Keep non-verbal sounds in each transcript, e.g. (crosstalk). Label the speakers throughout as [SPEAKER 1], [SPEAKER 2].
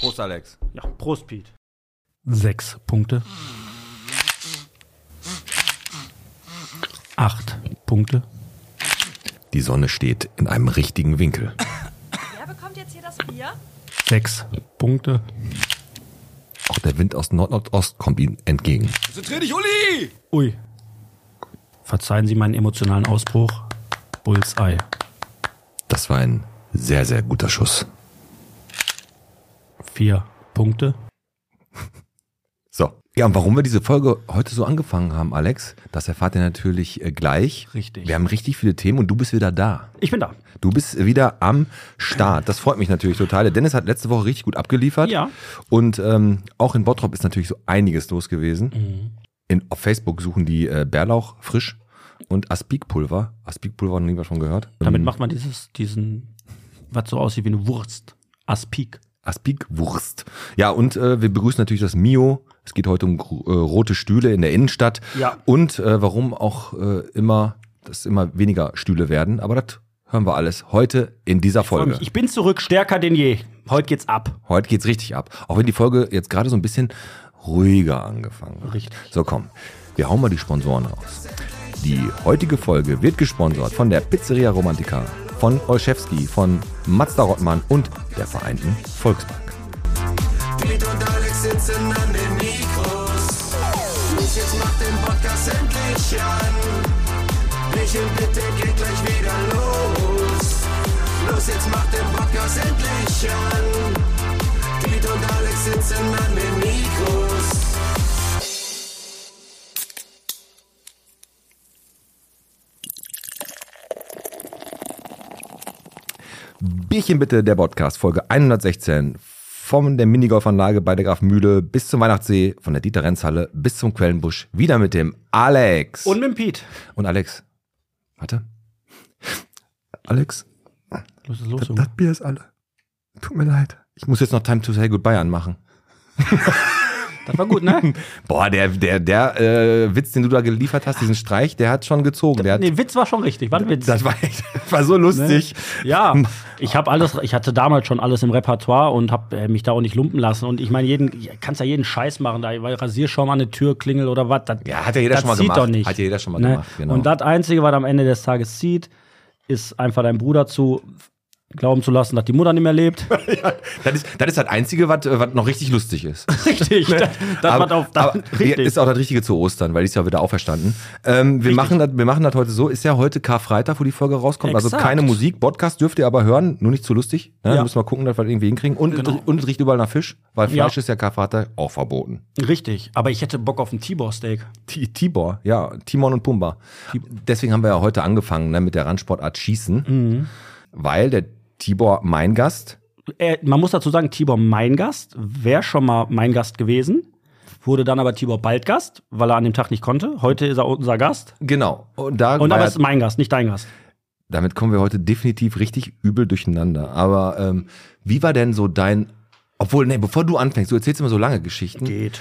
[SPEAKER 1] Prost, Alex.
[SPEAKER 2] Ja, Prost, Pete.
[SPEAKER 3] Sechs Punkte. Acht Punkte.
[SPEAKER 4] Die Sonne steht in einem richtigen Winkel.
[SPEAKER 5] Wer bekommt jetzt hier das Bier?
[SPEAKER 3] Sechs Punkte.
[SPEAKER 4] Auch der Wind aus Nord-Nordost kommt ihm entgegen.
[SPEAKER 1] Konzentrier dich, Uli!
[SPEAKER 3] Ui. Verzeihen Sie meinen emotionalen Ausbruch. Bullseye.
[SPEAKER 4] Das war ein sehr, sehr guter Schuss.
[SPEAKER 3] Vier Punkte.
[SPEAKER 4] So. Ja, und warum wir diese Folge heute so angefangen haben, Alex, das erfahrt ihr natürlich äh, gleich.
[SPEAKER 3] Richtig.
[SPEAKER 4] Wir haben richtig viele Themen und du bist wieder da.
[SPEAKER 3] Ich bin da.
[SPEAKER 4] Du bist wieder am Start. Das freut mich natürlich total. Der Dennis hat letzte Woche richtig gut abgeliefert.
[SPEAKER 3] Ja.
[SPEAKER 4] Und ähm, auch in Bottrop ist natürlich so einiges los gewesen.
[SPEAKER 3] Mhm.
[SPEAKER 4] In, auf Facebook suchen die äh, Bärlauch frisch und Aspikpulver. Aspikpulver haben wir schon gehört.
[SPEAKER 3] Damit
[SPEAKER 4] Ähm,
[SPEAKER 3] macht man dieses, diesen, was so aussieht wie eine Wurst. Aspik.
[SPEAKER 4] Aspikwurst. Ja, und äh, wir begrüßen natürlich das Mio. Es geht heute um gro- äh, rote Stühle in der Innenstadt.
[SPEAKER 2] Ja.
[SPEAKER 4] Und äh, warum auch äh, immer, dass immer weniger Stühle werden. Aber das hören wir alles heute in dieser Folge.
[SPEAKER 2] Ich bin zurück, stärker denn je. Heute geht's ab.
[SPEAKER 4] Heute geht's richtig ab. Auch wenn die Folge jetzt gerade so ein bisschen ruhiger angefangen hat.
[SPEAKER 3] Richtig.
[SPEAKER 4] So, komm. Wir hauen mal die Sponsoren raus. Die heutige Folge wird gesponsert von der Pizzeria Romantica, von Olszewski, von Mazda Rottmann und der Vereinten Volksbank.
[SPEAKER 6] Pete und Alex sitzen an den Mikros. Los, jetzt macht den Podcast endlich an. Michel, bitte geht gleich wieder los. Los, jetzt macht den Podcast endlich an. Pete und Alex sitzen an den Mikros.
[SPEAKER 4] Bierchen bitte, der Podcast, Folge 116. Von der Minigolfanlage bei der Grafmühle bis zum Weihnachtssee, von der Dieter-Renz-Halle bis zum Quellenbusch, wieder mit dem Alex.
[SPEAKER 2] Und mit dem Pete.
[SPEAKER 4] Und Alex, warte. Alex,
[SPEAKER 3] Los ist los,
[SPEAKER 4] das Bier ist alle. Tut mir leid. Ich muss jetzt noch Time to Say Goodbye anmachen.
[SPEAKER 3] (laughs) Das war gut, ne?
[SPEAKER 4] (laughs) Boah, der, der, der äh, Witz, den du da geliefert hast, diesen Streich, der hat schon gezogen. Der hat,
[SPEAKER 3] Nee, Witz war schon richtig. War ein Witz.
[SPEAKER 4] (laughs) das, war echt, das war so lustig. (laughs)
[SPEAKER 3] Ja, ich habe alles, ich hatte damals schon alles im Repertoire und habe äh, mich da auch nicht lumpen lassen. Und ich meine, jeden, kannst ja jeden Scheiß machen, da weil Rasierschaum an der Tür klingelt oder was. das-
[SPEAKER 4] Ja, hat ja jeder
[SPEAKER 3] das
[SPEAKER 4] schon mal
[SPEAKER 3] zieht
[SPEAKER 4] gemacht.
[SPEAKER 3] Doch nicht, ne?
[SPEAKER 4] Hat ja jeder schon mal gemacht, genau.
[SPEAKER 3] Und das Einzige, was am Ende des Tages zieht, ist einfach deinem Bruder zu glauben zu lassen, dass die Mutter nicht mehr
[SPEAKER 4] (laughs)
[SPEAKER 3] lebt.
[SPEAKER 4] Das ist, das ist das Einzige, was, was noch richtig lustig ist.
[SPEAKER 3] richtig. Das, das
[SPEAKER 4] Ne? aber,
[SPEAKER 3] war auf, das,
[SPEAKER 4] aber
[SPEAKER 3] richtig.
[SPEAKER 4] Ist auch das Richtige zu Ostern, weil die ist ja wieder auferstanden. Ähm, wir, machen das, wir machen das heute so. Ist ja heute Karfreitag, wo die Folge rauskommt. Also
[SPEAKER 3] Exakt.
[SPEAKER 4] keine Musik. Podcast dürft ihr aber hören, nur nicht zu lustig.
[SPEAKER 3] Ja.
[SPEAKER 4] Ne?
[SPEAKER 3] Genau.
[SPEAKER 4] Müssen wir gucken, dass wir das irgendwie hinkriegen. Und, und es riecht überall nach Fisch, weil
[SPEAKER 3] Ja.
[SPEAKER 4] Fleisch ist ja Karfreitag auch verboten.
[SPEAKER 3] richtig. Aber ich hätte Bock auf ein T-Bore-Steak.
[SPEAKER 4] Ti- Tibor, ja, Timon und Pumba. Deswegen haben wir ja heute angefangen ne, mit der Randsportart Schießen,
[SPEAKER 3] Mhm.
[SPEAKER 4] weil der Tibor, mein Gast,
[SPEAKER 3] Äh, man muss dazu sagen, Tibor Meingast wäre schon mal mein Gast gewesen, wurde dann aber Tibor Baldgast, weil er an dem Tag nicht konnte. Heute ist er unser Gast.
[SPEAKER 4] genau. Und, da
[SPEAKER 3] Und
[SPEAKER 4] war
[SPEAKER 3] aber
[SPEAKER 4] ja-
[SPEAKER 3] es ist mein Gast, nicht dein Gast.
[SPEAKER 4] Damit kommen wir heute definitiv richtig übel durcheinander. Aber ähm, wie war denn so dein. Obwohl, nee, bevor du anfängst, du erzählst immer so lange Geschichten.
[SPEAKER 3] Geht.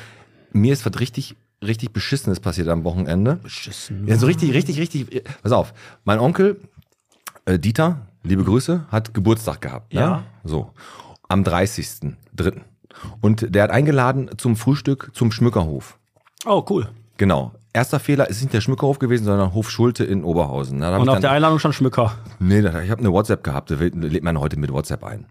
[SPEAKER 4] Mir ist was richtig, richtig Beschissenes passiert am Wochenende.
[SPEAKER 3] Beschissen.
[SPEAKER 4] Ja, so richtig, richtig, richtig. äh, Pass auf, mein Onkel äh, Dieter, liebe Grüße, hat Geburtstag gehabt. Ne?
[SPEAKER 3] Ja.
[SPEAKER 4] So, am 30.03. Und der hat eingeladen zum Frühstück zum Schmückerhof.
[SPEAKER 3] Oh, cool.
[SPEAKER 4] Genau. Erster Fehler, es ist nicht der Schmückerhof gewesen, sondern Hof Schulte in Oberhausen. Na, da hab
[SPEAKER 3] Und
[SPEAKER 4] ich
[SPEAKER 3] auf
[SPEAKER 4] dann-
[SPEAKER 3] der Einladung schon Schmücker.
[SPEAKER 4] Nee, da- ich habe eine WhatsApp gehabt, da wählt- lädt man heute mit WhatsApp ein.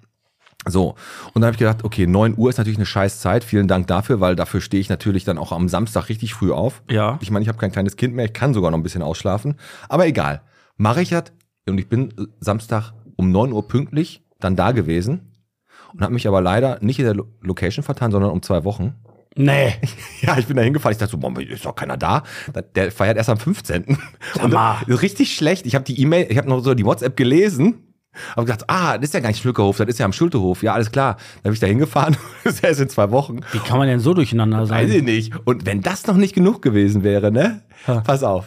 [SPEAKER 4] So, und dann habe ich gedacht, okay, 9 Uhr ist natürlich eine scheiß Zeit, vielen Dank dafür, weil dafür stehe ich natürlich dann auch am Samstag richtig früh auf.
[SPEAKER 3] Ja.
[SPEAKER 4] Ich meine, ich habe kein kleines Kind mehr, ich kann sogar noch ein bisschen ausschlafen, aber egal. Mache ich das und ich bin äh, Samstag um 9 Uhr pünktlich dann da gewesen und habe mich aber leider nicht in der Lo Location vertan, sondern um zwei Wochen.
[SPEAKER 3] Nee.
[SPEAKER 4] (laughs) Ja, ich bin da hingefahren. Ich dachte so, Mom, ist doch keiner da. Der feiert erst am 15. Und
[SPEAKER 3] mal.
[SPEAKER 4] das ist richtig schlecht. Ich habe die E-Mail, ich habe noch so die WhatsApp gelesen. Hab gedacht, ah, das ist ja gar nicht Schlückerhof, das ist ja am Schulterhof. Ja, alles klar. Dann bin ich da hingefahren. (laughs) Das ist erst in zwei Wochen.
[SPEAKER 3] Wie kann man denn so durcheinander sein?
[SPEAKER 4] Weiß ich nicht. Und wenn das noch nicht genug gewesen wäre, ne? Pass auf.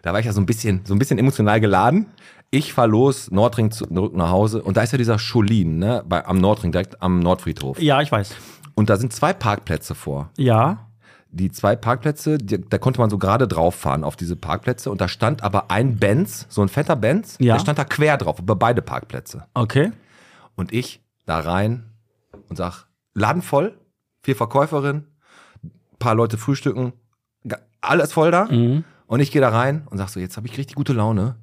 [SPEAKER 4] Da war ich ja so ein bisschen, so ein bisschen emotional geladen. Ich fahr los, Nordring zurück nach Hause. Und da ist ja dieser Scholin, ne? Bei, am Nordring, direkt am Nordfriedhof.
[SPEAKER 3] Ja, ich weiß.
[SPEAKER 4] Und da sind zwei Parkplätze vor
[SPEAKER 3] Ja.
[SPEAKER 4] die zwei Parkplätze, die, da konnte man so gerade drauf fahren auf diese Parkplätze und da stand aber ein Benz, so ein fetter Benz,
[SPEAKER 3] Ja.
[SPEAKER 4] der stand da quer drauf über beide Parkplätze.
[SPEAKER 3] Okay.
[SPEAKER 4] Und ich da rein und sag, Laden voll, vier Verkäuferinnen, paar Leute frühstücken, ga- alles voll
[SPEAKER 3] Mhm.
[SPEAKER 4] da. Und ich gehe da rein und sag so, jetzt habe ich richtig gute Laune.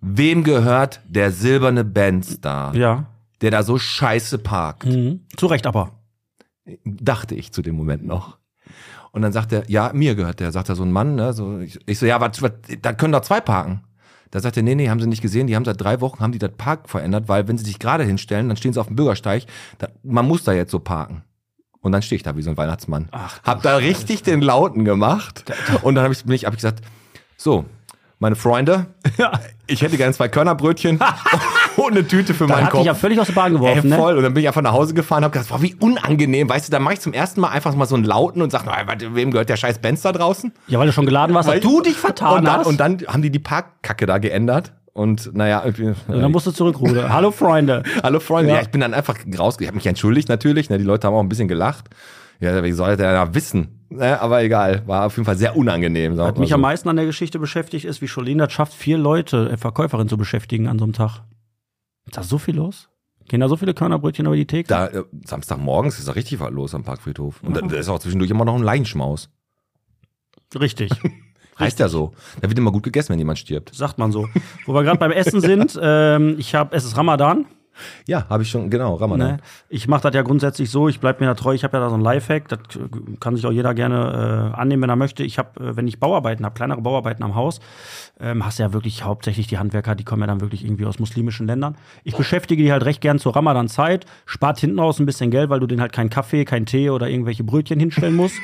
[SPEAKER 4] Wem gehört der silberne Benz da,
[SPEAKER 3] Ja.
[SPEAKER 4] der da so scheiße parkt?
[SPEAKER 3] Mhm. Zu Recht aber.
[SPEAKER 4] dachte ich zu dem Moment noch. Und dann sagt er, ja, mir gehört der, sagt er so ein Mann, ne? so, ich, ich so, ja, was, was, da können doch zwei parken. Da sagt er, nee, nee, haben sie nicht gesehen, die haben seit drei Wochen, haben die das Park verändert, weil wenn sie sich gerade hinstellen, dann stehen sie auf dem Bürgersteig, da, man muss da jetzt so parken. Und dann stehe ich da wie so ein Weihnachtsmann.
[SPEAKER 3] Ach,
[SPEAKER 4] hab da richtig den Lauten gemacht. Und dann habe ich, bin ich, hab ich gesagt, so, meine Freunde, ich hätte gerne
[SPEAKER 3] (laughs)
[SPEAKER 4] zwei Körnerbrötchen und eine Tüte für
[SPEAKER 3] Da
[SPEAKER 4] meinen
[SPEAKER 3] hat
[SPEAKER 4] Kopf.
[SPEAKER 3] dich ja völlig aus der Bahn
[SPEAKER 4] Ey,
[SPEAKER 3] geworfen, ne?
[SPEAKER 4] voll. Und dann bin ich einfach nach Hause gefahren, hab gedacht, boah, wie unangenehm. Weißt du, da mache ich zum ersten Mal einfach mal so einen Lauten und sag, "Na, warte, wem gehört der scheiß Benz da draußen?
[SPEAKER 3] Ja, weil du schon geladen warst.
[SPEAKER 4] Weil-
[SPEAKER 3] du dich vertan
[SPEAKER 4] und dann,
[SPEAKER 3] hast.
[SPEAKER 4] Und dann haben die die Parkkacke da geändert. Und naja, irgendwie,
[SPEAKER 3] Und dann musst du zurückrudern. Hallo, Freunde.
[SPEAKER 4] hallo Freunde.
[SPEAKER 3] Ja.
[SPEAKER 4] Ja. ich bin dann einfach raus. Ich habe mich entschuldigt natürlich. Ne, die Leute haben auch ein bisschen gelacht. Ja, wie soll der da wissen? Ne, aber egal, war auf jeden Fall sehr unangenehm.
[SPEAKER 3] Was mich am meisten an der Geschichte beschäftigt, ist, wie Charlene das schafft, vier Leute, äh, Verkäuferin zu beschäftigen an so einem Tag. Ist da so viel los? Gehen da so viele Körnerbrötchen über die Theke?
[SPEAKER 4] da, äh, Samstagmorgens ist da richtig was los am Parkfriedhof. Und da, da ist auch zwischendurch immer noch ein Leichenschmaus.
[SPEAKER 3] Richtig. (laughs)
[SPEAKER 4] Heißt ja so. Da wird immer gut gegessen, wenn jemand stirbt.
[SPEAKER 3] Sagt man so. Wo wir gerade beim Essen sind, ähm, ich habe, es ist Ramadan.
[SPEAKER 4] Ja, habe ich schon, genau, Ramadan.
[SPEAKER 3] Ne? Ich mache das ja grundsätzlich so, ich bleibe mir da treu, ich habe ja da so ein Lifehack, das äh, kann sich auch jeder gerne äh, annehmen, wenn er möchte. Ich habe, äh, wenn ich Bauarbeiten habe, kleinere Bauarbeiten am Haus, ähm, hast du ja wirklich hauptsächlich die Handwerker, die kommen ja dann wirklich irgendwie aus muslimischen Ländern. Ich beschäftige die halt recht gern zur Ramadan-Zeit, spart hinten raus ein bisschen Geld, weil du denen halt keinen Kaffee, keinen Tee oder irgendwelche Brötchen hinstellen (laughs) musst.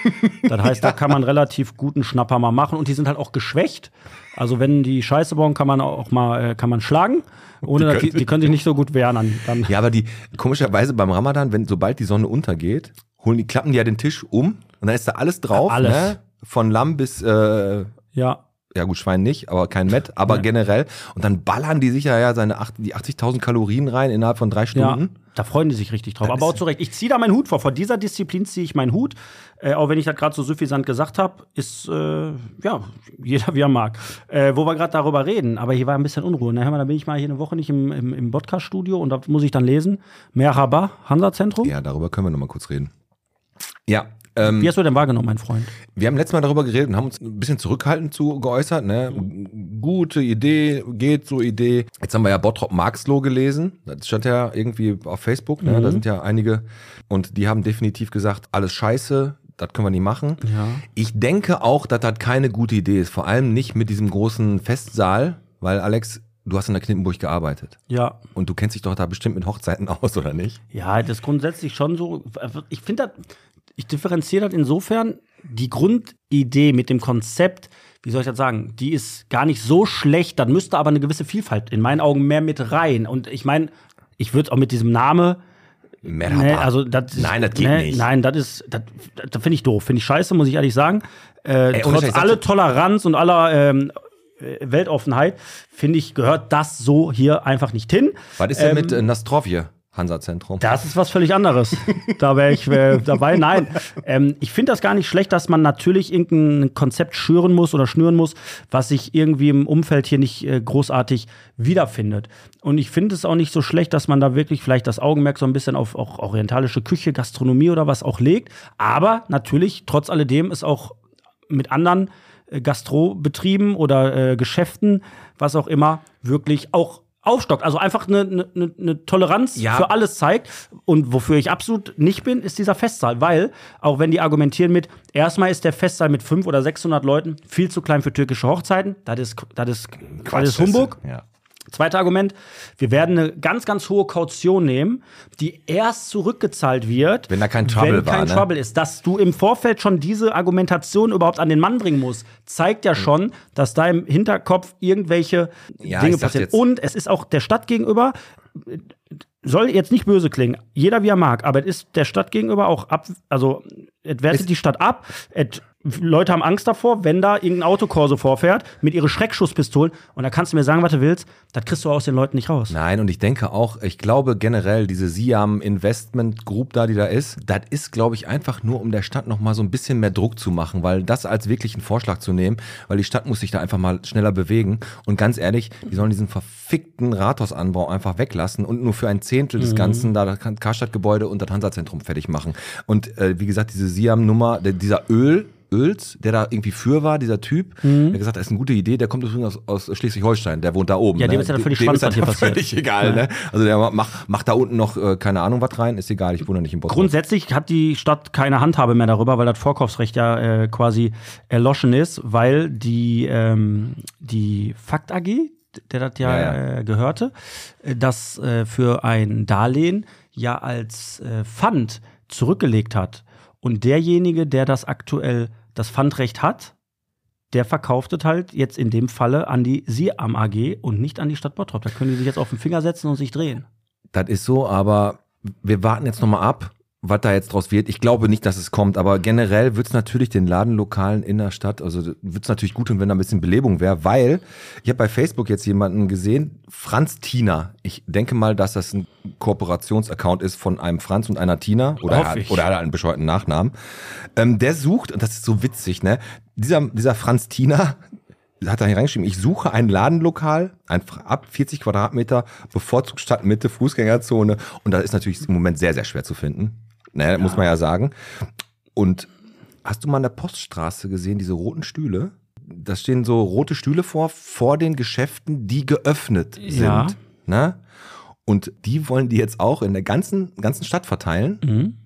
[SPEAKER 3] das heißt, da kann man relativ guten Schnapper mal machen und die sind halt auch geschwächt. Also wenn die Scheiße bauen, kann man auch mal, äh, kann man schlagen. Ohne, die, dass die, die können sich nicht so gut wehren. Dann, dann
[SPEAKER 4] Ja, aber die komischerweise beim Ramadan, wenn sobald die Sonne untergeht, holen die klappen die ja den Tisch um und dann ist da alles drauf,
[SPEAKER 3] Alles.
[SPEAKER 4] ne? Von Lamm bis äh,
[SPEAKER 3] ja.
[SPEAKER 4] ja gut, Schwein nicht, aber kein Met, aber generell und dann ballern die sicher ja seine acht- die 80.000 Kalorien rein innerhalb von drei
[SPEAKER 3] Ja,
[SPEAKER 4] Stunden.
[SPEAKER 3] da freuen die sich richtig drauf. Aber auch zu Recht. Ich ziehe da meinen Hut vor. Vor dieser Disziplin ziehe ich meinen Hut. Äh, auch wenn ich das gerade so suffisant gesagt habe, ist äh, ja jeder wie er mag. Äh, wo wir gerade darüber reden, aber hier war ein bisschen Unruhe. Na, hör mal, da bin ich mal hier eine Woche nicht im, im, im Podcast-Studio und da muss ich dann lesen. Merhaba, Hansa-Zentrum.
[SPEAKER 4] Ja, darüber können wir noch mal kurz reden. Ja, ähm,
[SPEAKER 3] Wie hast du denn wahrgenommen, mein Freund?
[SPEAKER 4] wir haben letztes Mal darüber geredet und haben uns ein bisschen zurückhaltend zu geäußert, ne? Gute Idee, geht so Idee. Jetzt haben wir ja Bottrop Marxloh gelesen. Das stand ja irgendwie auf Facebook, ne? Da sind ja einige und die haben definitiv gesagt, alles scheiße, das können wir nicht machen. Ich denke auch, dass das keine gute Idee ist, vor allem nicht mit diesem großen Festsaal, weil Alex, du hast in der Knippenburg gearbeitet
[SPEAKER 3] Ja,
[SPEAKER 4] und du kennst dich doch da bestimmt mit Hochzeiten (laughs) aus, oder nicht?
[SPEAKER 3] Ja, das ist grundsätzlich schon so. Ich finde das, ich differenziere das insofern, die Grundidee mit dem Konzept, wie soll ich das sagen, die ist gar nicht so schlecht, dann müsste aber eine gewisse Vielfalt in meinen Augen mehr mit rein. Und ich meine, ich würde auch mit diesem Name,
[SPEAKER 4] Merhaba.
[SPEAKER 3] ne, also das ist-
[SPEAKER 4] Nein, das geht
[SPEAKER 3] ne,
[SPEAKER 4] nicht.
[SPEAKER 3] Nein, das ist, das, das finde ich doof, finde ich scheiße, muss ich ehrlich sagen. Äh,
[SPEAKER 4] Ey, ohne
[SPEAKER 3] trotz
[SPEAKER 4] Scheiß, das-
[SPEAKER 3] aller Toleranz und aller ähm, äh, Weltoffenheit, finde ich, gehört das so hier einfach nicht hin.
[SPEAKER 4] Was ist denn mit äh, Nastrovje, Hansa-Zentrum?
[SPEAKER 3] Das ist was völlig anderes. da wäre ich äh, dabei. Nein, ähm, ich finde das gar nicht schlecht, dass man natürlich irgendein Konzept schüren muss oder schnüren muss, was sich irgendwie im Umfeld hier nicht äh, großartig wiederfindet. Und ich finde es auch nicht so schlecht, dass man da wirklich vielleicht das Augenmerk so ein bisschen auf auch orientalische Küche, Gastronomie oder was auch legt. Aber natürlich, trotz alledem, ist auch mit anderen äh, Gastrobetrieben oder äh, Geschäften, was auch immer, wirklich auch aufstockt. Also einfach eine, eine- eine, eine Toleranz
[SPEAKER 4] Ja.
[SPEAKER 3] für alles zeigt. Und wofür ich absolut nicht bin, ist dieser Festsaal. Weil, auch wenn die argumentieren mit, erstmal ist der Festsaal mit 500 oder 600 Leuten viel zu klein für türkische Hochzeiten. Das ist, das ist, das ist Humbug.
[SPEAKER 4] Ja.
[SPEAKER 3] Zweites Argument, wir werden eine ganz, ganz hohe Kaution nehmen, die erst zurückgezahlt wird,
[SPEAKER 4] Wenn da kein Trouble
[SPEAKER 3] wenn kein
[SPEAKER 4] war, ne?
[SPEAKER 3] Trouble ist. Dass du im Vorfeld schon diese Argumentation überhaupt an den Mann bringen musst, zeigt ja schon, dass da im Hinterkopf irgendwelche
[SPEAKER 4] Hm. Ja,
[SPEAKER 3] Dinge
[SPEAKER 4] ich dachte
[SPEAKER 3] passieren.
[SPEAKER 4] jetzt-
[SPEAKER 3] Und es ist auch der Stadt gegenüber, soll jetzt nicht böse klingen, jeder wie er mag, aber es ist der Stadt gegenüber auch ab, also es wertet die Stadt ab, es Leute haben Angst davor, wenn da irgendein Autokorso vorfährt mit ihren Schreckschusspistolen. Und da kannst du mir sagen, was du willst, das kriegst du aus den Leuten nicht raus.
[SPEAKER 4] Nein, und ich denke auch, ich glaube generell, diese Siam Investment Group da, die da ist, das ist, glaube ich, einfach nur, um der Stadt nochmal so ein bisschen mehr Druck zu machen, weil das als wirklichen Vorschlag zu nehmen, weil die Stadt muss sich da einfach mal schneller bewegen. Und ganz ehrlich, die sollen diesen verfickten Rathausanbau einfach weglassen und nur für ein Zehntel
[SPEAKER 3] Mhm.
[SPEAKER 4] des Ganzen da das Karstadtgebäude und das Hansa-Zentrum fertig machen. Und äh, wie gesagt, diese Siam-Nummer, der- dieser Öl, Öls, der da irgendwie für war, dieser Typ,
[SPEAKER 3] Mhm.
[SPEAKER 4] der gesagt hat, das ist eine gute Idee, der kommt übrigens aus, aus Schleswig-Holstein, der wohnt da oben.
[SPEAKER 3] Ja, dem
[SPEAKER 4] ne?
[SPEAKER 3] ist ja dann völlig
[SPEAKER 4] Dem
[SPEAKER 3] Schwanz,
[SPEAKER 4] ist ja
[SPEAKER 3] was hier
[SPEAKER 4] (laughs) dann
[SPEAKER 3] passiert.
[SPEAKER 4] Völlig egal, ne? Also der macht, macht da unten noch, äh, keine Ahnung, was rein, ist egal, ich wohne nicht in Bottrop.
[SPEAKER 3] Grundsätzlich hat die Stadt keine Handhabe mehr darüber, weil das Vorkaufsrecht ja äh, quasi erloschen ist, weil die, ähm, die Fakt AG, der das ja,
[SPEAKER 4] Ja, ja.
[SPEAKER 3] Äh, gehörte, äh, das äh, für ein Darlehen ja als äh, Pfand zurückgelegt hat. Und derjenige, der das aktuell das Pfandrecht hat, der verkauft es halt jetzt in dem Falle an die Siam AG und nicht an die Stadt Bottrop. Da können die sich jetzt auf den Finger setzen und sich drehen.
[SPEAKER 4] Das ist so, aber wir warten jetzt nochmal ab, was da jetzt draus wird. Ich glaube nicht, dass es kommt, aber generell wird's natürlich den Ladenlokalen in der Stadt, also wird's natürlich gut tun, wenn da ein bisschen Belebung wäre, weil ich habe bei Facebook jetzt jemanden gesehen, Franz Tina. Ich denke mal, dass das ein Kooperationsaccount ist von einem Franz und einer Tina oder,
[SPEAKER 3] Hoff ich.
[SPEAKER 4] oder hat er einen bescheuerten Nachnamen. Ähm, der sucht, und das ist so witzig, ne? Dieser, dieser Franz Tina hat da hier reingeschrieben, ich suche ein Ladenlokal, ein Fra- ab 40 Quadratmeter, bevorzugt Stadtmitte, Fußgängerzone. Und da ist natürlich im Moment sehr, sehr schwer zu finden. Ne, muss man ja sagen. Und hast du mal an der Poststraße gesehen, diese roten Stühle? Da stehen so rote Stühle vor, vor den Geschäften, die geöffnet sind.
[SPEAKER 3] Ja.
[SPEAKER 4] Ne? Und die wollen die jetzt auch in der ganzen, ganzen Stadt verteilen
[SPEAKER 3] Mhm.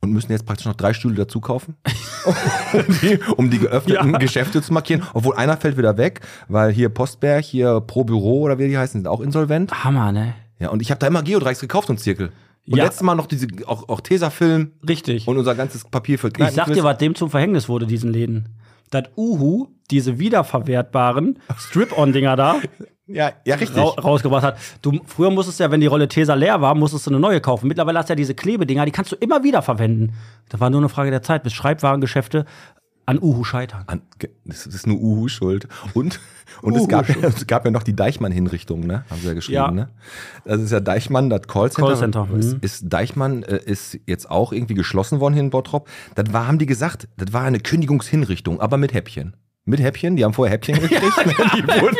[SPEAKER 4] und müssen jetzt praktisch noch drei Stühle dazu kaufen, (laughs) um die, um die geöffneten
[SPEAKER 3] Ja.
[SPEAKER 4] Geschäfte zu markieren. Obwohl einer fällt wieder weg, weil hier Postberg, hier Pro Büro oder wie die heißen, sind auch insolvent.
[SPEAKER 3] Hammer, ne?
[SPEAKER 4] Ja, und ich habe da immer Geodreiex gekauft und Zirkel. Und
[SPEAKER 3] Ja.
[SPEAKER 4] letztes Mal noch diese, auch, auch Tesafilm
[SPEAKER 3] Richtig.
[SPEAKER 4] und unser ganzes Papier für
[SPEAKER 3] Ich sag dir, was dem zum Verhängnis wurde, diesen Läden. Das Uhu, diese wiederverwertbaren Strip-On-Dinger (laughs) da
[SPEAKER 4] Ja, ja, richtig.
[SPEAKER 3] ra rausgebracht hat. Du, früher musstest du ja, wenn die Rolle Tesa leer war, musstest du eine neue kaufen. Mittlerweile hast du ja diese Klebedinger, die kannst du immer wieder verwenden. Da war nur eine Frage der Zeit, bis Schreibwarengeschäfte an Uhu scheitern.
[SPEAKER 4] An, ge- das ist nur Uhu schuld. Und, und es,
[SPEAKER 3] Uhu
[SPEAKER 4] gab, es gab ja noch die Deichmann-Hinrichtung, ne? Haben sie ja geschrieben,
[SPEAKER 3] Ja.
[SPEAKER 4] ne? Das ist ja Deichmann, das Callcenter.
[SPEAKER 3] Callcenter,
[SPEAKER 4] Ist,
[SPEAKER 3] mhm.
[SPEAKER 4] ist Deichmann äh, ist jetzt auch irgendwie geschlossen worden hier in Bottrop. Das war, haben die gesagt, das war eine Kündigungshinrichtung, aber mit Häppchen. Mit Häppchen, die haben
[SPEAKER 3] (laughs)
[SPEAKER 4] vorher Häppchen gekriegt. ne? (laughs) die, wurden,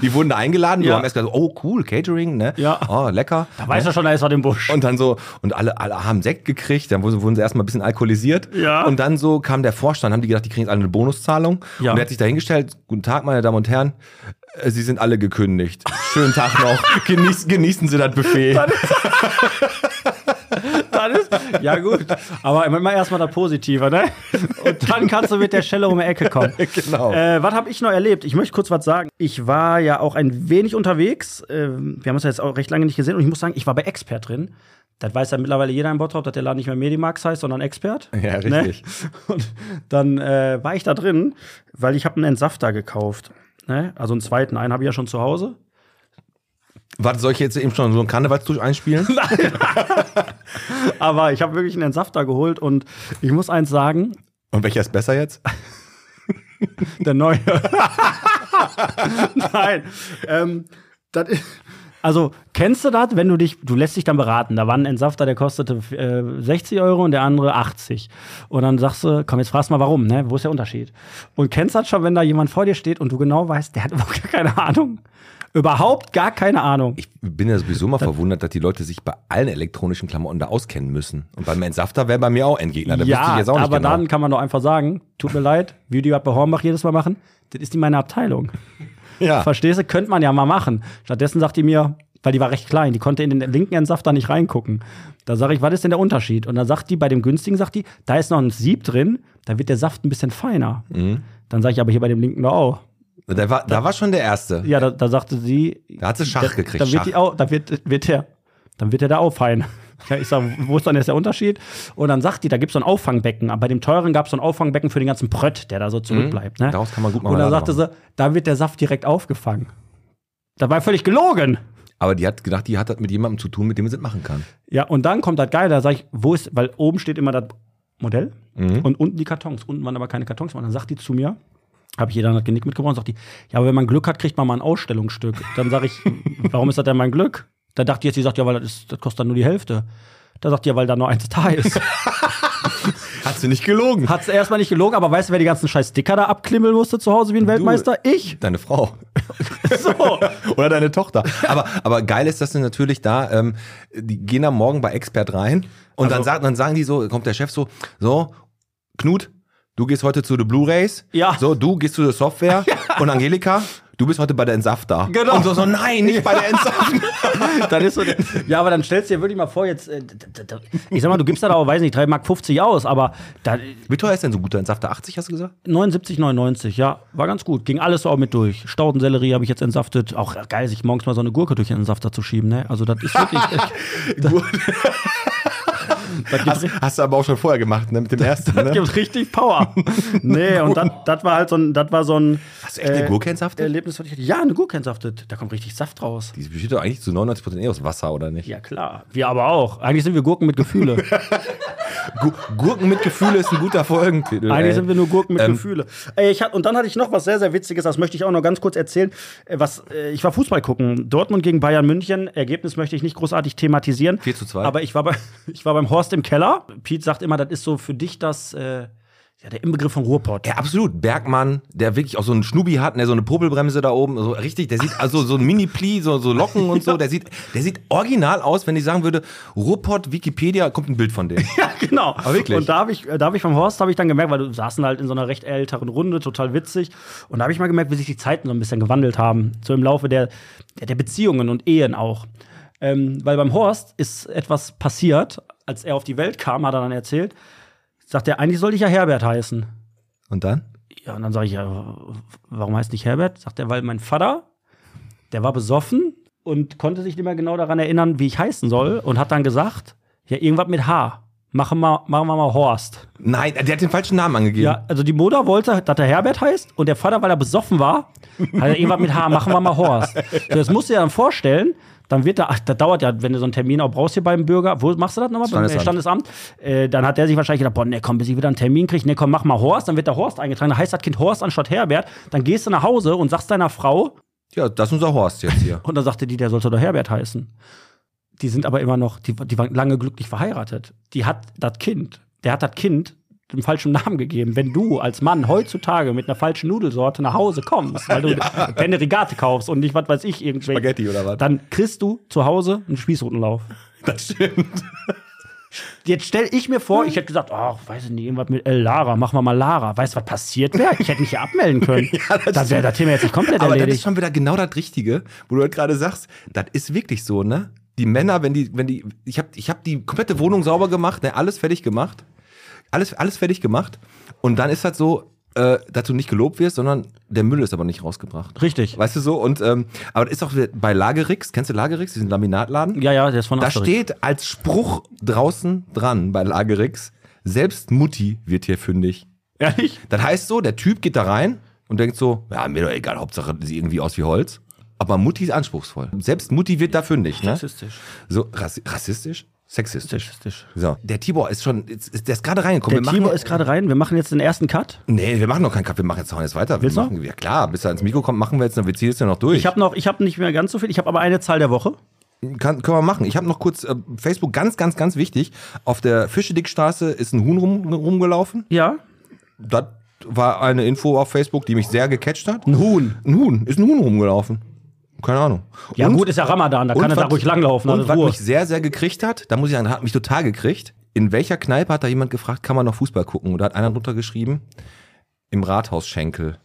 [SPEAKER 4] die wurden da eingeladen, die
[SPEAKER 3] Ja.
[SPEAKER 4] haben erst gesagt, oh cool, Catering, ne?
[SPEAKER 3] Ja.
[SPEAKER 4] Oh, lecker.
[SPEAKER 3] Da weißt du schon, da ist was im Busch.
[SPEAKER 4] Und dann so, und alle, alle haben Sekt gekriegt, dann wurden wurden sie erstmal ein bisschen alkoholisiert.
[SPEAKER 3] Ja.
[SPEAKER 4] Und dann so kam der Vorstand, haben die gedacht, die kriegen jetzt alle eine Bonuszahlung.
[SPEAKER 3] Ja.
[SPEAKER 4] Und der hat sich dahingestellt, guten Tag, meine Damen und Herren, äh, Sie sind alle gekündigt. Schönen Tag
[SPEAKER 3] (laughs)
[SPEAKER 4] noch. Genieß, genießen Sie das Buffet.
[SPEAKER 3] dann ist, ja gut, aber immer erstmal das Positive, (laughs) ne? Und dann kannst du mit der Schelle um die Ecke kommen.
[SPEAKER 4] (laughs) Genau.
[SPEAKER 3] Äh, was habe ich noch erlebt? Ich möchte kurz was sagen. Ich war ja auch ein wenig unterwegs. Ähm, wir haben uns ja jetzt auch recht lange nicht gesehen und ich muss sagen, ich war bei Expert drin. Das weiß ja mittlerweile jeder in Bottrop, dass der Laden nicht mehr Medimax heißt, sondern Expert.
[SPEAKER 4] Ja, richtig.
[SPEAKER 3] Ne? (laughs) Und dann äh, war ich da drin, weil ich habe einen Entsafter gekauft. Ne? Also einen zweiten. Einen habe ich ja schon zu Hause.
[SPEAKER 4] Warte, soll ich jetzt eben schon so einen Karnevalstusch
[SPEAKER 3] (laughs)
[SPEAKER 4] einspielen?
[SPEAKER 3] Aber ich habe wirklich einen Entsafter geholt und ich muss eins sagen,
[SPEAKER 4] Und welcher ist besser jetzt?
[SPEAKER 3] Der neue. (laughs) Nein. Ähm, das ist. Also, kennst du das, wenn du dich, du lässt dich dann beraten, da war ein Entsafter, der kostete äh, 60 Euro und der andere 80. Und dann sagst du, komm, jetzt fragst du mal warum, ne? Wo ist der Unterschied? Und kennst du das schon, wenn da jemand vor dir steht und du genau weißt, der hat (laughs) überhaupt gar keine Ahnung. Überhaupt gar keine Ahnung.
[SPEAKER 4] Ich bin ja sowieso mal verwundert, dass die Leute sich bei allen elektronischen Klamotten da auskennen müssen. Und beim Entsafter wäre bei mir auch Endgegner. Da wüsste ich jetzt auch nicht
[SPEAKER 3] aber
[SPEAKER 4] genau.
[SPEAKER 3] dann kann man doch einfach sagen, tut mir leid, Video hat bei Hornbach jedes Mal machen, das ist nicht meine Abteilung.
[SPEAKER 4] ja.
[SPEAKER 3] Verstehst du? Könnte man ja mal machen. Stattdessen sagt die mir, weil die war recht klein, die konnte in den linken Entsafter nicht reingucken. Da sage ich, was ist denn der Unterschied? Und dann sagt die, bei dem günstigen sagt die, da ist noch ein Sieb drin, da wird der Saft ein bisschen feiner.
[SPEAKER 4] Mhm.
[SPEAKER 3] Dann sage ich aber hier bei dem linken doch auch.
[SPEAKER 4] Da, war, da war schon der Erste.
[SPEAKER 3] Ja, da, da sagte sie.
[SPEAKER 4] Da hat sie Schach
[SPEAKER 3] da,
[SPEAKER 4] gekriegt,
[SPEAKER 3] Dann wird,
[SPEAKER 4] Schach.
[SPEAKER 3] Die auch, dann wird, wird der, dann wird der da auffallen. (laughs) Ja, ich sage, wo ist dann jetzt der Unterschied? Und dann sagt die, da gibt es so ein Auffangbecken. Aber bei dem teuren gab es so ein Auffangbecken für den ganzen Prött, der da
[SPEAKER 4] Mhm.
[SPEAKER 3] so zurückbleibt. Ne?
[SPEAKER 4] Daraus kann man gut mal
[SPEAKER 3] Und dann
[SPEAKER 4] einen
[SPEAKER 3] sagte
[SPEAKER 4] Laden
[SPEAKER 3] sie, da wird der Saft direkt aufgefangen. Dabei völlig gelogen.
[SPEAKER 4] Aber die hat gedacht, die hat das mit jemandem zu tun, mit dem sie es machen kann.
[SPEAKER 3] Ja, und dann kommt das Geile, da sag ich, wo ist, weil oben steht immer das Modell und unten die Kartons. Unten waren aber keine Kartons, und dann sagt die zu mir, habe ich jeder hat Genick mitgebracht und sagt die, ja, aber wenn man Glück hat, kriegt man mal ein Ausstellungsstück. Dann sage ich, (laughs) warum ist das denn mein Glück? Da dachte ich jetzt, die sagt, ja, weil das, ist, das kostet dann nur die Hälfte. Da sagt ihr, weil da nur eins da ist.
[SPEAKER 4] Hat sie nicht gelogen.
[SPEAKER 3] Hat's erstmal nicht gelogen, aber weißt du, wer die ganzen scheiß Sticker da abklimmeln musste zu Hause wie ein Weltmeister? Ich.
[SPEAKER 4] Deine (laughs) Frau.
[SPEAKER 3] So.
[SPEAKER 4] Oder deine Tochter. Aber, aber geil ist, dass sie natürlich da, ähm, die gehen am Morgen bei Expert rein und dann, sagt, dann sagen die so, kommt der Chef so, so, Knut, du gehst heute zu den Blu-Rays,
[SPEAKER 3] Ja.
[SPEAKER 4] so, du gehst zu der (laughs) Software und Angelika, du bist heute bei der Entsafter.
[SPEAKER 3] Genau.
[SPEAKER 4] Und so, so nein, nicht bei der Entsafter.
[SPEAKER 3] dann ist so der, ja, aber dann stellst du dir wirklich mal vor, jetzt, äh, d- d- d- ich sag mal, du gibst da auch, weiß nicht, 3,50 Mark 50 aus, aber da,
[SPEAKER 4] (laughs) Wie teuer ist denn so ein guter Entsafter? 80 hast du (laughs) gesagt?
[SPEAKER 3] 79,99, ja, war ganz gut. Ging alles so auch mit durch. Staudensellerie habe ich jetzt entsaftet. Auch geil, sich morgens mal so eine Gurke durch den Entsafter zu schieben, ne? Also, das ist (laughs) wirklich.
[SPEAKER 4] Gut. hast, hast du aber auch schon vorher gemacht, ne, mit dem ersten,
[SPEAKER 3] Das
[SPEAKER 4] ne?
[SPEAKER 3] gibt richtig Power. (laughs) Nee, und das war halt so ein, das war so ein
[SPEAKER 4] Hast du echt eine Gurke entsaftet?
[SPEAKER 3] Erlebnis, was ich hatte. Ja, eine Gurke entsaftet. Da kommt richtig Saft raus.
[SPEAKER 4] Die besteht doch eigentlich zu 99% eh aus Wasser, oder nicht?
[SPEAKER 3] Ja, klar. Wir aber auch. Eigentlich sind wir Gurken mit Gefühle.
[SPEAKER 4] Gu Gurken mit Gefühle ist ein guter Folgentitel.
[SPEAKER 3] Eigentlich
[SPEAKER 4] ey.
[SPEAKER 3] sind wir nur Gurken mit
[SPEAKER 4] Ähm.
[SPEAKER 3] Gefühle. Ey, ich hat, und dann hatte ich noch was sehr, sehr Witziges, das möchte ich auch noch ganz kurz erzählen. Äh, Was, äh, ich war Fußball gucken. Dortmund gegen Bayern München. Ergebnis möchte ich nicht großartig thematisieren.
[SPEAKER 4] 4 zu 2.
[SPEAKER 3] Aber ich war, bei, (laughs) ich war beim Horst im Keller. Pete sagt immer, das ist so für dich das, äh, ja, der Inbegriff von Ruhrpott.
[SPEAKER 4] Ja, absolut. Bergmann, der wirklich auch so einen Schnubi hat, der so eine Popelbremse da oben, so richtig, der sieht also so ein Mini-Pli, so, so Locken und so, der sieht, der sieht original aus, wenn ich sagen würde, Ruhrpott, Wikipedia, kommt ein Bild von dem.
[SPEAKER 3] Ja, (laughs) genau.
[SPEAKER 4] Aber wirklich?
[SPEAKER 3] Und da habe ich, äh, da hab ich vom Horst habe ich dann gemerkt, weil du saßen halt in so einer recht älteren Runde, total witzig. Und da habe ich mal gemerkt, wie sich die Zeiten so ein bisschen gewandelt haben, so im Laufe der, der, der Beziehungen und Ehen auch. Ähm, weil beim Horst ist etwas passiert, als er auf die Welt kam, hat er dann erzählt, sagt er, eigentlich sollte ich ja Herbert heißen.
[SPEAKER 4] Und dann?
[SPEAKER 3] Ja, und dann sage ich, ja, w- warum heißt nicht Herbert? Sagt er, weil mein Vater, der war besoffen und konnte sich nicht mehr genau daran erinnern, wie ich heißen soll und hat dann gesagt, ja, irgendwas mit H. Machen wir, machen wir mal Horst.
[SPEAKER 4] Nein, der hat den falschen Namen angegeben.
[SPEAKER 3] Ja, also die Mutter wollte, dass er Herbert heißt und der Vater, weil er besoffen war, hat er irgendwas mit H, machen wir mal Horst. So, das musst du dir dann vorstellen, dann wird da, ach, das dauert ja, wenn du so einen Termin auch brauchst hier beim Bürger, wo machst du das nochmal? Beim, äh, Standesamt. Äh, dann hat der sich wahrscheinlich gedacht, boah, ne, komm, bis ich wieder einen Termin kriege, ne, komm, mach mal Horst, dann wird der Horst eingetragen, dann heißt das Kind Horst anstatt Herbert, dann gehst du nach Hause und sagst deiner Frau,
[SPEAKER 4] Ja, das ist unser Horst jetzt hier.
[SPEAKER 3] (laughs) und dann sagte die, der sollte doch Herbert heißen. Die sind aber immer noch, die, die waren lange glücklich verheiratet. Die hat das Kind, der hat das Kind den falschen Namen gegeben. Wenn du als Mann heutzutage mit einer falschen Nudelsorte nach Hause kommst,
[SPEAKER 4] (laughs)
[SPEAKER 3] weil du eine Regate kaufst und nicht was weiß ich irgendwelche
[SPEAKER 4] Spaghetti oder was?
[SPEAKER 3] dann kriegst du zu Hause einen Spießrutenlauf.
[SPEAKER 4] Das stimmt.
[SPEAKER 3] Jetzt stell ich mir vor, ich hätte gesagt, ach, weiß ich nicht, irgendwas mit El Lara, machen wir mal Lara. Weißt du, was passiert wäre? Ich hätte mich ja abmelden
[SPEAKER 4] (laughs)
[SPEAKER 3] können. dann wäre das Thema jetzt nicht komplett
[SPEAKER 4] Aber das ist
[SPEAKER 3] erledigt.
[SPEAKER 4] schon wieder genau das Richtige, wo du halt gerade sagst, das ist wirklich so, ne? Die Männer, wenn die, wenn die, ich habe ich hab die komplette Wohnung sauber gemacht, ne? alles fertig gemacht, alles, alles fertig gemacht und dann ist halt so, äh, dass du nicht gelobt wirst, sondern der Müll ist aber nicht rausgebracht.
[SPEAKER 3] Richtig.
[SPEAKER 4] Weißt du so? Und ähm, aber das ist auch bei Lagerix, kennst du Lagerix, diesen Laminatladen?
[SPEAKER 3] Ja, ja, der ist von
[SPEAKER 4] Da
[SPEAKER 3] Asterix.
[SPEAKER 4] steht als Spruch draußen dran bei Lagerix, selbst Mutti wird hier fündig.
[SPEAKER 3] Ehrlich?
[SPEAKER 4] Das heißt so, der Typ geht da rein und denkt so, ja, mir doch egal, Hauptsache sie irgendwie aus wie Holz. Aber Mutti ist anspruchsvoll. Selbst Mutti wird da fündig, ne?
[SPEAKER 3] Rassistisch.
[SPEAKER 4] So, rassi rassistisch? Sexistisch.
[SPEAKER 3] Sexistisch.
[SPEAKER 4] So, der Tibor ist schon, ist, ist, der ist gerade reingekommen.
[SPEAKER 3] Der
[SPEAKER 4] Wir machen-
[SPEAKER 3] Timo ist gerade rein. Wir machen jetzt den ersten Cut.
[SPEAKER 4] Nee, wir machen noch keinen Kaffee, wir machen jetzt noch jetzt weiter.
[SPEAKER 3] Willst du
[SPEAKER 4] wir machen, Ja klar, bis er ins Mikro kommt, machen wir jetzt, noch- wir ziehen jetzt ja noch durch.
[SPEAKER 3] Ich habe noch, ich habe nicht mehr ganz so viel. Ich habe aber eine Zahl der Woche.
[SPEAKER 4] Kann, können wir machen. Ich habe noch kurz äh, Facebook, ganz, ganz, ganz wichtig. Auf der Fischedickstraße ist ein Huhn rum, rumgelaufen.
[SPEAKER 3] Ja.
[SPEAKER 4] Das war eine Info auf Facebook, die mich sehr gecatcht hat.
[SPEAKER 3] Ein Huhn.
[SPEAKER 4] Ein Huhn, ist ein Huhn rumgelaufen. Keine Ahnung.
[SPEAKER 3] Ja
[SPEAKER 4] Und-
[SPEAKER 3] gut, ist ja Ramadan. Da kann er
[SPEAKER 4] was-
[SPEAKER 3] da ruhig langlaufen.
[SPEAKER 4] Und
[SPEAKER 3] Und
[SPEAKER 4] was
[SPEAKER 3] Ruhe.
[SPEAKER 4] mich sehr, sehr gekriegt hat, da muss ich sagen, hat mich total gekriegt. In welcher Kneipe hat da jemand gefragt, kann man noch Fußball gucken? Und da hat einer drunter geschrieben, im Rathausschenkel.
[SPEAKER 3] (laughs)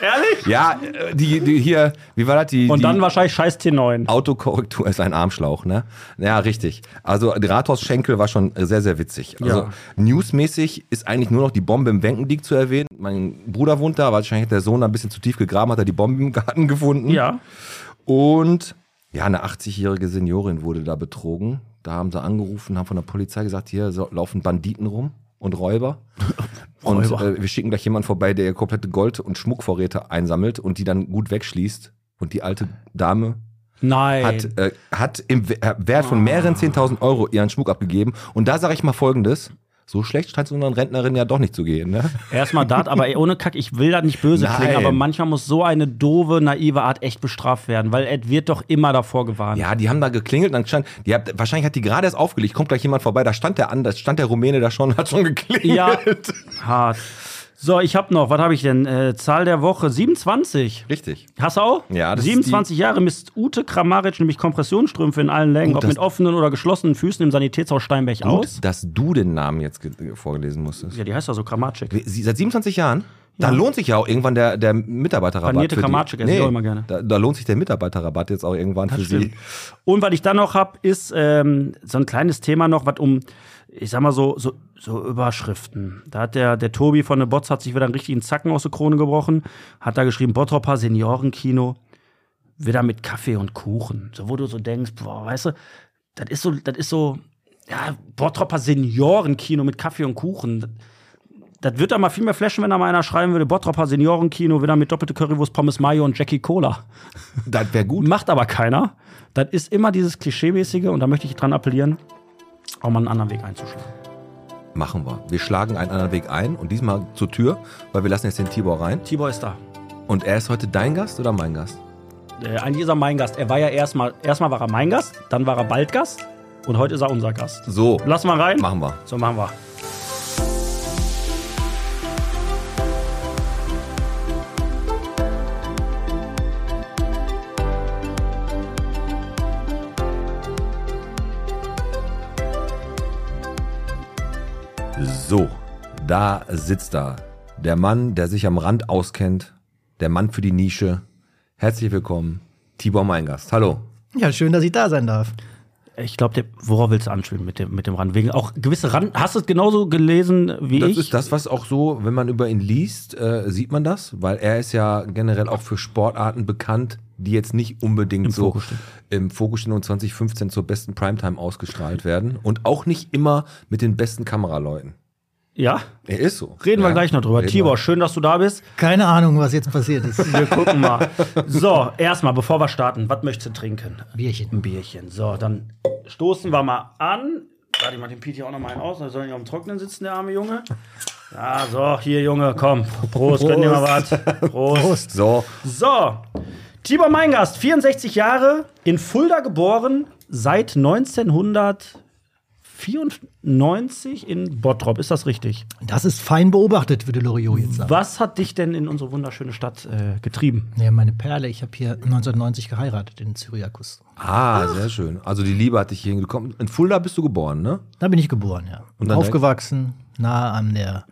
[SPEAKER 3] Ehrlich?
[SPEAKER 4] Ja, äh, die, die hier, wie war das? Die,
[SPEAKER 3] Und
[SPEAKER 4] die
[SPEAKER 3] dann wahrscheinlich Scheiß T9.
[SPEAKER 4] Autokorrektur ist ein Armschlauch, ne? Ja, richtig. Also die Rathausschenkel war schon äh, sehr, sehr witzig. Also
[SPEAKER 3] Ja.
[SPEAKER 4] newsmäßig ist eigentlich nur noch die Bombe im Wenkendiek zu erwähnen. Mein Bruder wohnt da, wahrscheinlich hat der Sohn da ein bisschen zu tief gegraben, hat er die Bombe im Garten gefunden.
[SPEAKER 3] Ja.
[SPEAKER 4] Und ja, eine 80-jährige Seniorin wurde da betrogen. Da haben sie angerufen, haben von der Polizei gesagt, hier so, laufen Banditen rum
[SPEAKER 3] (laughs)
[SPEAKER 4] und Räuber. Und
[SPEAKER 3] Räuber.
[SPEAKER 4] äh, wir schicken gleich jemanden vorbei, der ihr komplette Gold- und Schmuckvorräte einsammelt und die dann gut wegschließt. Und die alte Dame
[SPEAKER 3] Nein.
[SPEAKER 4] hat, äh, hat im W- äh, Wert von
[SPEAKER 3] Ah.
[SPEAKER 4] mehreren 10.000 Euro ihren Schmuck abgegeben. Und da sage ich mal Folgendes. So schlecht scheint es unseren Rentnerinnen ja doch nicht zu gehen. Ne?
[SPEAKER 3] Erstmal dat, aber ey, ohne Kack, ich will das nicht böse
[SPEAKER 4] Nein.
[SPEAKER 3] klingen, aber manchmal muss so eine doofe, naive Art echt bestraft werden, weil Ed wird doch immer davor gewarnt.
[SPEAKER 4] Ja, die haben da geklingelt und dann stand, die hat, wahrscheinlich hat die gerade erst aufgelegt, kommt gleich jemand vorbei, da stand der an, da stand der Rumäne da schon, hat schon geklingelt.
[SPEAKER 3] Ja, hart. So, ich hab noch, was habe ich denn? Äh, Zahl der Woche 27.
[SPEAKER 4] (laughs) Richtig.
[SPEAKER 3] Hassau?
[SPEAKER 4] Ja, das ist
[SPEAKER 3] 27 Jahre misst Ute Kramaric nämlich Kompressionsstrümpfe in allen Längen,
[SPEAKER 4] Gut,
[SPEAKER 3] ob mit
[SPEAKER 4] das-
[SPEAKER 3] offenen oder geschlossenen Füßen im Sanitätshaus Steinberg aus.
[SPEAKER 4] Gut, dass du den Namen jetzt ge- vorgelesen musstest.
[SPEAKER 3] Ja, die heißt ja so Kramaric.
[SPEAKER 4] Sie, seit 27 Jahren? Da lohnt sich ja auch irgendwann der, der Mitarbeiterrabatt.
[SPEAKER 3] Panierte
[SPEAKER 4] für die-
[SPEAKER 3] Kramatschek esse ich auch immer gerne.
[SPEAKER 4] Da, da lohnt sich der Mitarbeiterrabatt jetzt auch irgendwann für
[SPEAKER 3] Stimmt.
[SPEAKER 4] Sie.
[SPEAKER 3] Und was ich dann noch habe, ist ähm, so ein kleines Thema noch, was um, ich sag mal so, so, so Überschriften. Da hat der, der Tobi von der Bots hat sich wieder einen richtigen Zacken aus der Krone gebrochen, hat da geschrieben, Bottropper Seniorenkino, wieder mit Kaffee und Kuchen. So, wo du so denkst, boah, weißt du, das ist so, das ist so, ja, Bottropper Seniorenkino mit Kaffee und Kuchen. Das- Das wird da mal viel mehr flashen, wenn da mal einer schreiben würde, Bottropper Seniorenkino, wieder mit doppelte Currywurst, Pommes Mayo und Jackie Cola.
[SPEAKER 4] Das wäre gut.
[SPEAKER 3] Macht aber keiner. Das ist immer dieses Klischeemäßige und da möchte ich dran appellieren, auch mal einen anderen Weg einzuschlagen.
[SPEAKER 4] Machen wir. Wir schlagen einen anderen Weg ein und diesmal zur Tür, weil wir lassen jetzt den Tibor rein.
[SPEAKER 3] Tibor ist da.
[SPEAKER 4] Und er ist heute dein Gast oder mein Gast?
[SPEAKER 3] Äh, eigentlich ist er mein Gast. Er war ja erstmal, erstmal war er mein Gast, dann war er bald Gast und heute ist er unser Gast.
[SPEAKER 4] So,
[SPEAKER 3] Lass mal rein.
[SPEAKER 4] machen wir.
[SPEAKER 3] So machen wir.
[SPEAKER 4] So, da sitzt er. Der Mann, der sich am Rand auskennt. Der Mann für die Nische. Herzlich willkommen, Tibor Meingast. Hallo.
[SPEAKER 1] Ja, schön, dass ich da sein darf.
[SPEAKER 3] Ich glaube, worauf willst du anspielen mit dem, mit dem Rand? Wegen auch gewisse Rand. Hast du es genauso gelesen wie
[SPEAKER 4] Das
[SPEAKER 3] ich?
[SPEAKER 4] ist das, was auch so, wenn man über ihn liest, äh, sieht man das, weil er ist ja generell auch für Sportarten bekannt, die jetzt nicht unbedingt so
[SPEAKER 3] Fokus stehen.
[SPEAKER 4] im Fokus stehen und 2015 zur besten Primetime ausgestrahlt werden und auch nicht immer mit den besten Kameraleuten.
[SPEAKER 3] ja.
[SPEAKER 4] Er ist so.
[SPEAKER 3] Reden
[SPEAKER 4] Ja,
[SPEAKER 3] wir gleich noch drüber.
[SPEAKER 4] reden
[SPEAKER 3] Tibor,
[SPEAKER 4] wir.
[SPEAKER 3] schön, dass du da bist.
[SPEAKER 1] Keine Ahnung, was jetzt passiert ist.
[SPEAKER 3] Wir gucken mal. So, erstmal, bevor wir starten, was möchtest du trinken?
[SPEAKER 1] Bierchen.
[SPEAKER 3] Ein Bierchen. So, dann stoßen wir mal an. Warte, ich mach den Piet hier auch noch mal einen aus. Da soll nicht auf dem Trocknen sitzen, der arme Junge. Ja, so, hier, Junge, komm. Prost, gönn dir mal was. Prost. Prost.
[SPEAKER 4] So,
[SPEAKER 3] So, Tibor Meingast, 64 Jahre, in Fulda geboren, seit 1994 in Bottrop. Ist das richtig?
[SPEAKER 1] Das ist fein beobachtet, würde Loriot jetzt sagen.
[SPEAKER 3] Was hat dich denn in unsere wunderschöne Stadt äh, getrieben?
[SPEAKER 1] Ja, meine Perle, ich habe hier 1990 geheiratet in Syriakus.
[SPEAKER 4] ah, sehr schön. Also die Liebe hat dich hierhin gekommen. In Fulda bist du geboren, ne?
[SPEAKER 1] Da bin ich geboren, ja.
[SPEAKER 4] Und
[SPEAKER 1] Und
[SPEAKER 4] dann
[SPEAKER 1] Aufgewachsen, nahe an der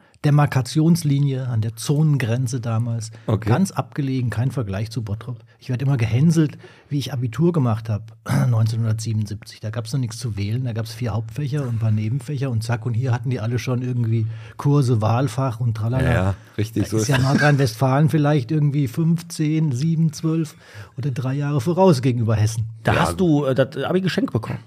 [SPEAKER 1] Demarkationslinie, an der Zonengrenze damals.
[SPEAKER 4] Okay.
[SPEAKER 1] Ganz abgelegen, kein Vergleich zu Bottrop. Ich werde immer gehänselt, wie ich Abitur gemacht habe, (clears throat) 1977. Da gab es noch nichts zu wählen, da gab es vier Hauptfächer und ein paar Nebenfächer und zack, und hier hatten die alle schon irgendwie Kurse, Wahlfach und tralala.
[SPEAKER 4] Ja, ja, richtig,
[SPEAKER 1] Da
[SPEAKER 4] so
[SPEAKER 1] ist ja
[SPEAKER 4] ist-
[SPEAKER 1] Nordrhein-Westfalen vielleicht irgendwie 15, 7, 12 oder drei Jahre voraus gegenüber Hessen.
[SPEAKER 3] Da hast du äh, das Abi geschenkt bekommen.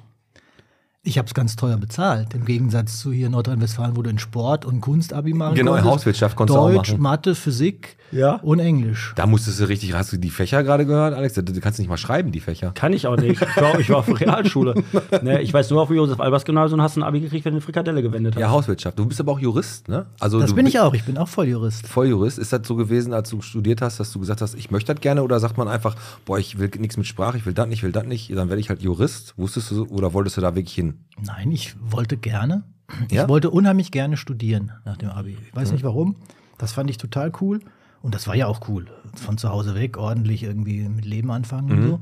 [SPEAKER 1] Ich habe es ganz teuer bezahlt, im Gegensatz zu hier in Nordrhein-Westfalen, wo du in Sport und Kunstabi machen
[SPEAKER 4] Genau, in
[SPEAKER 1] konntest.
[SPEAKER 4] Hauswirtschaft konntest du auch
[SPEAKER 1] Deutsch,
[SPEAKER 4] machen.
[SPEAKER 1] Mathe, Physik
[SPEAKER 3] Ja.
[SPEAKER 1] und Englisch.
[SPEAKER 4] Da musstest du richtig, hast du die Fächer gerade gehört, Alex? Du du kannst nicht mal schreiben, die Fächer.
[SPEAKER 3] Kann ich auch nicht. Ich war, ich war auf der (laughs) Realschule. Ne, ich weiß nur auf dem Josef-Albers-Gymnasium hast du ein Abi gekriegt, wenn du eine Frikadelle gewendet hast.
[SPEAKER 4] Ja, Hauswirtschaft. Du bist aber auch Jurist, ne? Also
[SPEAKER 1] Das
[SPEAKER 4] du
[SPEAKER 1] bin
[SPEAKER 4] bi-
[SPEAKER 1] ich auch, ich bin auch Volljurist.
[SPEAKER 4] Volljurist, ist das so gewesen, als du studiert hast, dass du gesagt hast, ich möchte das gerne oder sagt man einfach, boah, ich will nichts mit Sprache, ich will das nicht, ich will das nicht, dann werde ich halt Jurist. Wusstest du so- oder wolltest du da wirklich hin?
[SPEAKER 1] Nein, ich wollte gerne. Ich
[SPEAKER 4] Ja?
[SPEAKER 1] wollte unheimlich gerne studieren nach dem Abi. Ich weiß nicht warum. Das fand ich total cool. Und das war ja auch cool. Von zu Hause weg, ordentlich irgendwie mit Leben anfangen
[SPEAKER 4] Mhm.
[SPEAKER 1] und so.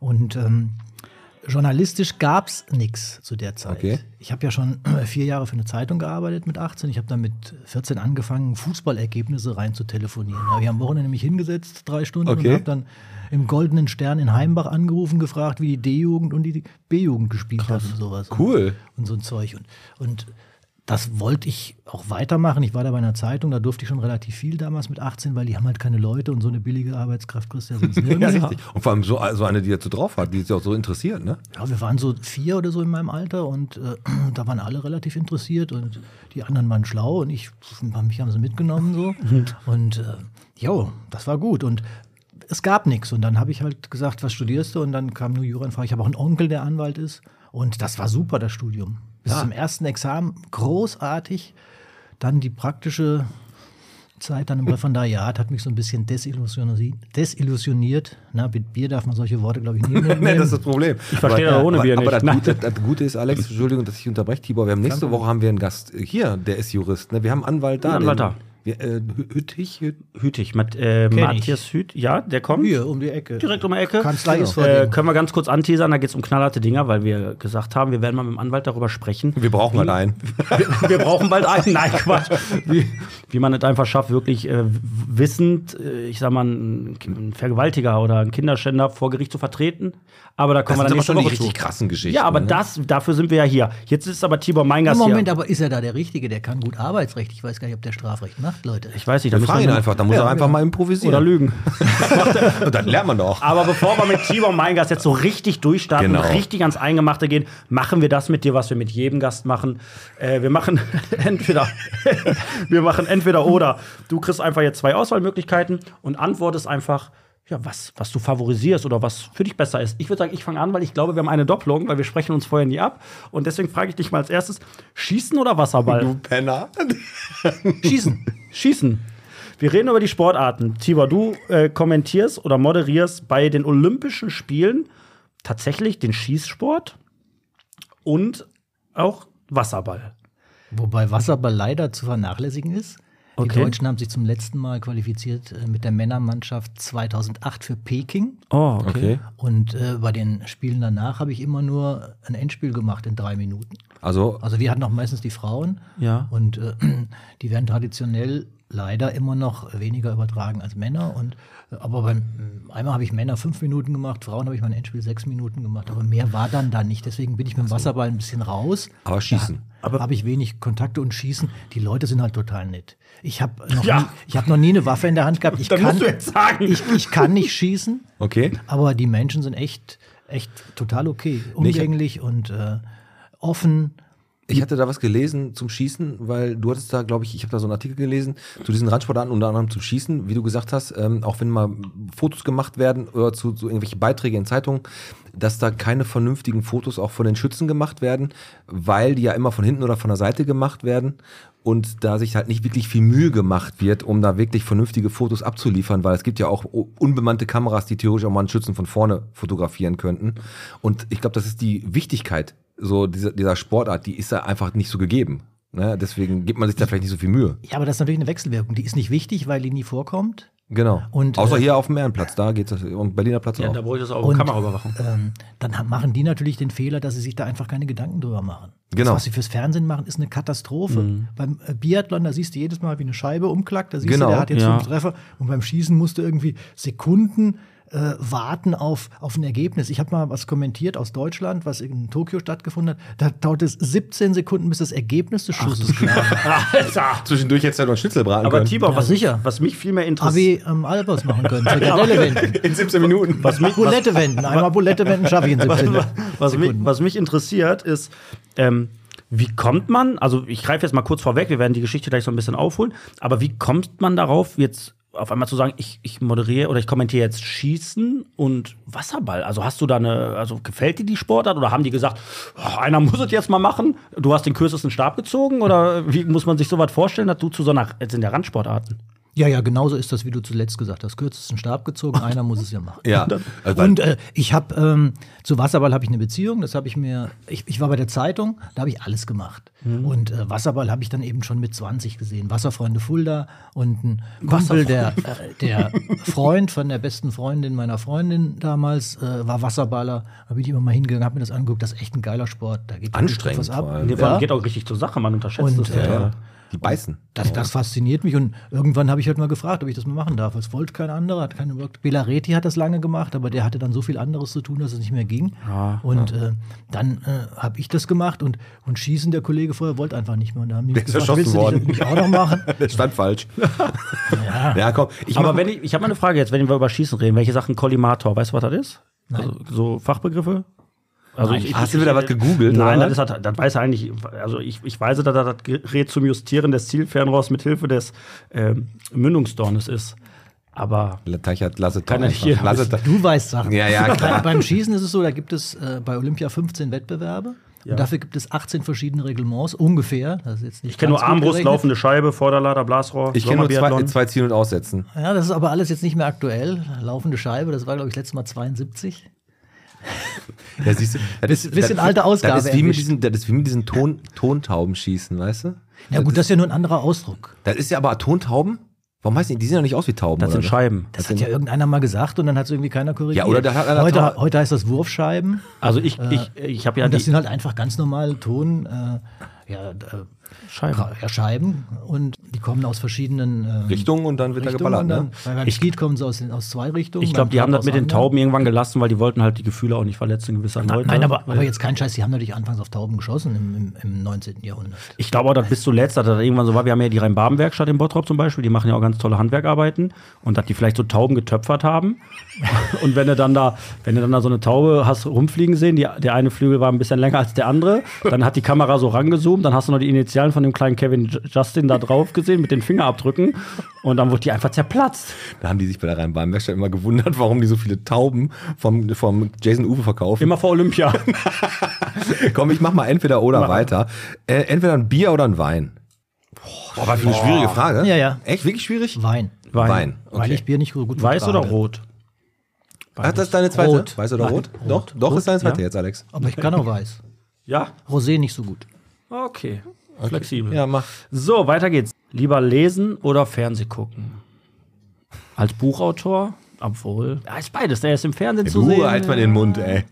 [SPEAKER 1] Und ähm, journalistisch gab es nichts zu der Zeit.
[SPEAKER 4] Okay.
[SPEAKER 1] Ich habe ja schon (clears throat) vier Jahre für eine Zeitung gearbeitet mit 18. Ich habe dann mit 14 angefangen, Fußballergebnisse rein zu telefonieren. Da habe ich am Wochenende mich hingesetzt, drei Stunden,
[SPEAKER 4] Okay.
[SPEAKER 1] und habe dann im Goldenen Stern in Heimbach angerufen, gefragt, wie die D-Jugend und die B-Jugend gespielt haben und sowas.
[SPEAKER 4] Cool.
[SPEAKER 1] Und, und so ein Zeug. Und, und das wollte ich auch weitermachen. Ich war da bei einer Zeitung, da durfte ich schon relativ viel damals mit 18, weil die haben halt keine Leute und so eine billige Arbeitskraft kriegst du ja
[SPEAKER 4] (laughs)
[SPEAKER 1] sonst nirgends.
[SPEAKER 3] genau.
[SPEAKER 4] Und vor allem so also eine, die dazu drauf hat, die ist ja auch so interessiert, ne?
[SPEAKER 1] Ja, wir waren so vier oder so in meinem Alter und äh, (clears throat) da waren alle relativ interessiert und die anderen waren schlau
[SPEAKER 4] (laughs)
[SPEAKER 1] und ich, mich haben sie mitgenommen so. und äh, jo, das war gut. Und es gab nichts. Und dann habe ich halt gesagt, was studierst du? Und dann kam nur Jura in Frage. Ich habe auch einen Onkel, der Anwalt ist. Und das war super, das Studium. Bis zum ersten Examen, großartig. Dann die praktische Zeit dann im Referendariat hat mich so ein bisschen desillusioni- desillusioniert. Na, mit Bier darf man solche Worte, glaube ich, nie mehr
[SPEAKER 4] (laughs) Nee, (laughs) das ist
[SPEAKER 1] nehmen.
[SPEAKER 4] das Problem. Ich
[SPEAKER 3] verstehe das ohne Bier
[SPEAKER 4] Aber
[SPEAKER 3] nicht.
[SPEAKER 4] das Gute, das Gute ist, Alex, Entschuldigung, dass ich unterbreche, Tibor, wir haben nächste Woche haben wir einen Gast äh, hier, der ist Jurist. Ne? Wir haben einen Anwalt da.
[SPEAKER 3] Einen Anwalt
[SPEAKER 4] den-
[SPEAKER 3] da.
[SPEAKER 4] Wir, äh, Hü- Hüttich, Hüt,
[SPEAKER 3] Hütig, mit, äh,
[SPEAKER 1] ich.
[SPEAKER 3] Matthias Hüt, ja, der kommt.
[SPEAKER 1] Hier, um die Ecke.
[SPEAKER 3] Direkt um die Ecke.
[SPEAKER 1] Kanzlei ist vor
[SPEAKER 3] äh,
[SPEAKER 1] dir.
[SPEAKER 3] Können wir ganz kurz anteasern, da geht es um knallharte Dinger, weil wir gesagt haben, wir werden mal mit dem Anwalt darüber sprechen.
[SPEAKER 4] wir brauchen mal einen.
[SPEAKER 3] (laughs) wir brauchen bald einen. Nein, Quatsch. Wie, wie man es einfach schafft, wirklich äh, w- wissend, äh, ich sag mal, einen einen Vergewaltiger oder einen Kinderschänder vor Gericht zu vertreten. Aber da kommen wir dann nächste Woche zu.
[SPEAKER 4] krassen Geschichten.
[SPEAKER 3] Ja, aber
[SPEAKER 4] ne?
[SPEAKER 3] das, dafür sind wir ja hier. Jetzt ist aber Tibor mein Gast
[SPEAKER 1] Moment,
[SPEAKER 3] hier.
[SPEAKER 1] aber ist er da der Richtige? Der kann gut Arbeitsrecht. Ich weiß gar nicht, ob der Strafrecht macht, Leute.
[SPEAKER 3] Ich weiß nicht, da
[SPEAKER 4] Wir
[SPEAKER 3] müssen
[SPEAKER 4] fragen ihn
[SPEAKER 3] wir genau.
[SPEAKER 4] einfach, da muss er einfach mal improvisieren.
[SPEAKER 3] oder lügen.
[SPEAKER 4] (laughs) Und dann lernt man doch.
[SPEAKER 3] Aber bevor wir mit Tibor und mein Gast jetzt so richtig durchstarten
[SPEAKER 4] Genau.
[SPEAKER 3] und richtig ans Eingemachte gehen, machen wir das mit dir, was wir mit jedem Gast machen. Äh, wir machen (laughs) entweder, wir machen entweder oder. Du kriegst einfach jetzt zwei Auswahlmöglichkeiten und antwortest einfach, ja, was, was du favorisierst oder was für dich besser ist. Ich würde sagen, ich fange an, weil ich glaube, wir haben eine Doppelung, weil wir sprechen uns vorher nie ab. Und deswegen frage ich dich mal als erstes: Schießen oder Wasserball?
[SPEAKER 4] Penner.
[SPEAKER 1] (laughs) Schießen.
[SPEAKER 3] Schießen. Wir reden über die Sportarten. Tibor, du äh, kommentierst oder moderierst bei den Olympischen Spielen tatsächlich den Schießsport und auch Wasserball.
[SPEAKER 1] (laughs) Wobei Wasserball leider zu vernachlässigen ist.
[SPEAKER 3] Okay.
[SPEAKER 1] Die Deutschen haben sich zum letzten Mal qualifiziert äh, mit der Männermannschaft 2008 für Peking.
[SPEAKER 3] Oh,
[SPEAKER 4] Okay.
[SPEAKER 1] Und äh, bei den Spielen danach habe ich immer nur ein Endspiel gemacht in drei Minuten.
[SPEAKER 4] Also,
[SPEAKER 1] Also wir hatten auch meistens die Frauen.
[SPEAKER 3] Ja.
[SPEAKER 1] Und äh, (clears throat) die werden traditionell leider immer noch weniger übertragen als Männer. Und äh, aber beim einmal habe ich Männer fünf Minuten gemacht, Frauen habe ich mein Endspiel sechs Minuten gemacht. Aber mehr war dann da nicht. Deswegen bin ich mit dem Wasserball ein bisschen raus.
[SPEAKER 4] aber schießen.
[SPEAKER 1] Aber habe ich wenig Kontakte und Schießen. Die Leute sind halt total nett. Ich habe noch,
[SPEAKER 3] Ja.
[SPEAKER 1] nie- ich hab noch nie eine Waffe in der Hand
[SPEAKER 3] (laughs)
[SPEAKER 1] gehabt. Ich,
[SPEAKER 3] Dann
[SPEAKER 1] kann,
[SPEAKER 3] musst du jetzt sagen.
[SPEAKER 1] ich, (laughs) ich kann nicht schießen,
[SPEAKER 4] Okay.
[SPEAKER 1] aber die Menschen sind echt, echt total okay. Umgänglich und äh, offen.
[SPEAKER 4] Ich hatte da was gelesen zum Schießen, weil du hattest da, glaube ich, ich habe da so einen Artikel gelesen zu diesen Randsportarten, unter anderem zum Schießen, wie du gesagt hast, ähm, auch wenn mal Fotos gemacht werden oder zu, zu irgendwelche Beiträge in Zeitungen, dass da keine vernünftigen Fotos auch von den Schützen gemacht werden, weil die ja immer von hinten oder von der Seite gemacht werden und da sich halt nicht wirklich viel Mühe gemacht wird, um da wirklich vernünftige Fotos abzuliefern, weil es gibt ja auch o- unbemannte Kameras, die theoretisch auch mal einen Schützen von vorne fotografieren könnten. Und ich glaube, das ist die Wichtigkeit so dieser, dieser Sportart, die ist ja einfach nicht so gegeben. Ne? Deswegen gibt man sich da vielleicht nicht so viel Mühe.
[SPEAKER 1] Ja, aber das ist natürlich eine Wechselwirkung. Die ist nicht wichtig, weil die nie vorkommt.
[SPEAKER 4] Genau.
[SPEAKER 1] Und,
[SPEAKER 4] Außer
[SPEAKER 1] äh,
[SPEAKER 4] hier auf dem Ehrenplatz, da geht's das- und Berliner Platz auch.
[SPEAKER 3] bräuchte es auch
[SPEAKER 1] Und,
[SPEAKER 3] Kameraüberwachung.
[SPEAKER 1] Ähm, dann ha- machen die natürlich den Fehler, dass sie sich da einfach keine Gedanken drüber machen.
[SPEAKER 4] Genau. Mhm.
[SPEAKER 1] Das, was sie fürs Fernsehen machen, ist eine Katastrophe. Beim äh, Biathlon, da siehst du jedes Mal, wie eine Scheibe umklackt, da siehst
[SPEAKER 4] Genau.
[SPEAKER 1] du, der hat jetzt
[SPEAKER 3] Ja.
[SPEAKER 1] fünf Treffer. Und beim Schießen musst du irgendwie Sekunden äh, warten auf, auf ein Ergebnis. Ich habe mal was kommentiert aus Deutschland, was in Tokio stattgefunden hat. Da dauert es 17 Sekunden, bis das Ergebnis des Schusses klar war.
[SPEAKER 3] Alter!
[SPEAKER 4] Zwischendurch jetzt halt noch Schnitzel braten
[SPEAKER 3] Aber Tibor,
[SPEAKER 1] Ja,
[SPEAKER 3] was,
[SPEAKER 1] sicher.
[SPEAKER 3] was mich viel mehr interessiert.
[SPEAKER 1] Abi am ähm, Albers machen
[SPEAKER 4] (laughs)
[SPEAKER 1] können, Zitadelle
[SPEAKER 3] (laughs)
[SPEAKER 1] wenden.
[SPEAKER 4] in 17 Minuten. Was
[SPEAKER 1] Mit Bulette wenden, einmal Bulette wenden schaffe ich in 17
[SPEAKER 3] Was mich,
[SPEAKER 1] Sekunden.
[SPEAKER 3] was mich interessiert ist, ähm, wie kommt man, also ich greife jetzt mal kurz vorweg, wir werden die Geschichte gleich so ein bisschen aufholen, aber wie kommt man darauf, jetzt auf einmal zu sagen, ich, ich moderiere oder ich kommentiere jetzt Schießen und Wasserball? Also hast du da eine, also gefällt dir die Sportart oder haben die gesagt, oh, einer muss es jetzt mal machen, du hast den kürzesten Stab gezogen oder wie muss man sich sowas vorstellen, dass du zu so einer, jetzt sind ja Randsportarten.
[SPEAKER 1] Ja, ja, genauso ist das, wie du zuletzt gesagt hast. Kürzesten Stab gezogen, einer muss es ja machen.
[SPEAKER 4] ja. Also, weil-
[SPEAKER 1] Und äh, ich habe ähm, zu Wasserball habe ich eine Beziehung. Das habe ich mir. Ich, ich war bei der Zeitung, da habe ich alles gemacht. Und äh, Wasserball habe ich dann eben schon mit 20 gesehen. Wasserfreunde Fulda und ein Kumpel, der, äh, der Freund von der besten Freundin meiner Freundin damals äh, war Wasserballer. Da bin ich immer mal hingegangen, habe mir das angeguckt. Das ist echt ein geiler Sport. Da geht
[SPEAKER 4] Anstrengend
[SPEAKER 1] was ab.
[SPEAKER 4] vor allem.
[SPEAKER 3] Nee, vor allem
[SPEAKER 1] Ja.
[SPEAKER 3] Geht auch richtig zur Sache, man unterschätzt
[SPEAKER 1] Und,
[SPEAKER 3] das
[SPEAKER 1] äh,
[SPEAKER 3] total.
[SPEAKER 4] die beißen.
[SPEAKER 1] Das, das fasziniert mich und irgendwann habe ich halt mal gefragt, ob ich das mal machen darf. Es wollte kein anderer, hat keinen Bock. Belareti hat das lange gemacht, aber der hatte dann so viel anderes zu tun, dass es nicht mehr ging. und Äh, dann äh, habe ich das gemacht und, und Schießen, der Kollege vorher wollte einfach nicht mehr. Und da haben die
[SPEAKER 4] Der
[SPEAKER 1] mich
[SPEAKER 4] ist
[SPEAKER 1] gefragt, willst
[SPEAKER 4] erschossen
[SPEAKER 1] du
[SPEAKER 4] worden.
[SPEAKER 1] nicht, nicht auch noch
[SPEAKER 4] (laughs)
[SPEAKER 1] machen?
[SPEAKER 4] Der stand falsch. ja. komm. Ich
[SPEAKER 3] aber
[SPEAKER 4] mach-
[SPEAKER 3] wenn ich, ich habe mal eine Frage jetzt, wenn wir über Schießen reden, welche Sachen Kollimator, weißt du, was das ist? Also so Fachbegriffe? Also
[SPEAKER 1] Nein.
[SPEAKER 4] Hast du wieder was gegoogelt,
[SPEAKER 3] Nein,
[SPEAKER 4] oder
[SPEAKER 3] das, ist, halt- das weiß er eigentlich, also ich, ich weiß, dass das Gerät zum Justieren des Zielfernrohrs mithilfe des ähm, Mündungsdornes ist. Aber
[SPEAKER 4] Lateich hat Lasse
[SPEAKER 3] Kann er nicht hier
[SPEAKER 4] Lasse
[SPEAKER 3] wissen.
[SPEAKER 1] Du weißt Sachen.
[SPEAKER 4] Ja, ja,
[SPEAKER 1] Bei, (laughs)
[SPEAKER 4] klar.
[SPEAKER 1] beim Schießen ist es so, da gibt es äh, bei Olympia 15 Wettbewerbe. Und dafür gibt es 18 verschiedene Reglements, ungefähr. Das ist jetzt nicht
[SPEAKER 3] ich kenne nur
[SPEAKER 1] ganz gut
[SPEAKER 3] Armbrust,
[SPEAKER 1] gerechnet.
[SPEAKER 3] laufende Scheibe, Vorderlader, Blasrohr.
[SPEAKER 4] Ich kenne nur zwei,
[SPEAKER 3] Sommerbiathlon.
[SPEAKER 4] zwei Ziehen und Aussetzen.
[SPEAKER 1] Ja, das ist aber alles jetzt nicht mehr aktuell. Laufende Scheibe, das war, glaube ich, letztes Mal 72.
[SPEAKER 4] Ja, siehst du, das ist,
[SPEAKER 1] Bisschen alte Ausgabe
[SPEAKER 4] Das ist wie mit
[SPEAKER 1] erwischt.
[SPEAKER 4] diesen, das ist wie mit diesen Ton, Tontauben schießen, weißt du?
[SPEAKER 1] Ja, gut, das ist ja nur ein anderer Ausdruck.
[SPEAKER 4] Das ist ja aber Tontauben? Warum heißt die? Die sehen ja nicht aus wie Tauben.
[SPEAKER 3] Das sind
[SPEAKER 4] oder?
[SPEAKER 3] Scheiben.
[SPEAKER 1] Das hat ja irgendeiner mal gesagt und dann hat es irgendwie keiner korrigiert.
[SPEAKER 4] Ja, oder da hat einer-
[SPEAKER 1] heute, heute heißt das Wurfscheiben.
[SPEAKER 3] Also ich, ich, ich habe ja
[SPEAKER 1] und das
[SPEAKER 3] die
[SPEAKER 1] sind halt einfach ganz normale Ton, äh, ja, äh,
[SPEAKER 3] Scheiben.
[SPEAKER 1] Ra- ja, Scheiben. Und die kommen aus verschiedenen ähm,
[SPEAKER 4] Richtungen und dann wird da
[SPEAKER 1] Richtungen.
[SPEAKER 4] geballert,
[SPEAKER 1] Und dann,
[SPEAKER 4] ne?
[SPEAKER 1] Weil beim Skied kommen sie aus, aus zwei Richtungen.
[SPEAKER 3] Ich glaube, die
[SPEAKER 1] beim
[SPEAKER 3] haben
[SPEAKER 1] Trap
[SPEAKER 3] das mit
[SPEAKER 1] aus
[SPEAKER 3] den
[SPEAKER 1] anderen.
[SPEAKER 3] Tauben irgendwann gelassen, weil die wollten halt die Gefühle auch nicht verletzen gewisser Leute.
[SPEAKER 1] Nein, aber,
[SPEAKER 3] Weil-
[SPEAKER 1] aber jetzt kein Scheiß, die haben natürlich anfangs auf Tauben geschossen im, im, im 19. Jahrhundert.
[SPEAKER 3] Ich glaube auch, das bis zuletzt, dass das irgendwann so war. Wir haben ja die Rhein-Baben-Werkstatt in Bottrop zum Beispiel, die machen ja auch ganz tolle Handwerkarbeiten und dass die vielleicht so Tauben getöpfert haben. (laughs) Und wenn du dann da, wenn du dann da so eine Taube hast rumfliegen sehen, die, der eine Flügel war ein bisschen länger als der andere, dann hat die Kamera so rangezoomt, dann hast du noch die Initialen von dem kleinen Kevin J- Justin da drauf gesehen mit den Fingerabdrücken und dann wurde die einfach zerplatzt.
[SPEAKER 4] Da haben die sich bei der Rhein-Baden-Werkstatt immer gewundert, warum die so viele Tauben vom, vom Jason Uwe verkaufen.
[SPEAKER 3] Immer vor Olympia.
[SPEAKER 4] Komm, ich mach mal entweder oder weiter. Äh, entweder ein Bier oder ein Wein. Boah, war eine schwierige Frage.
[SPEAKER 1] Ja, ja.
[SPEAKER 4] Echt? Wirklich schwierig?
[SPEAKER 1] Wein.
[SPEAKER 4] Wein.
[SPEAKER 1] Weil
[SPEAKER 4] okay.
[SPEAKER 1] ich Bier nicht so gut
[SPEAKER 3] Weiß oder
[SPEAKER 1] vertrage.
[SPEAKER 3] rot?
[SPEAKER 4] Ach, das ist deine zweite?
[SPEAKER 1] Rot.
[SPEAKER 4] Weiß oder
[SPEAKER 1] Nein,
[SPEAKER 4] rot?
[SPEAKER 1] rot.
[SPEAKER 4] Doch, doch ist deine zweite jetzt, Alex.
[SPEAKER 1] Aber ich kann auch weiß.
[SPEAKER 3] Ja.
[SPEAKER 1] Rosé nicht so gut.
[SPEAKER 3] Okay. Flexibel.
[SPEAKER 4] Ja, mach.
[SPEAKER 3] So, weiter geht's. Lieber lesen oder Fernseh gucken? Als Buchautor, obwohl. Ja, ist beides. Der ist im Fernsehen zu sehen.
[SPEAKER 4] Du halt mal den Mund, ey.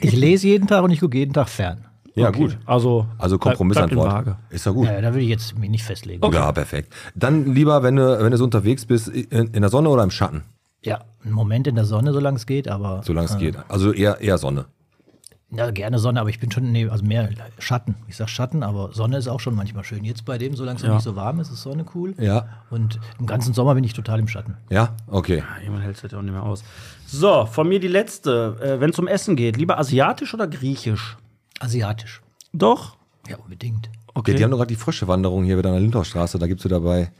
[SPEAKER 1] Ich lese jeden Tag und ich gucke jeden Tag fern.
[SPEAKER 4] Ja,
[SPEAKER 3] Okay.
[SPEAKER 4] gut.
[SPEAKER 3] Also,
[SPEAKER 4] Also
[SPEAKER 3] bleib- bleibt in
[SPEAKER 4] Kompromissantwort.
[SPEAKER 3] Waage.
[SPEAKER 4] Ist ja gut.
[SPEAKER 1] Ja, Äh, da will ich jetzt mich nicht festlegen.
[SPEAKER 4] Ja, perfekt. Dann lieber, wenn du, wenn du so unterwegs bist, in, in der Sonne oder im Schatten,
[SPEAKER 1] Ja, einen Moment in der Sonne, solange es geht, aber
[SPEAKER 4] solange es geht. Also eher, eher Sonne.
[SPEAKER 1] ja, gerne Sonne, aber ich bin schon, nee, also mehr Schatten. Ich sag Schatten, aber Sonne ist auch schon manchmal schön. Jetzt bei dem, solange es noch nicht so warm ist, ist Sonne cool.
[SPEAKER 4] Ja.
[SPEAKER 1] Und im ganzen Sommer bin ich total im Schatten.
[SPEAKER 4] Ja? Okay.
[SPEAKER 3] Ja, Jemand hält es ja auch nicht mehr aus. So, von mir die letzte. Äh, Wenn es um Essen geht, lieber asiatisch oder griechisch?
[SPEAKER 1] Asiatisch.
[SPEAKER 3] Doch.
[SPEAKER 1] Ja, unbedingt.
[SPEAKER 4] okay. Die haben doch gerade die Fröschewanderung hier wieder an der Lindhorststraße. Da gibt's wieder bei,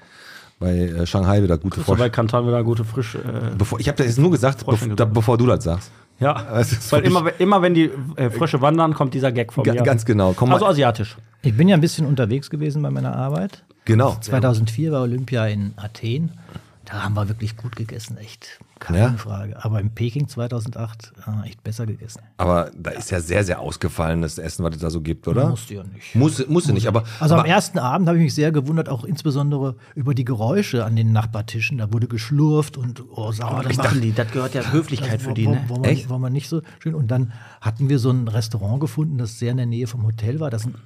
[SPEAKER 4] bei äh, Shanghai wieder gute
[SPEAKER 3] So, bei
[SPEAKER 4] Frösche.
[SPEAKER 3] Kantan wieder gute Frische. Äh,
[SPEAKER 4] Bevor, ich habe das jetzt nur gesagt, bev, da, bevor du (laughs) das sagst.
[SPEAKER 3] ja,
[SPEAKER 4] Es ist
[SPEAKER 3] weil
[SPEAKER 4] wirklich-
[SPEAKER 3] immer, immer wenn die äh, Frösche wandern, kommt dieser Gag von
[SPEAKER 4] Ga-
[SPEAKER 3] mir.
[SPEAKER 4] Ganz genau. Komm mal.
[SPEAKER 3] Also asiatisch.
[SPEAKER 1] Ich bin ja ein bisschen unterwegs gewesen bei meiner Arbeit.
[SPEAKER 4] genau.
[SPEAKER 1] 2004 war Olympia in Athen. Da haben wir wirklich gut gegessen, echt. Keine
[SPEAKER 4] Ja.
[SPEAKER 1] Frage. Aber in Peking 2008 äh, echt besser gegessen.
[SPEAKER 4] Aber da ist ja sehr, sehr ausgefallenes Essen, was es da so gibt, oder?
[SPEAKER 1] Musste ja nicht.
[SPEAKER 4] Muss, muss sie nicht, aber,
[SPEAKER 1] Also am
[SPEAKER 4] aber
[SPEAKER 1] ersten Abend habe ich mich sehr gewundert, auch insbesondere über die Geräusche an den Nachbartischen. Da wurde geschlurft und oh, sauer. das machen
[SPEAKER 3] die, das gehört ja Höflichkeit für
[SPEAKER 1] wo-
[SPEAKER 3] die,
[SPEAKER 1] wo-
[SPEAKER 3] ne?
[SPEAKER 1] wo man-
[SPEAKER 4] Echt?
[SPEAKER 1] wo man nicht so schön. Und dann hatten wir so ein Restaurant gefunden, das sehr in der Nähe vom Hotel war, das einen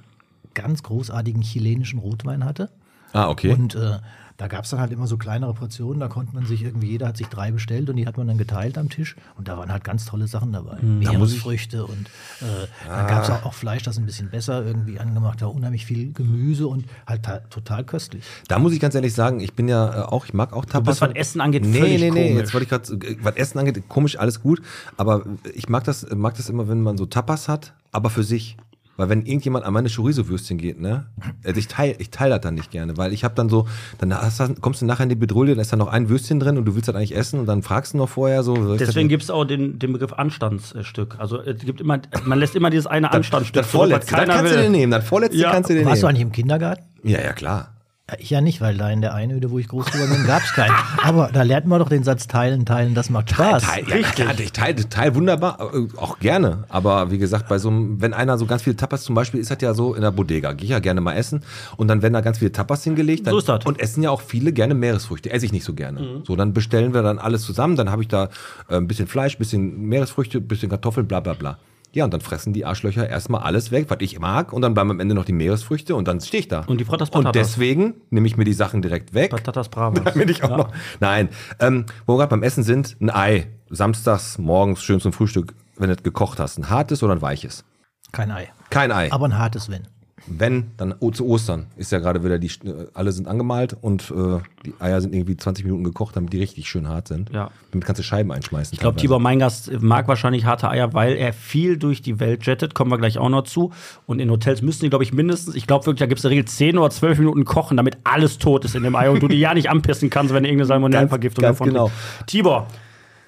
[SPEAKER 1] ganz großartigen chilenischen Rotwein hatte.
[SPEAKER 4] Ah, okay.
[SPEAKER 1] Und äh, da gab es dann halt immer so kleinere Portionen, da konnte man sich irgendwie, jeder hat sich drei bestellt und die hat man dann geteilt am Tisch. Und da waren halt ganz tolle Sachen dabei.
[SPEAKER 4] Hm,
[SPEAKER 1] Meeresfrüchte und äh, dann gab es
[SPEAKER 4] Ah.
[SPEAKER 1] auch, auch Fleisch, das ein bisschen besser irgendwie angemacht war. Unheimlich viel Gemüse und halt ta- total köstlich.
[SPEAKER 4] Da muss ich ganz ehrlich sagen, ich bin ja äh, auch, ich mag auch Tapas.
[SPEAKER 3] bist, was Essen angeht,
[SPEAKER 4] nee,
[SPEAKER 3] völlig
[SPEAKER 4] nee, nee,
[SPEAKER 3] komisch.
[SPEAKER 4] Jetzt wollte ich gerade, was Essen angeht, komisch, alles gut. Aber ich mag das, mag das immer, wenn man so Tapas hat, aber für sich. Weil wenn irgendjemand an meine Chorizo-Würstchen geht, ne? Also ich teile ich teil das dann nicht gerne, weil ich habe dann so, dann hast, du- kommst du nachher in die Bedrulle, da ist dann noch ein Würstchen drin und du willst das eigentlich essen und dann fragst du noch vorher so. soll ich das-
[SPEAKER 3] Deswegen gibt es auch den, den Begriff Anstandsstück. Also es gibt immer, man lässt immer dieses eine Anstandsstück.
[SPEAKER 4] das vorletzte,
[SPEAKER 3] zurück,
[SPEAKER 4] das
[SPEAKER 3] was keiner
[SPEAKER 4] kannst du
[SPEAKER 3] will.
[SPEAKER 4] dir nehmen, das vorletzte
[SPEAKER 3] Ja,
[SPEAKER 4] kannst du dir
[SPEAKER 1] Warst du
[SPEAKER 4] nehmen.
[SPEAKER 1] eigentlich im Kindergarten?
[SPEAKER 4] Ja, ja, klar.
[SPEAKER 1] Ja, Ich ja nicht, weil da in der Einöde, wo ich groß geworden bin, gab es keinen. Aber da lernt man doch den Satz teilen, teilen, das macht Spaß.
[SPEAKER 4] Teil, ja, klar, ich teile teil wunderbar, äh, auch gerne. Aber wie gesagt, bei so einem, wenn einer so ganz viele Tapas zum Beispiel, ist das ja so in der Bodega, gehe ich ja gerne mal essen. Und dann werden da ganz viele Tapas hingelegt. Dann,
[SPEAKER 3] So ist das. Mhm.
[SPEAKER 4] Und essen ja auch viele gerne Meeresfrüchte. Esse ich nicht so gerne. So, dann bestellen wir dann alles zusammen. Dann habe ich da äh, ein bisschen Fleisch, bisschen Meeresfrüchte, bisschen Kartoffeln, bla bla bla. Ja, und dann fressen die Arschlöcher erstmal alles weg, was ich mag. Und dann bleiben am Ende noch die Meeresfrüchte und dann stehe ich da.
[SPEAKER 3] Und die Frottas
[SPEAKER 4] Und
[SPEAKER 3] Patatas.
[SPEAKER 4] deswegen nehme ich mir die Sachen direkt weg.
[SPEAKER 3] Patatas Bravas.
[SPEAKER 4] (laughs) Damit ich auch noch. Nein. Ähm, wo wir gerade beim Essen sind, ein Ei. Samstags morgens schön zum Frühstück, wenn du es gekocht hast. Ein hartes oder ein weiches?
[SPEAKER 1] Kein Ei.
[SPEAKER 4] Kein Ei.
[SPEAKER 1] Aber ein hartes Wenn.
[SPEAKER 4] Wenn, dann o- zu Ostern ist ja gerade wieder die, äh, alle sind angemalt und äh, die Eier sind irgendwie 20 Minuten gekocht, damit die richtig schön hart sind.
[SPEAKER 3] Ja.
[SPEAKER 4] Damit kannst du Scheiben einschmeißen.
[SPEAKER 3] Ich glaube,
[SPEAKER 4] teilweise.
[SPEAKER 3] Tibor Meingast mag wahrscheinlich harte Eier, weil er viel durch die Welt jettet. Kommen wir gleich auch noch zu. Und in Hotels müssen die, glaube ich, mindestens, ich glaube wirklich, da gibt es in der Regel 10 oder 12 Minuten kochen, damit alles tot ist in dem Ei und du die ja nicht anpissen kannst, wenn du irgendeine Salmonellenvergiftung
[SPEAKER 4] Ganz-
[SPEAKER 3] davon
[SPEAKER 4] ganz genau.
[SPEAKER 3] kriegst. Tibor,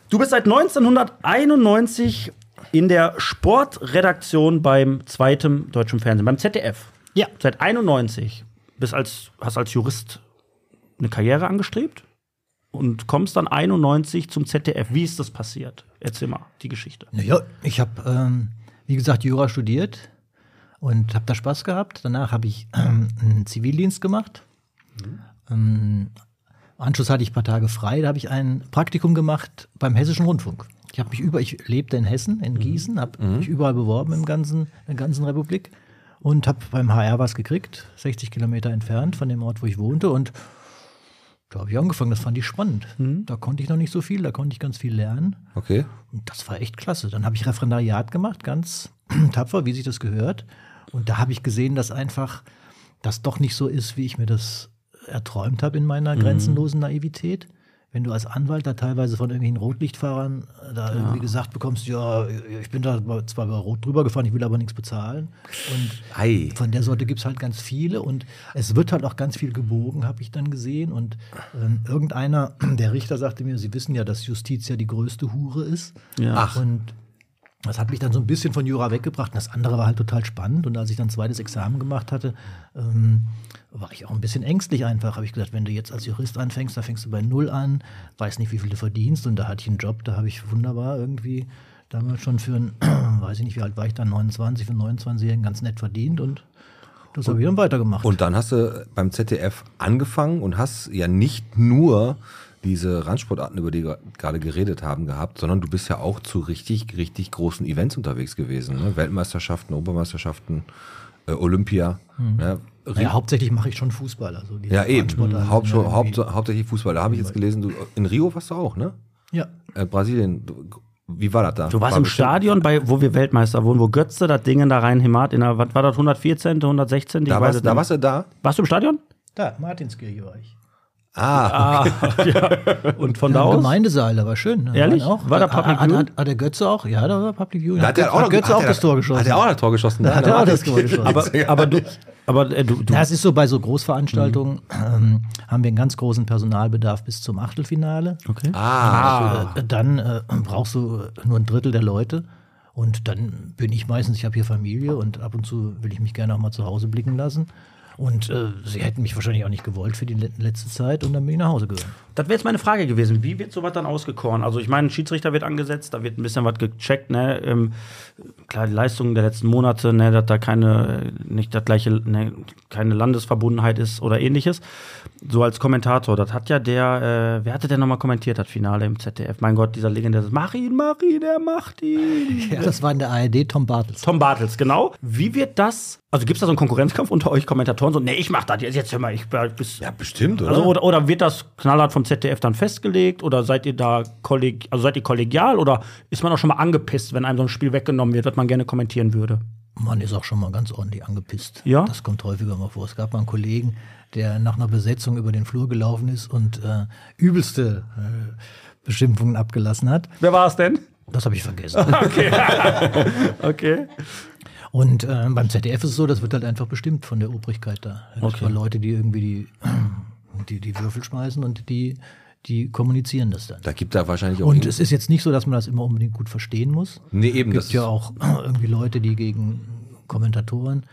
[SPEAKER 3] du bist seit 1991 in der Sportredaktion beim zweiten deutschen Fernsehen, beim ZDF.
[SPEAKER 1] Ja.
[SPEAKER 3] Seit 91. Bist als, hast als Jurist eine Karriere angestrebt? und kommst dann 91 zum ZDF. Wie ist das passiert? Erzähl mal die Geschichte.
[SPEAKER 1] Naja, ich habe, ähm, wie gesagt, Jura studiert und habe da Spaß gehabt. Danach habe ich ähm, einen Zivildienst gemacht. Ähm, Im Anschluss hatte ich ein paar Tage frei. Da habe ich ein Praktikum gemacht beim Hessischen Rundfunk. Ich habe mich über, ich lebte in Hessen, in Gießen, habe mich überall beworben im ganzen, in der ganzen Republik und habe beim HR was gekriegt, 60 Kilometer entfernt von dem Ort, wo ich wohnte und da habe ich angefangen, das fand ich spannend. Da konnte ich noch nicht so viel, da konnte ich ganz viel lernen.
[SPEAKER 4] Okay.
[SPEAKER 1] Und das war echt klasse. Dann habe ich Referendariat gemacht, ganz (clears throat) tapfer, wie sich das gehört. Und da habe ich gesehen, dass einfach das doch nicht so ist, wie ich mir das erträumt habe in meiner grenzenlosen Naivität. Wenn du als Anwalt da teilweise von irgendwelchen Rotlichtfahrern äh, da irgendwie gesagt bekommst, ja, ich bin da zwar bei Rot drüber gefahren, ich will aber nichts bezahlen. Und
[SPEAKER 4] Ei.
[SPEAKER 1] von der Sorte gibt es halt ganz viele und es wird halt auch ganz viel gebogen, habe ich dann gesehen. Und ähm, irgendeiner, (clears throat) der Richter sagte mir, Sie wissen ja, dass Justiz ja die größte Hure ist.
[SPEAKER 3] Ja.
[SPEAKER 1] Ach. Und das hat mich dann so ein bisschen von Jura weggebracht. Und das andere war halt total spannend. Und als ich dann zweites Examen gemacht hatte, ähm, war ich auch ein bisschen ängstlich einfach. Habe ich gedacht, wenn du jetzt als Jurist anfängst, dann fängst du bei Null an, weiß nicht, wie viel du verdienst. Und da hatte ich einen Job, da habe ich wunderbar irgendwie damals schon für einen, (clears throat) weiß ich nicht, wie alt war ich dann, 29, für einen 29-Jährigen ganz nett verdient. Und das habe ich dann weitergemacht.
[SPEAKER 4] Und dann hast du beim ZDF angefangen und hast ja nicht nur diese Randsportarten, über die wir gerade geredet haben, gehabt, sondern du bist ja auch zu richtig, richtig großen Events unterwegs gewesen. Ne? Weltmeisterschaften, Obermeisterschaften, äh, Olympia.
[SPEAKER 1] Hm.
[SPEAKER 4] Ne?
[SPEAKER 1] naja, hauptsächlich mache ich schon Fußball. Also diese
[SPEAKER 4] ja, eben. Mhm.
[SPEAKER 1] Randsportarten
[SPEAKER 4] Haupt,
[SPEAKER 1] sind ja
[SPEAKER 4] Haupt,
[SPEAKER 1] irgendwie-
[SPEAKER 4] hauptsächlich Fußball. Da habe ich jetzt gelesen, du, in Rio warst du auch, ne?
[SPEAKER 1] Ja.
[SPEAKER 4] Äh, Brasilien. Du, wie war das da?
[SPEAKER 3] Du warst
[SPEAKER 4] war
[SPEAKER 3] im
[SPEAKER 4] bestimmt-
[SPEAKER 3] Stadion, bei, wo wir Weltmeister wurden, wo Götze das Ding in da rein himmert, in der, was war das, 114., 116.? Ich
[SPEAKER 4] Da
[SPEAKER 3] weiß es
[SPEAKER 4] warst, da
[SPEAKER 3] nicht.
[SPEAKER 4] warst du da?
[SPEAKER 3] warst du im Stadion?
[SPEAKER 1] Da, Martinskirche war ich.
[SPEAKER 4] Ah,
[SPEAKER 3] Und von da
[SPEAKER 1] Ja, im
[SPEAKER 3] aus?
[SPEAKER 1] Gemeindesaal, da war schön. Da
[SPEAKER 3] Ehrlich?
[SPEAKER 1] waren Auch.
[SPEAKER 3] War da Public
[SPEAKER 1] hat,
[SPEAKER 3] Viewing?
[SPEAKER 1] hat, hat der Götze auch? Ja, da war Public Viewing.
[SPEAKER 4] da hat er auch, noch-
[SPEAKER 1] Götze
[SPEAKER 4] hat
[SPEAKER 1] auch
[SPEAKER 4] er-
[SPEAKER 1] das Tor geschossen.
[SPEAKER 4] Hat er auch das Tor geschossen.
[SPEAKER 1] Da hat er auch das
[SPEAKER 4] (laughs)
[SPEAKER 1] Tor geschossen.
[SPEAKER 3] Aber, aber du, aber, äh, du, du
[SPEAKER 1] Ja, es ist so, bei so Großveranstaltungen ähm, haben wir einen ganz großen Personalbedarf bis zum Achtelfinale.
[SPEAKER 3] okay.
[SPEAKER 4] Ah,
[SPEAKER 1] Äh, dann äh, brauchst du äh, nur ein Drittel der Leute. Und dann bin ich meistens, ich habe hier Familie und ab und zu will ich mich gerne auch mal zu Hause blicken lassen. Und äh, sie hätten mich wahrscheinlich auch nicht gewollt für die le- letzte Zeit und dann bin ich nach Hause gegangen.
[SPEAKER 3] Das wäre jetzt meine Frage gewesen. Wie wird sowas dann ausgekoren? Also, ich meine, ein Schiedsrichter wird angesetzt, da wird ein bisschen was gecheckt, ne? Ähm, klar, die Leistungen der letzten Monate, ne, dass da keine, nicht das gleiche, ne, keine Landesverbundenheit ist oder ähnliches. So als Kommentator, das hat ja der, äh, wer hatte denn nochmal kommentiert, das Finale im ZDF? Mein Gott, dieser legendäre, mach ihn, mach ihn, er macht ihn.
[SPEAKER 1] Das war in der ARD Tom Bartels.
[SPEAKER 3] Tom Bartels, genau. Wie wird das, also gibt es da so einen Konkurrenzkampf unter euch Kommentatoren? So, nee, ich mach das jetzt, jetzt hör mal, ich bis,
[SPEAKER 4] ja, bestimmt, oder?
[SPEAKER 3] also, oder, oder wird das knallhart vom ZDF dann festgelegt? Oder seid ihr da kolleg also seid ihr kollegial? Oder ist man auch schon mal angepisst, wenn einem so ein Spiel weggenommen wird, was man gerne kommentieren würde?
[SPEAKER 1] Man ist auch schon mal ganz ordentlich angepisst.
[SPEAKER 3] Ja?
[SPEAKER 1] Das kommt häufiger mal vor. Es gab mal einen Kollegen, der nach einer Besetzung über den Flur gelaufen ist und äh, übelste äh, Beschimpfungen abgelassen hat.
[SPEAKER 3] Wer war es denn?
[SPEAKER 1] Das habe ich vergessen.
[SPEAKER 3] (laughs) Okay.
[SPEAKER 1] und äh, beim ZDF ist es so, das wird halt einfach bestimmt von der Obrigkeit da. Es gibt
[SPEAKER 3] Okay.
[SPEAKER 1] mal Leute, die irgendwie die, (clears throat) die, die Würfel schmeißen und die, die kommunizieren das dann.
[SPEAKER 4] Da gibt da wahrscheinlich auch.
[SPEAKER 3] Mhm.
[SPEAKER 1] Und es ist jetzt nicht so, dass man das immer unbedingt gut verstehen muss.
[SPEAKER 4] Nee, eben,
[SPEAKER 1] Es
[SPEAKER 4] das
[SPEAKER 1] gibt ja
[SPEAKER 4] ist-
[SPEAKER 1] auch (clears throat) irgendwie Leute, die gegen Kommentatoren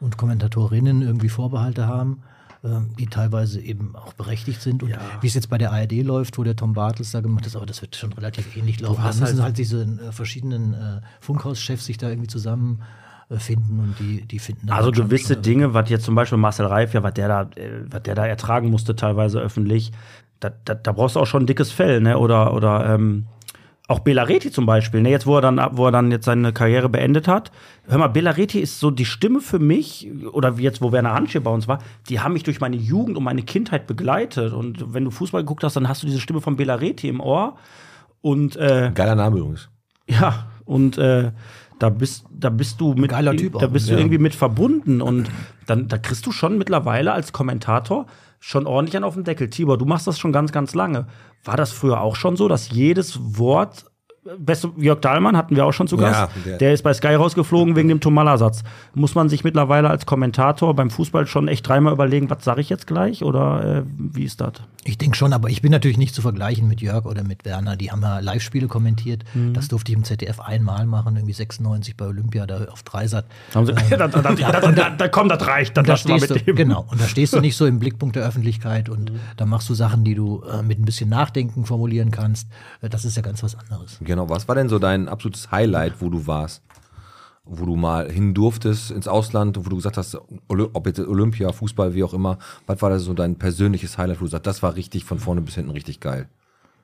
[SPEAKER 1] und Kommentatorinnen irgendwie Vorbehalte haben, ähm, die teilweise eben auch berechtigt sind. Und wie es jetzt bei der ARD läuft, wo der Tom Bartels da gemacht ist, aber das wird schon relativ ähnlich laufen. Da müssen halt, diese äh, verschiedenen äh, Funkhauschefs sich da irgendwie zusammenfinden äh, finden und die, die finden dann
[SPEAKER 3] Also
[SPEAKER 1] schon-
[SPEAKER 3] gewisse
[SPEAKER 1] schon-
[SPEAKER 3] Dinge, was jetzt zum Beispiel Marcel Reif, ja, was der da, äh, was der da ertragen musste, teilweise öffentlich, da, da, da brauchst du auch schon ein dickes Fell, ne? Oder, oder ähm, auch Bela Reti zum Beispiel, ne? Jetzt, wo er dann ab- wo er dann jetzt seine Karriere beendet hat. Hör mal, Bela Reti ist so die Stimme für mich, oder wie jetzt, wo Werner Hanschke bei uns war, die haben mich durch meine Jugend und meine Kindheit begleitet. Und wenn du Fußball geguckt hast, dann hast du diese Stimme von Bela Reti im Ohr. Und äh,
[SPEAKER 4] Geiler Name übrigens.
[SPEAKER 3] ja, und äh, Da bist, da bist du mit,
[SPEAKER 1] Geiler Typ
[SPEAKER 3] da
[SPEAKER 1] auch,
[SPEAKER 3] bist du
[SPEAKER 1] ja.
[SPEAKER 3] irgendwie mit verbunden und dann, da kriegst du schon mittlerweile als Kommentator schon ordentlich an auf den Deckel. Tibor, du machst das schon ganz, ganz lange. War das früher auch schon so, dass jedes Wort, beste Jörg Dahlmann hatten wir auch schon zu
[SPEAKER 4] Ja,
[SPEAKER 3] Gast,
[SPEAKER 4] der-
[SPEAKER 3] der ist bei Sky rausgeflogen wegen dem Tomala-Satz. Muss man sich mittlerweile als Kommentator beim Fußball schon echt dreimal überlegen, was sage ich jetzt gleich oder äh, wie ist das?
[SPEAKER 1] Ich denke schon, aber ich bin natürlich nicht zu vergleichen mit Jörg oder mit Werner. Die haben ja Live-Spiele kommentiert. Das durfte ich im ZDF einmal machen, irgendwie 96 bei Olympia, da auf Dreisat. Ähm,
[SPEAKER 3] Da,
[SPEAKER 1] (laughs)
[SPEAKER 3] (laughs) da, da, da, da, da, da komm, das reicht, dann
[SPEAKER 1] Und da
[SPEAKER 3] lassen wir
[SPEAKER 1] stehst
[SPEAKER 3] mit
[SPEAKER 1] du,
[SPEAKER 3] dem. Mhm.
[SPEAKER 1] genau, und da stehst du nicht
[SPEAKER 3] (laughs)
[SPEAKER 1] so im Blickpunkt der Öffentlichkeit und da machst du Sachen, die du äh, mit ein bisschen Nachdenken formulieren kannst. Äh, Das ist ja ganz was anderes.
[SPEAKER 4] Genau, was war denn so dein absolutes Highlight, wo du warst? Wo du mal hin durftest ins Ausland, wo du gesagt hast, Oly- ob jetzt Olympia, Fußball, wie auch immer, was war da so dein persönliches Highlight, wo du sagst, das war richtig von vorne bis hinten richtig geil?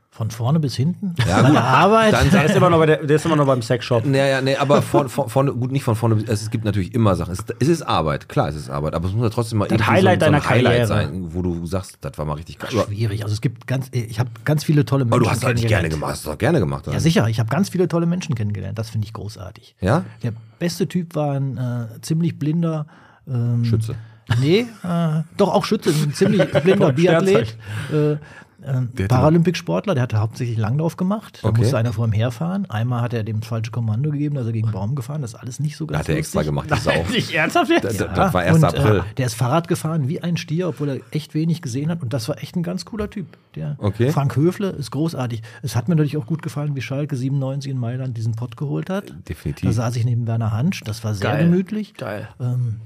[SPEAKER 1] Von vorne bis hinten.
[SPEAKER 4] Ja,
[SPEAKER 1] Meine
[SPEAKER 4] gut.
[SPEAKER 1] Arbeit.
[SPEAKER 4] Dann
[SPEAKER 3] Der ist immer noch, bei der, der ist immer noch beim Sexshop.
[SPEAKER 4] Naja, nee, aber von, von, vorne, gut, nicht von vorne bis, es gibt natürlich immer Sachen. Es, es ist Arbeit, klar, es ist Arbeit, aber es muss ja trotzdem mal irgendwie
[SPEAKER 3] Highlight deiner Karriere.
[SPEAKER 4] sein, wo du sagst, das war mal richtig geil. Aber
[SPEAKER 1] (laughs) Schwierig. Also es gibt ganz, ich habe ganz viele tolle Menschen.
[SPEAKER 4] du hast es eigentlich gerne
[SPEAKER 1] kennengelernt.
[SPEAKER 4] gemacht, ne? hast es auch gerne gemacht.
[SPEAKER 1] Ja,
[SPEAKER 4] oder?
[SPEAKER 1] sicher. Ich habe ganz viele tolle Menschen kennengelernt. Das finde ich großartig.
[SPEAKER 4] Ja?
[SPEAKER 1] Der beste Typ war ein äh, ziemlich blinder ähm,
[SPEAKER 4] Schütze.
[SPEAKER 1] Nee, äh, doch auch Schütze, ein
[SPEAKER 4] (laughs)
[SPEAKER 1] ziemlich blinder Biathlet. Äh, ähm, Paralympic-Sportler, der hatte hauptsächlich Langlauf gemacht. Da
[SPEAKER 4] Okay.
[SPEAKER 1] musste einer vor ihm herfahren. Einmal hat er dem das falsche Kommando gegeben, da ist er gegen einen Baum gefahren. Das ist alles nicht so ganz
[SPEAKER 4] Hat er extra
[SPEAKER 1] lustig. (laughs)
[SPEAKER 4] gemacht, die Sau.
[SPEAKER 3] Nicht ernsthaft jetzt?
[SPEAKER 4] Das, das war 1.
[SPEAKER 1] Und,
[SPEAKER 4] April.
[SPEAKER 1] Äh, der ist Fahrrad gefahren wie ein Stier, obwohl er echt wenig gesehen hat. Und das war echt ein ganz cooler Typ. Der
[SPEAKER 4] Okay.
[SPEAKER 1] Frank Höfle ist großartig. Es hat mir natürlich auch gut gefallen, wie Schalke 97 in Mailand diesen Pott geholt hat.
[SPEAKER 4] Definitiv.
[SPEAKER 1] Da saß ich neben Werner Hansch. Das war sehr
[SPEAKER 3] Geil.
[SPEAKER 1] gemütlich.
[SPEAKER 3] Geil.
[SPEAKER 1] Ähm,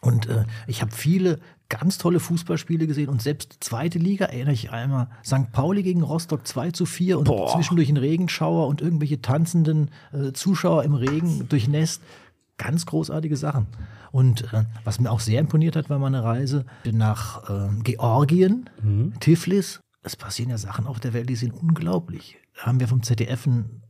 [SPEAKER 1] und äh, ich habe viele ganz tolle Fußballspiele gesehen und selbst zweite Liga erinnere ich einmal St. Pauli gegen Rostock 2 zu 4 und zwischendurch ein Regenschauer und irgendwelche tanzenden äh, Zuschauer im Regen durchnässt. Ganz großartige Sachen. Und äh, was mir auch sehr imponiert hat, war meine Reise nach ähm, Georgien,
[SPEAKER 3] Mhm.
[SPEAKER 1] Tiflis. Es passieren ja Sachen auf der Welt, die sind unglaublich. Da haben wir vom ZDF ein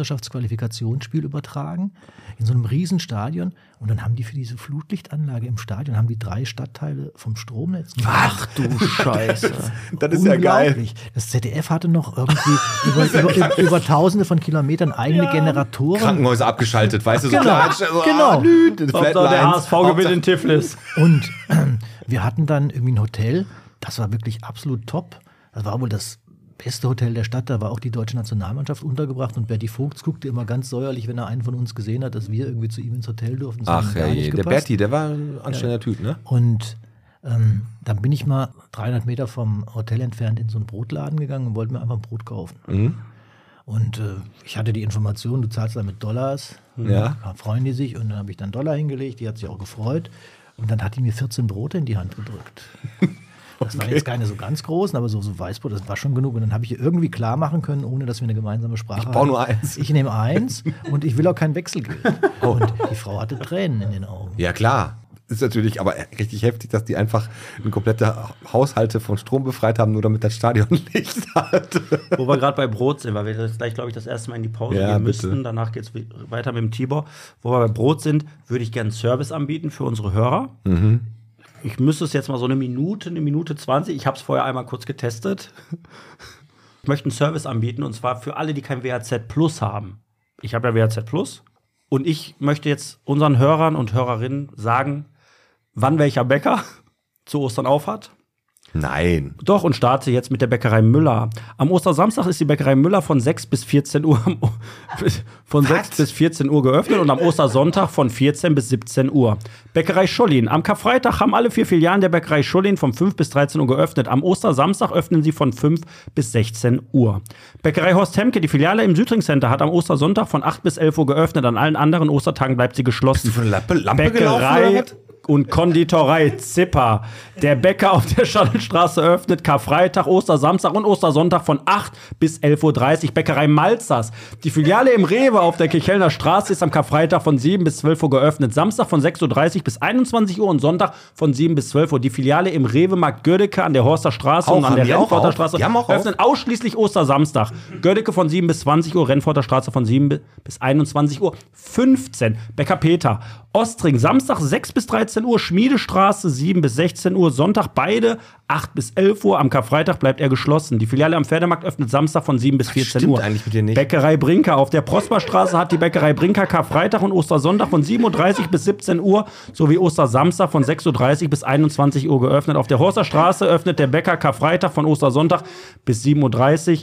[SPEAKER 1] Europameisterschaftsqualifikationsspiel übertragen in so einem Riesenstadion und dann haben die für diese Flutlichtanlage im Stadion haben die drei Stadtteile vom Stromnetz. Ach
[SPEAKER 3] Du Scheiße.
[SPEAKER 4] Das ist ja geil.
[SPEAKER 1] Das ZDF hatte noch
[SPEAKER 4] (laughs)
[SPEAKER 1] irgendwie über, über, über, über tausende von Kilometern eigene Generatoren
[SPEAKER 4] Krankenhäuser abgeschaltet, weißt du, so
[SPEAKER 1] Genau,
[SPEAKER 4] Klatsch, so,
[SPEAKER 1] genau.
[SPEAKER 4] Ah, nüt, (laughs) Flatlines.
[SPEAKER 3] der HSV gewinnt
[SPEAKER 4] Hauptsache-
[SPEAKER 3] in Tiflis.
[SPEAKER 1] und ähm, wir hatten dann irgendwie ein Hotel, das war wirklich absolut top. Das war wohl das beste Hotel der Stadt, da war auch die deutsche Nationalmannschaft untergebracht und Berti Vogts guckte immer ganz säuerlich, wenn er einen von uns gesehen hat, dass wir irgendwie zu ihm ins Hotel durften. Das hat
[SPEAKER 4] Ach
[SPEAKER 1] gar
[SPEAKER 4] ja,
[SPEAKER 1] nicht
[SPEAKER 4] je, der
[SPEAKER 1] gepasst.
[SPEAKER 4] Berti, der war ein anständiger Typ, ne?
[SPEAKER 1] Und ähm, dann bin ich mal 300 Meter vom Hotel entfernt in so einen Brotladen gegangen und wollte mir einfach ein Brot kaufen.
[SPEAKER 4] Mhm.
[SPEAKER 1] Und äh, ich hatte die Information, du zahlst da mit Dollars.
[SPEAKER 4] Mhm. Ja.
[SPEAKER 1] Da freuen die sich. Und dann habe ich dann Dollar hingelegt, die hat sich auch gefreut. Und dann hat die mir 14 Brote in die Hand
[SPEAKER 4] (laughs)
[SPEAKER 1] gedrückt. Das waren jetzt keine so ganz großen, aber so, so Weißbrot, das war schon genug. Und dann habe ich ihr irgendwie klar machen können, ohne dass wir eine gemeinsame Sprache
[SPEAKER 4] brauch nur
[SPEAKER 1] hatten,
[SPEAKER 4] eins. Oh.
[SPEAKER 1] Ich nehme eins und ich will auch kein
[SPEAKER 4] (laughs)
[SPEAKER 1] Wechselgeld. Und die Frau hatte Tränen in den Augen.
[SPEAKER 4] Ja, klar. Ist natürlich aber richtig heftig, dass die einfach komplette Haushalte von Strom befreit haben, nur damit das Stadion (laughs) Licht hat.
[SPEAKER 3] Wo wir gerade bei Brot sind, weil wir jetzt gleich, glaube ich, das erste Mal in die Pause
[SPEAKER 4] Ja,
[SPEAKER 3] gehen
[SPEAKER 4] bitte.
[SPEAKER 3] müssten. Danach geht es weiter mit dem Tibor. Wo wir bei Brot sind, würde ich gerne einen Service anbieten für unsere Hörer.
[SPEAKER 4] Mhm.
[SPEAKER 3] Ich müsste es jetzt mal so eine Minute, eine Minute 20. Ich habe es vorher einmal kurz getestet. Ich möchte einen Service anbieten und zwar für alle, die kein WHZ Plus haben. Ich habe ja WHZ Plus und ich möchte jetzt unseren Hörern und Hörerinnen sagen, wann welcher Bäcker (laughs) zu Ostern auf hat.
[SPEAKER 4] Nein.
[SPEAKER 3] Doch, und starte jetzt mit der Bäckerei Müller. Am Ostersamstag ist die Bäckerei Müller von 6 bis 14 Uhr am- (laughs) von 6 bis 14 Uhr geöffnet und am Ostersonntag von 14 bis 17 Uhr. Bäckerei Schollin. Am Karfreitag haben alle vier Filialen der Bäckerei Schollin von 5 bis 13 Uhr geöffnet. Am Ostersamstag öffnen sie von 5 bis 16 Uhr. Bäckerei Horst Hemke, die Filiale im Südring Center, hat am Ostersonntag von 8 bis 11 Uhr geöffnet. An allen anderen Ostertagen bleibt sie geschlossen.
[SPEAKER 4] Von Lampe, Lampe
[SPEAKER 3] Bäckerei
[SPEAKER 4] was?
[SPEAKER 3] und Konditorei Zipper. Der Bäcker auf der Schattenstraße öffnet Karfreitag, Ostersamstag und Ostersonntag von 8 bis 11.30 Uhr. Bäckerei Malzers. Die Filiale im Rewe auf der Kirchhellner Straße ist am Karfreitag von 7 bis 12 Uhr geöffnet. Samstag von 6.30 Uhr bis 21 Uhr und Sonntag von 7 bis 12 Uhr. Die Filiale im Rewe Markt Gödecke an der Horster Straße
[SPEAKER 4] Auch,
[SPEAKER 3] und an
[SPEAKER 4] haben
[SPEAKER 3] der
[SPEAKER 4] die auch
[SPEAKER 3] Rennforter
[SPEAKER 4] auf?
[SPEAKER 3] Straße
[SPEAKER 4] Die haben auch auf?
[SPEAKER 3] öffnet ausschließlich Ostersamstag. Gödecke von 7 bis 20 Uhr, Rennforter Straße von 7 bi- bis 21 Uhr. 15, Bäcker Peter. Ostring, Samstag 6 bis 13 13 Uhr, Schmiedestraße 7 bis 16 Uhr, Sonntag beide 8 bis 11 Uhr. Am Karfreitag bleibt er geschlossen. Die Filiale am Pferdemarkt öffnet Samstag von 7 bis 14
[SPEAKER 4] stimmt
[SPEAKER 3] Uhr.
[SPEAKER 4] eigentlich mit dir nicht.
[SPEAKER 3] Bäckerei Brinker. Auf der Prosperstraße hat die Bäckerei Brinker Karfreitag und Ostersonntag von 7.30 Uhr bis 17 Uhr sowie Ostersamstag von 6.30 Uhr bis 21 Uhr geöffnet. Auf der Horster Straße öffnet der Bäcker Karfreitag von Ostersonntag bis 7.30 Uhr.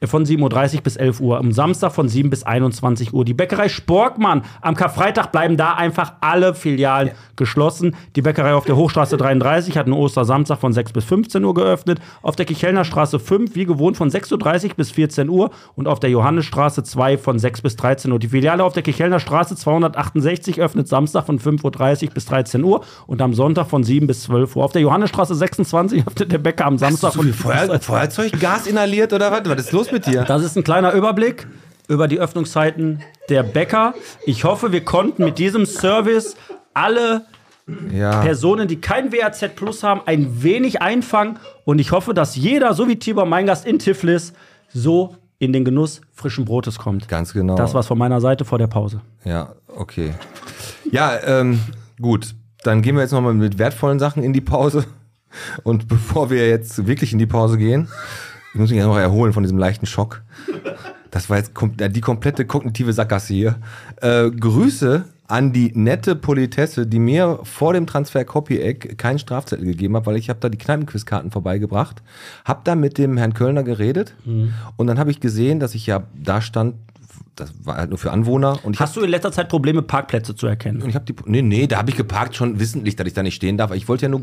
[SPEAKER 3] äh, Von 7.30 Uhr bis 11 Uhr. Am Samstag von 7 bis 21 Uhr. Die Bäckerei Sporkmann. Am Karfreitag bleiben da einfach alle Filialen geschlossen. Die Bäckerei auf der Hochstraße 33 hat einen Ostersamstag von 6 bis 15 Uhr geöffnet. Auf der Kichelner Straße 5, wie gewohnt, von 6.30 Uhr bis 14 Uhr. Und auf der Johannesstraße 2 von 6 bis 13 Uhr. Die Filiale auf der Kichelner Straße 268 öffnet Samstag von 5.30 Uhr bis 13 Uhr. Und am Sonntag von 7 bis 12 Uhr. Auf der Johannesstraße 26 (laughs) öffnet der Bäcker am Samstag
[SPEAKER 4] Hast du
[SPEAKER 3] von
[SPEAKER 4] viel Feuer, Feuerzeuggas inhaliert oder was? Was ist los mit dir?
[SPEAKER 3] das ist ein kleiner Überblick über die Öffnungszeiten der Bäcker. Ich hoffe, wir konnten mit diesem Service alle
[SPEAKER 4] Ja.
[SPEAKER 3] Personen, die kein WAZ Plus haben, ein wenig einfangen. Und ich hoffe, dass jeder, so wie Tibor, mein Gast in Tiflis, so in den Genuss frischen Brotes kommt.
[SPEAKER 4] Ganz genau.
[SPEAKER 3] Das war's von meiner Seite vor der Pause.
[SPEAKER 4] Ja, okay. Ja, ähm, gut. Dann gehen wir jetzt nochmal mit wertvollen Sachen in die Pause. Und bevor wir jetzt wirklich in die Pause gehen, ich muss mich ja noch erholen von diesem leichten Schock. Das war jetzt kom äh, die komplette kognitive Sackgasse hier. Äh, Grüße an die nette Politesse, die mir vor dem Transfer Copy-Eck keinen Strafzettel gegeben hat, weil ich habe da die Kneipenquizkarten vorbeigebracht, habe da mit dem Herrn Kölner geredet und dann habe ich gesehen, dass ich ja da stand, das war halt nur für Anwohner und ich hab-
[SPEAKER 3] Hast du in letzter Zeit Probleme, Parkplätze zu erkennen?
[SPEAKER 4] und ich habe die. Nee, nee, da habe ich geparkt, schon wissentlich, dass ich da nicht stehen darf. Ich wollte ja nur.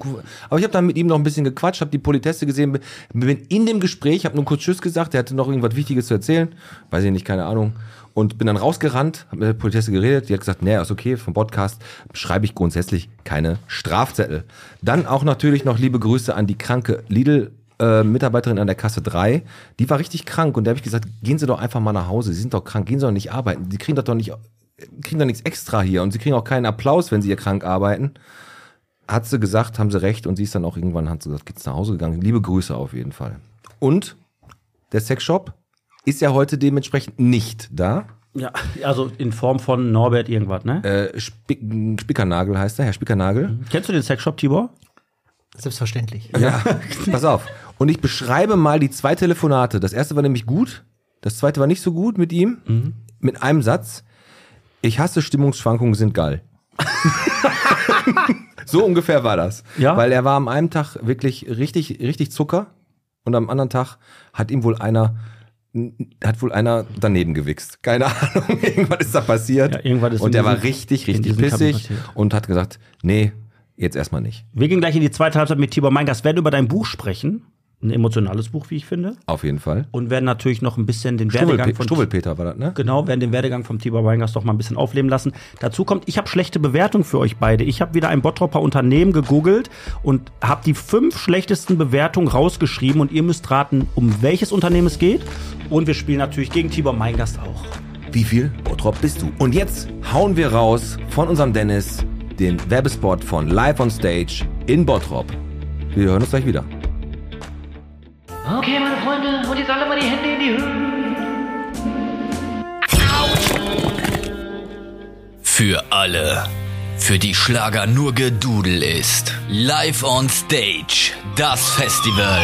[SPEAKER 4] Aber ich habe dann mit ihm noch ein bisschen gequatscht, habe die Politesse gesehen, bin- bin in dem Gespräch, habe nur kurz Tschüss gesagt, der hatte noch irgendwas Wichtiges zu erzählen. Weiß ich nicht, keine Ahnung. Und bin dann rausgerannt, habe mit der Politesse geredet, die hat gesagt, nee, ist okay, vom Podcast schreibe ich grundsätzlich keine Strafzettel. Dann auch natürlich noch liebe Grüße an die kranke Lidl äh, Mitarbeiterin an der Kasse 3, die war richtig krank und der habe ich gesagt, gehen Sie doch einfach mal nach Hause, Sie sind doch krank, gehen Sie doch nicht arbeiten, Sie kriegen das doch nicht, kriegen doch nichts extra hier und Sie kriegen auch keinen Applaus, wenn Sie hier krank arbeiten. Hat sie gesagt, haben sie recht und sie ist dann auch irgendwann, hat sie gesagt, geht's nach Hause gegangen. Liebe Grüße auf jeden Fall. Und der Sexshop ist ja heute dementsprechend nicht da.
[SPEAKER 3] Ja, also in Form von Norbert irgendwas, ne?
[SPEAKER 4] Äh, Spick, Spickernagel heißt er, Herr Spickernagel.
[SPEAKER 3] Kennst du den Sexshop, Tibor?
[SPEAKER 1] Selbstverständlich.
[SPEAKER 4] Ja, (laughs) pass auf. Und ich beschreibe mal die zwei Telefonate. Das erste war nämlich gut, das zweite war nicht so gut mit ihm.
[SPEAKER 3] Mhm.
[SPEAKER 4] Mit einem Satz. Ich hasse Stimmungsschwankungen
[SPEAKER 3] (laughs)
[SPEAKER 4] sind geil. so ungefähr war das.
[SPEAKER 3] Ja.
[SPEAKER 4] Weil er war am einen Tag wirklich richtig, richtig Zucker und am anderen Tag hat ihm wohl einer hat wohl einer daneben gewichst. Keine Ahnung, (laughs) irgendwas ist da passiert.
[SPEAKER 3] Ja, irgendwas ist in
[SPEAKER 4] und der
[SPEAKER 3] diesem-
[SPEAKER 4] war richtig,
[SPEAKER 3] in
[SPEAKER 4] richtig
[SPEAKER 3] diesem Kampf
[SPEAKER 4] pissig
[SPEAKER 3] passiert.
[SPEAKER 4] und hat gesagt, nee, jetzt erstmal nicht.
[SPEAKER 3] Wir gehen gleich in die zweite Halbzeit mit Tibor Meingast. Werden über dein Buch sprechen. Ein emotionales Buch, wie ich finde.
[SPEAKER 4] Auf jeden Fall.
[SPEAKER 3] Und werden natürlich noch ein bisschen den Werdegang
[SPEAKER 4] Struwelpe-
[SPEAKER 3] von
[SPEAKER 4] Struwelpeter war das, ne?
[SPEAKER 3] Genau, werden den Werdegang vom Tibor Weingast doch mal ein bisschen aufleben lassen. Dazu kommt, ich habe schlechte Bewertungen für euch beide. Ich habe wieder ein Bottropper Unternehmen gegoogelt und habe die fünf schlechtesten Bewertungen rausgeschrieben und ihr müsst raten, um welches Unternehmen es geht. Und wir spielen natürlich gegen Tibor Weingast auch.
[SPEAKER 4] Wie viel Bottrop bist du? Und jetzt hauen wir raus von unserem Dennis den Werbespot von Live on Stage in Bottrop. Wir hören uns gleich wieder.
[SPEAKER 7] Okay, uh, meine Freunde, und jetzt alle mal die Hände in die Höhe.
[SPEAKER 8] Für alle. Für die Schlager nur Gedudel ist. Live on Stage. Das Festival.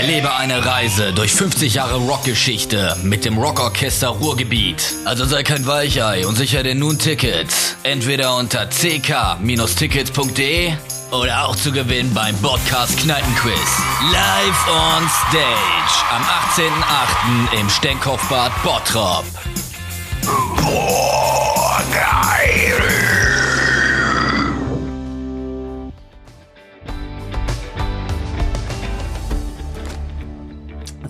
[SPEAKER 8] Erlebe eine Reise durch 50 Jahre Rockgeschichte mit dem Rockorchester Ruhrgebiet. Also sei kein Weichei und sicher dir nun Tickets. Entweder unter ck-tickets.de e oder auch zu gewinnen beim Podcast Kneipenquiz. Live on Stage am 18.08. im Stenkopfbad Bottrop.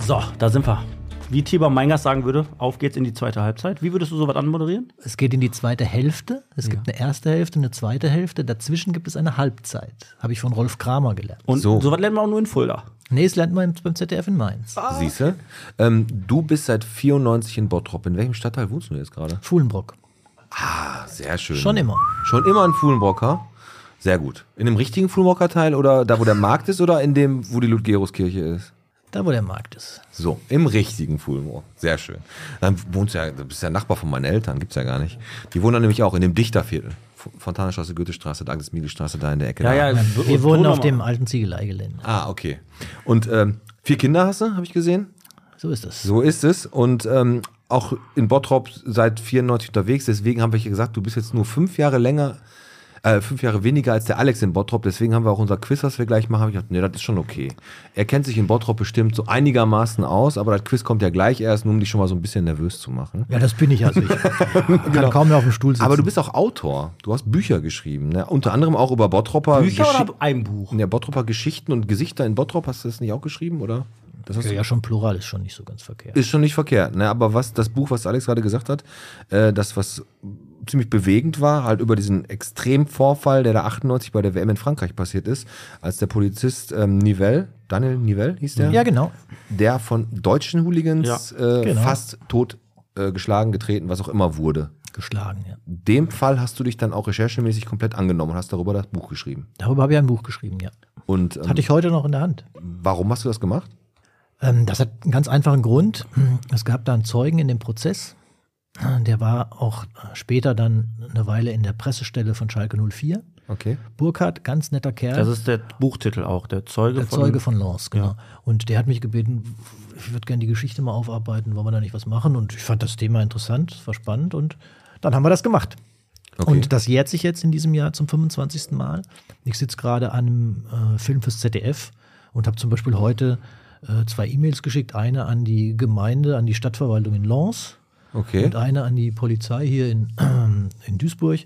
[SPEAKER 3] So, da sind wir. Wie Tibor Weingast sagen würde, auf geht's in die zweite Halbzeit. Wie würdest du sowas anmoderieren?
[SPEAKER 1] Es geht in die zweite Hälfte. Es gibt eine erste Hälfte, eine zweite Hälfte. Dazwischen gibt es eine Halbzeit. Habe ich von Rolf Kramer gelernt.
[SPEAKER 3] Und
[SPEAKER 4] So.
[SPEAKER 3] so. sowas lernen wir auch nur in Fulda.
[SPEAKER 1] Nee, das lernt man beim ZDF in Mainz.
[SPEAKER 4] Siehst du? Ähm, du bist seit 94 in Bottrop. In welchem Stadtteil wohnst du jetzt gerade?
[SPEAKER 1] Schulenbrock.
[SPEAKER 4] Sehr schön.
[SPEAKER 1] Schon immer.
[SPEAKER 4] Schon immer ein Fuhlenbrocker. Sehr gut. In dem richtigen Fuhlenbrocker Teil oder da, wo der Markt ist oder in dem, wo die Ludgeruskirche ist?
[SPEAKER 1] Da, wo der Markt ist.
[SPEAKER 4] So, im richtigen Fulmor. Sehr schön. Dann wohnst du ja, du bist ja Nachbar von meinen Eltern, gibt's ja gar nicht. Die wohnen dann nämlich auch in dem Dichterviertel. Fontanestraße, Goethestraße, Agnes-Miegel-Straße, da in der Ecke.
[SPEAKER 3] Ja,
[SPEAKER 4] da.
[SPEAKER 3] ja,
[SPEAKER 1] Ah Wir wohnen auf
[SPEAKER 3] Wohnnummer.
[SPEAKER 1] dem alten Ziegeleigelände.
[SPEAKER 4] Ah, okay. Und ähm, vier Kinder hast du, habe ich gesehen.
[SPEAKER 1] So ist das.
[SPEAKER 4] So ist es. Und ähm, auch in Bottrop seit 94 unterwegs. Deswegen haben wir hier gesagt, du bist jetzt nur fünf Jahre länger, äh, fünf Jahre weniger als der Alex in Bottrop. Deswegen haben wir auch unser Quiz, was wir gleich machen. Hab Ich gedacht, nee, das ist schon okay. Er kennt sich in Bottrop bestimmt so einigermaßen aus, aber das Quiz kommt ja gleich erst, nur um dich schon mal so ein bisschen nervös zu machen.
[SPEAKER 1] Ja, das bin ich
[SPEAKER 4] (laughs)
[SPEAKER 1] also. Ich kann kaum mehr auf dem Stuhl sitzen.
[SPEAKER 4] Genau. Aber du bist auch Autor. Du hast Bücher geschrieben, ne? Unter anderem auch über Bottropper.
[SPEAKER 3] Bücher
[SPEAKER 4] Geschi-
[SPEAKER 3] oder ein Buch?
[SPEAKER 4] Ja, Bottropper Geschichten und Gesichter in Bottrop. Hast du das nicht auch geschrieben, oder? Das hast
[SPEAKER 1] ja,
[SPEAKER 4] du
[SPEAKER 1] ja, schon plural ist schon nicht so ganz verkehrt.
[SPEAKER 4] Ist schon nicht verkehrt, ne? Aber was das Buch, was Alex gerade gesagt hat, äh, das, was ziemlich bewegend war, halt über diesen Extremvorfall, der da 98 bei der WM in Frankreich passiert ist, als der Polizist ähm, Nivelle, Daniel Nivelle hieß der,
[SPEAKER 1] Ja, genau.
[SPEAKER 4] der von deutschen Hooligans äh,
[SPEAKER 1] genau.
[SPEAKER 4] fast tot äh, geschlagen, getreten, was auch immer wurde.
[SPEAKER 1] Geschlagen, ja.
[SPEAKER 4] Dem Fall hast du dich dann auch recherchemäßig komplett angenommen und hast darüber das Buch geschrieben.
[SPEAKER 1] Darüber habe ich ein Buch geschrieben, ja.
[SPEAKER 4] Und ähm,
[SPEAKER 1] Hatte ich heute noch in der Hand.
[SPEAKER 4] warum hast du das gemacht?
[SPEAKER 1] Ähm, das hat einen ganz einfachen Grund. Es gab da einen Zeugen in dem Prozess. Der war auch später dann eine Weile in der Pressestelle von Schalke 04.
[SPEAKER 4] Okay.
[SPEAKER 1] Burkhardt, ganz netter Kerl.
[SPEAKER 3] Das ist der Buchtitel auch, der Zeuge
[SPEAKER 1] der
[SPEAKER 3] von.
[SPEAKER 1] Zeuge von Lance, genau. Und der hat mich gebeten, ich würde gerne die Geschichte mal aufarbeiten, wollen wir da nicht was machen? Und ich fand das Thema interessant, es war spannend und dann haben wir das gemacht.
[SPEAKER 4] Okay.
[SPEAKER 1] Und das jährt sich jetzt in diesem Jahr zum 25. Mal. Ich sitze gerade an einem äh, Film fürs ZDF und habe zum Beispiel heute äh, zwei E-Mails geschickt. Eine an die Gemeinde, an die Stadtverwaltung in Lens
[SPEAKER 4] Okay.
[SPEAKER 1] und eine an die Polizei hier in, (clears throat) in Duisburg,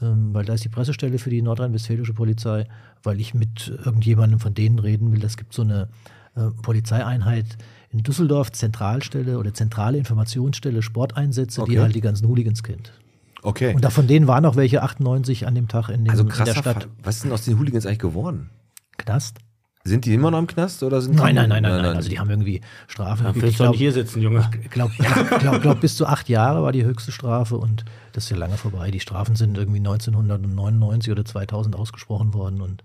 [SPEAKER 1] ähm, weil da ist die Pressestelle für die nordrhein-westfälische Polizei, weil ich mit irgendjemandem von denen reden will. Es gibt so eine äh, Polizeieinheit in Düsseldorf, Zentralstelle oder zentrale Informationsstelle, Sporteinsätze,
[SPEAKER 4] Okay.
[SPEAKER 1] die halt die ganzen Hooligans kennt.
[SPEAKER 4] Okay.
[SPEAKER 1] Und da von denen waren auch welche 98 an dem Tag in, dem,
[SPEAKER 4] also
[SPEAKER 1] in der
[SPEAKER 4] krasser
[SPEAKER 1] Stadt.
[SPEAKER 4] Fall. Was ist denn aus den Hooligans eigentlich geworden?
[SPEAKER 1] Knast?
[SPEAKER 4] Sind die immer noch im Knast oder sind
[SPEAKER 1] Nein,
[SPEAKER 4] die,
[SPEAKER 1] nein, nein, nein, nein, Also die haben irgendwie Strafen.
[SPEAKER 3] Ja,
[SPEAKER 1] gekriegt.
[SPEAKER 3] Willst
[SPEAKER 1] Ich
[SPEAKER 3] du doch
[SPEAKER 1] glaub-
[SPEAKER 3] nicht hier sitzen, Junge?
[SPEAKER 1] glaube, glaub, glaub, glaub, bis zu acht Jahre war die höchste Strafe und das ist ja lange vorbei. Die Strafen sind irgendwie 1999 oder 2000 ausgesprochen worden und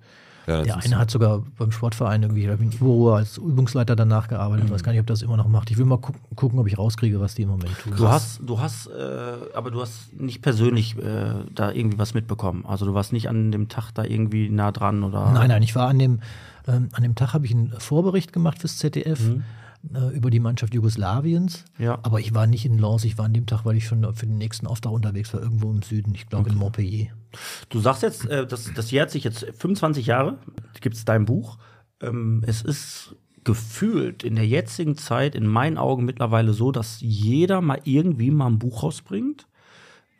[SPEAKER 4] Ja, das
[SPEAKER 1] der
[SPEAKER 4] ist-
[SPEAKER 1] eine hat sogar beim Sportverein irgendwie, ich bin Überruhr als Übungsleiter danach gearbeitet.
[SPEAKER 4] Mhm.
[SPEAKER 1] Ich weiß gar nicht, ob das immer noch macht. Ich will mal gucken, gucken ob ich rauskriege, was die im Moment tun.
[SPEAKER 3] Du hast, du hast, äh, aber du hast nicht persönlich äh, da irgendwie was mitbekommen. Also du warst nicht an dem Tag da irgendwie nah dran oder.
[SPEAKER 1] Nein, nein, ich war an dem, ähm, an dem Tag habe ich einen Vorbericht gemacht fürs ZDF
[SPEAKER 4] Mhm.
[SPEAKER 1] äh, über die Mannschaft Jugoslawiens.
[SPEAKER 3] Ja.
[SPEAKER 1] Aber ich war nicht in Lens, ich war an dem Tag, weil ich schon für den nächsten Auftrag unterwegs war, irgendwo im Süden, ich glaube in Montpellier.
[SPEAKER 3] Du sagst jetzt, äh, das, das jährt sich jetzt 25 Jahre, gibt es dein Buch. Ähm, es ist gefühlt in der jetzigen Zeit in meinen Augen mittlerweile so, dass jeder mal irgendwie mal ein Buch rausbringt.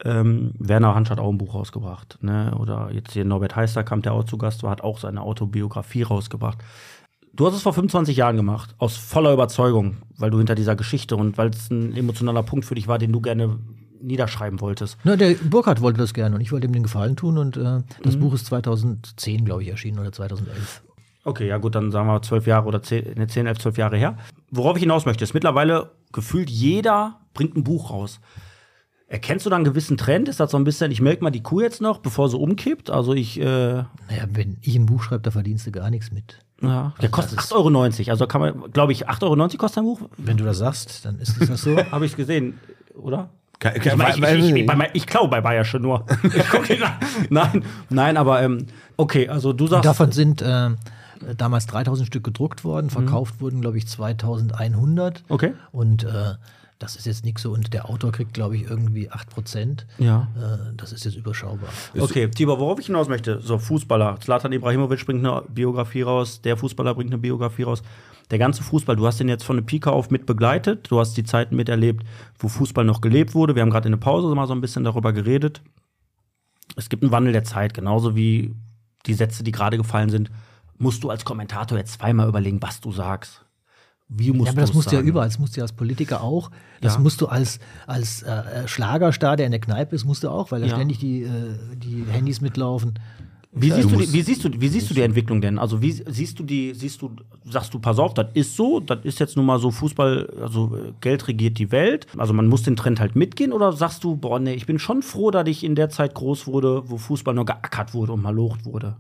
[SPEAKER 3] Ähm, Werner Hansch hat auch ein Buch rausgebracht. Ne? Oder jetzt hier Norbert Heisterkamp, der auch zu Gast war, hat auch seine Autobiografie rausgebracht. Du hast es vor 25 Jahren gemacht, aus voller Überzeugung, weil du hinter dieser Geschichte und weil es ein emotionaler Punkt für dich war, den du gerne niederschreiben wolltest.
[SPEAKER 1] Na, der Burkhardt wollte das gerne und ich wollte ihm den Gefallen tun und äh, das Buch ist 2010, glaube ich, erschienen oder 2011.
[SPEAKER 3] Okay, ja gut, dann sagen wir zwölf Jahre oder zehn, ne, zehn, elf, zwölf Jahre her. Worauf ich hinaus möchte, ist mittlerweile gefühlt jeder bringt ein Buch raus. Erkennst du da einen gewissen Trend? Ist das so ein bisschen, ich melke mal die Kuh jetzt noch, bevor sie umkippt? Also ich, äh,
[SPEAKER 1] Naja, wenn ich ein Buch schreibe, da verdienst du gar nichts mit.
[SPEAKER 4] Also
[SPEAKER 3] ja, der kostet 8,90 Euro. Also kann man, glaube ich, 8,90 Euro kostet ein Buch?
[SPEAKER 1] Wenn du das sagst, dann ist es das (laughs) so.
[SPEAKER 3] Habe ich gesehen, oder?
[SPEAKER 4] Ke-
[SPEAKER 3] Ich,
[SPEAKER 4] ke-
[SPEAKER 3] ich,
[SPEAKER 4] weiß
[SPEAKER 3] ich, ich,
[SPEAKER 4] nicht.
[SPEAKER 3] bei, Mai- ich klaue bei Bayer schon
[SPEAKER 4] (laughs)
[SPEAKER 3] nur. Ich guck nicht nach. Nein, nein, aber ähm, okay, also du sagst.
[SPEAKER 1] Davon sind äh, damals 3000 Stück gedruckt worden, verkauft wurden, glaube ich, 2100.
[SPEAKER 3] Okay.
[SPEAKER 1] Und äh, das ist jetzt nichts so. Und der Autor kriegt, glaube ich, irgendwie 8%.
[SPEAKER 3] Ja.
[SPEAKER 1] Äh, das ist jetzt überschaubar.
[SPEAKER 3] Okay, Tibor, worauf ich hinaus möchte, so Fußballer. Zlatan Ibrahimovic bringt eine Biografie raus, der Fußballer bringt eine Biografie raus. Der ganze Fußball, du hast den jetzt von der Pika auf mit begleitet, du hast die Zeiten miterlebt, wo Fußball noch gelebt wurde. Wir haben gerade in der Pause mal so ein bisschen darüber geredet. Es gibt einen Wandel der Zeit, genauso wie die Sätze, die gerade gefallen sind. Musst du als Kommentator jetzt zweimal überlegen, was du sagst. Wie musst
[SPEAKER 1] Ja, aber das
[SPEAKER 3] du's
[SPEAKER 1] musst du ja
[SPEAKER 3] sagen?
[SPEAKER 1] überall, das musst du ja als Politiker auch. Das
[SPEAKER 3] Ja.
[SPEAKER 1] musst du als, als äh, Schlagerstar, der in der Kneipe ist, musst du auch, weil da
[SPEAKER 3] Ja.
[SPEAKER 1] ständig die, äh, die Handys mitlaufen.
[SPEAKER 3] Wie siehst, du die,
[SPEAKER 4] musst-
[SPEAKER 3] wie, siehst du, wie siehst du die Entwicklung denn? Also wie siehst du die, siehst du, sagst du, pass auf, das ist so, das ist jetzt nun mal so Fußball, also äh, Geld regiert die Welt. Also man muss den Trend halt mitgehen oder sagst du, boah, nee, ich bin schon froh, dass ich in der Zeit groß wurde, wo Fußball nur geackert wurde und malocht wurde.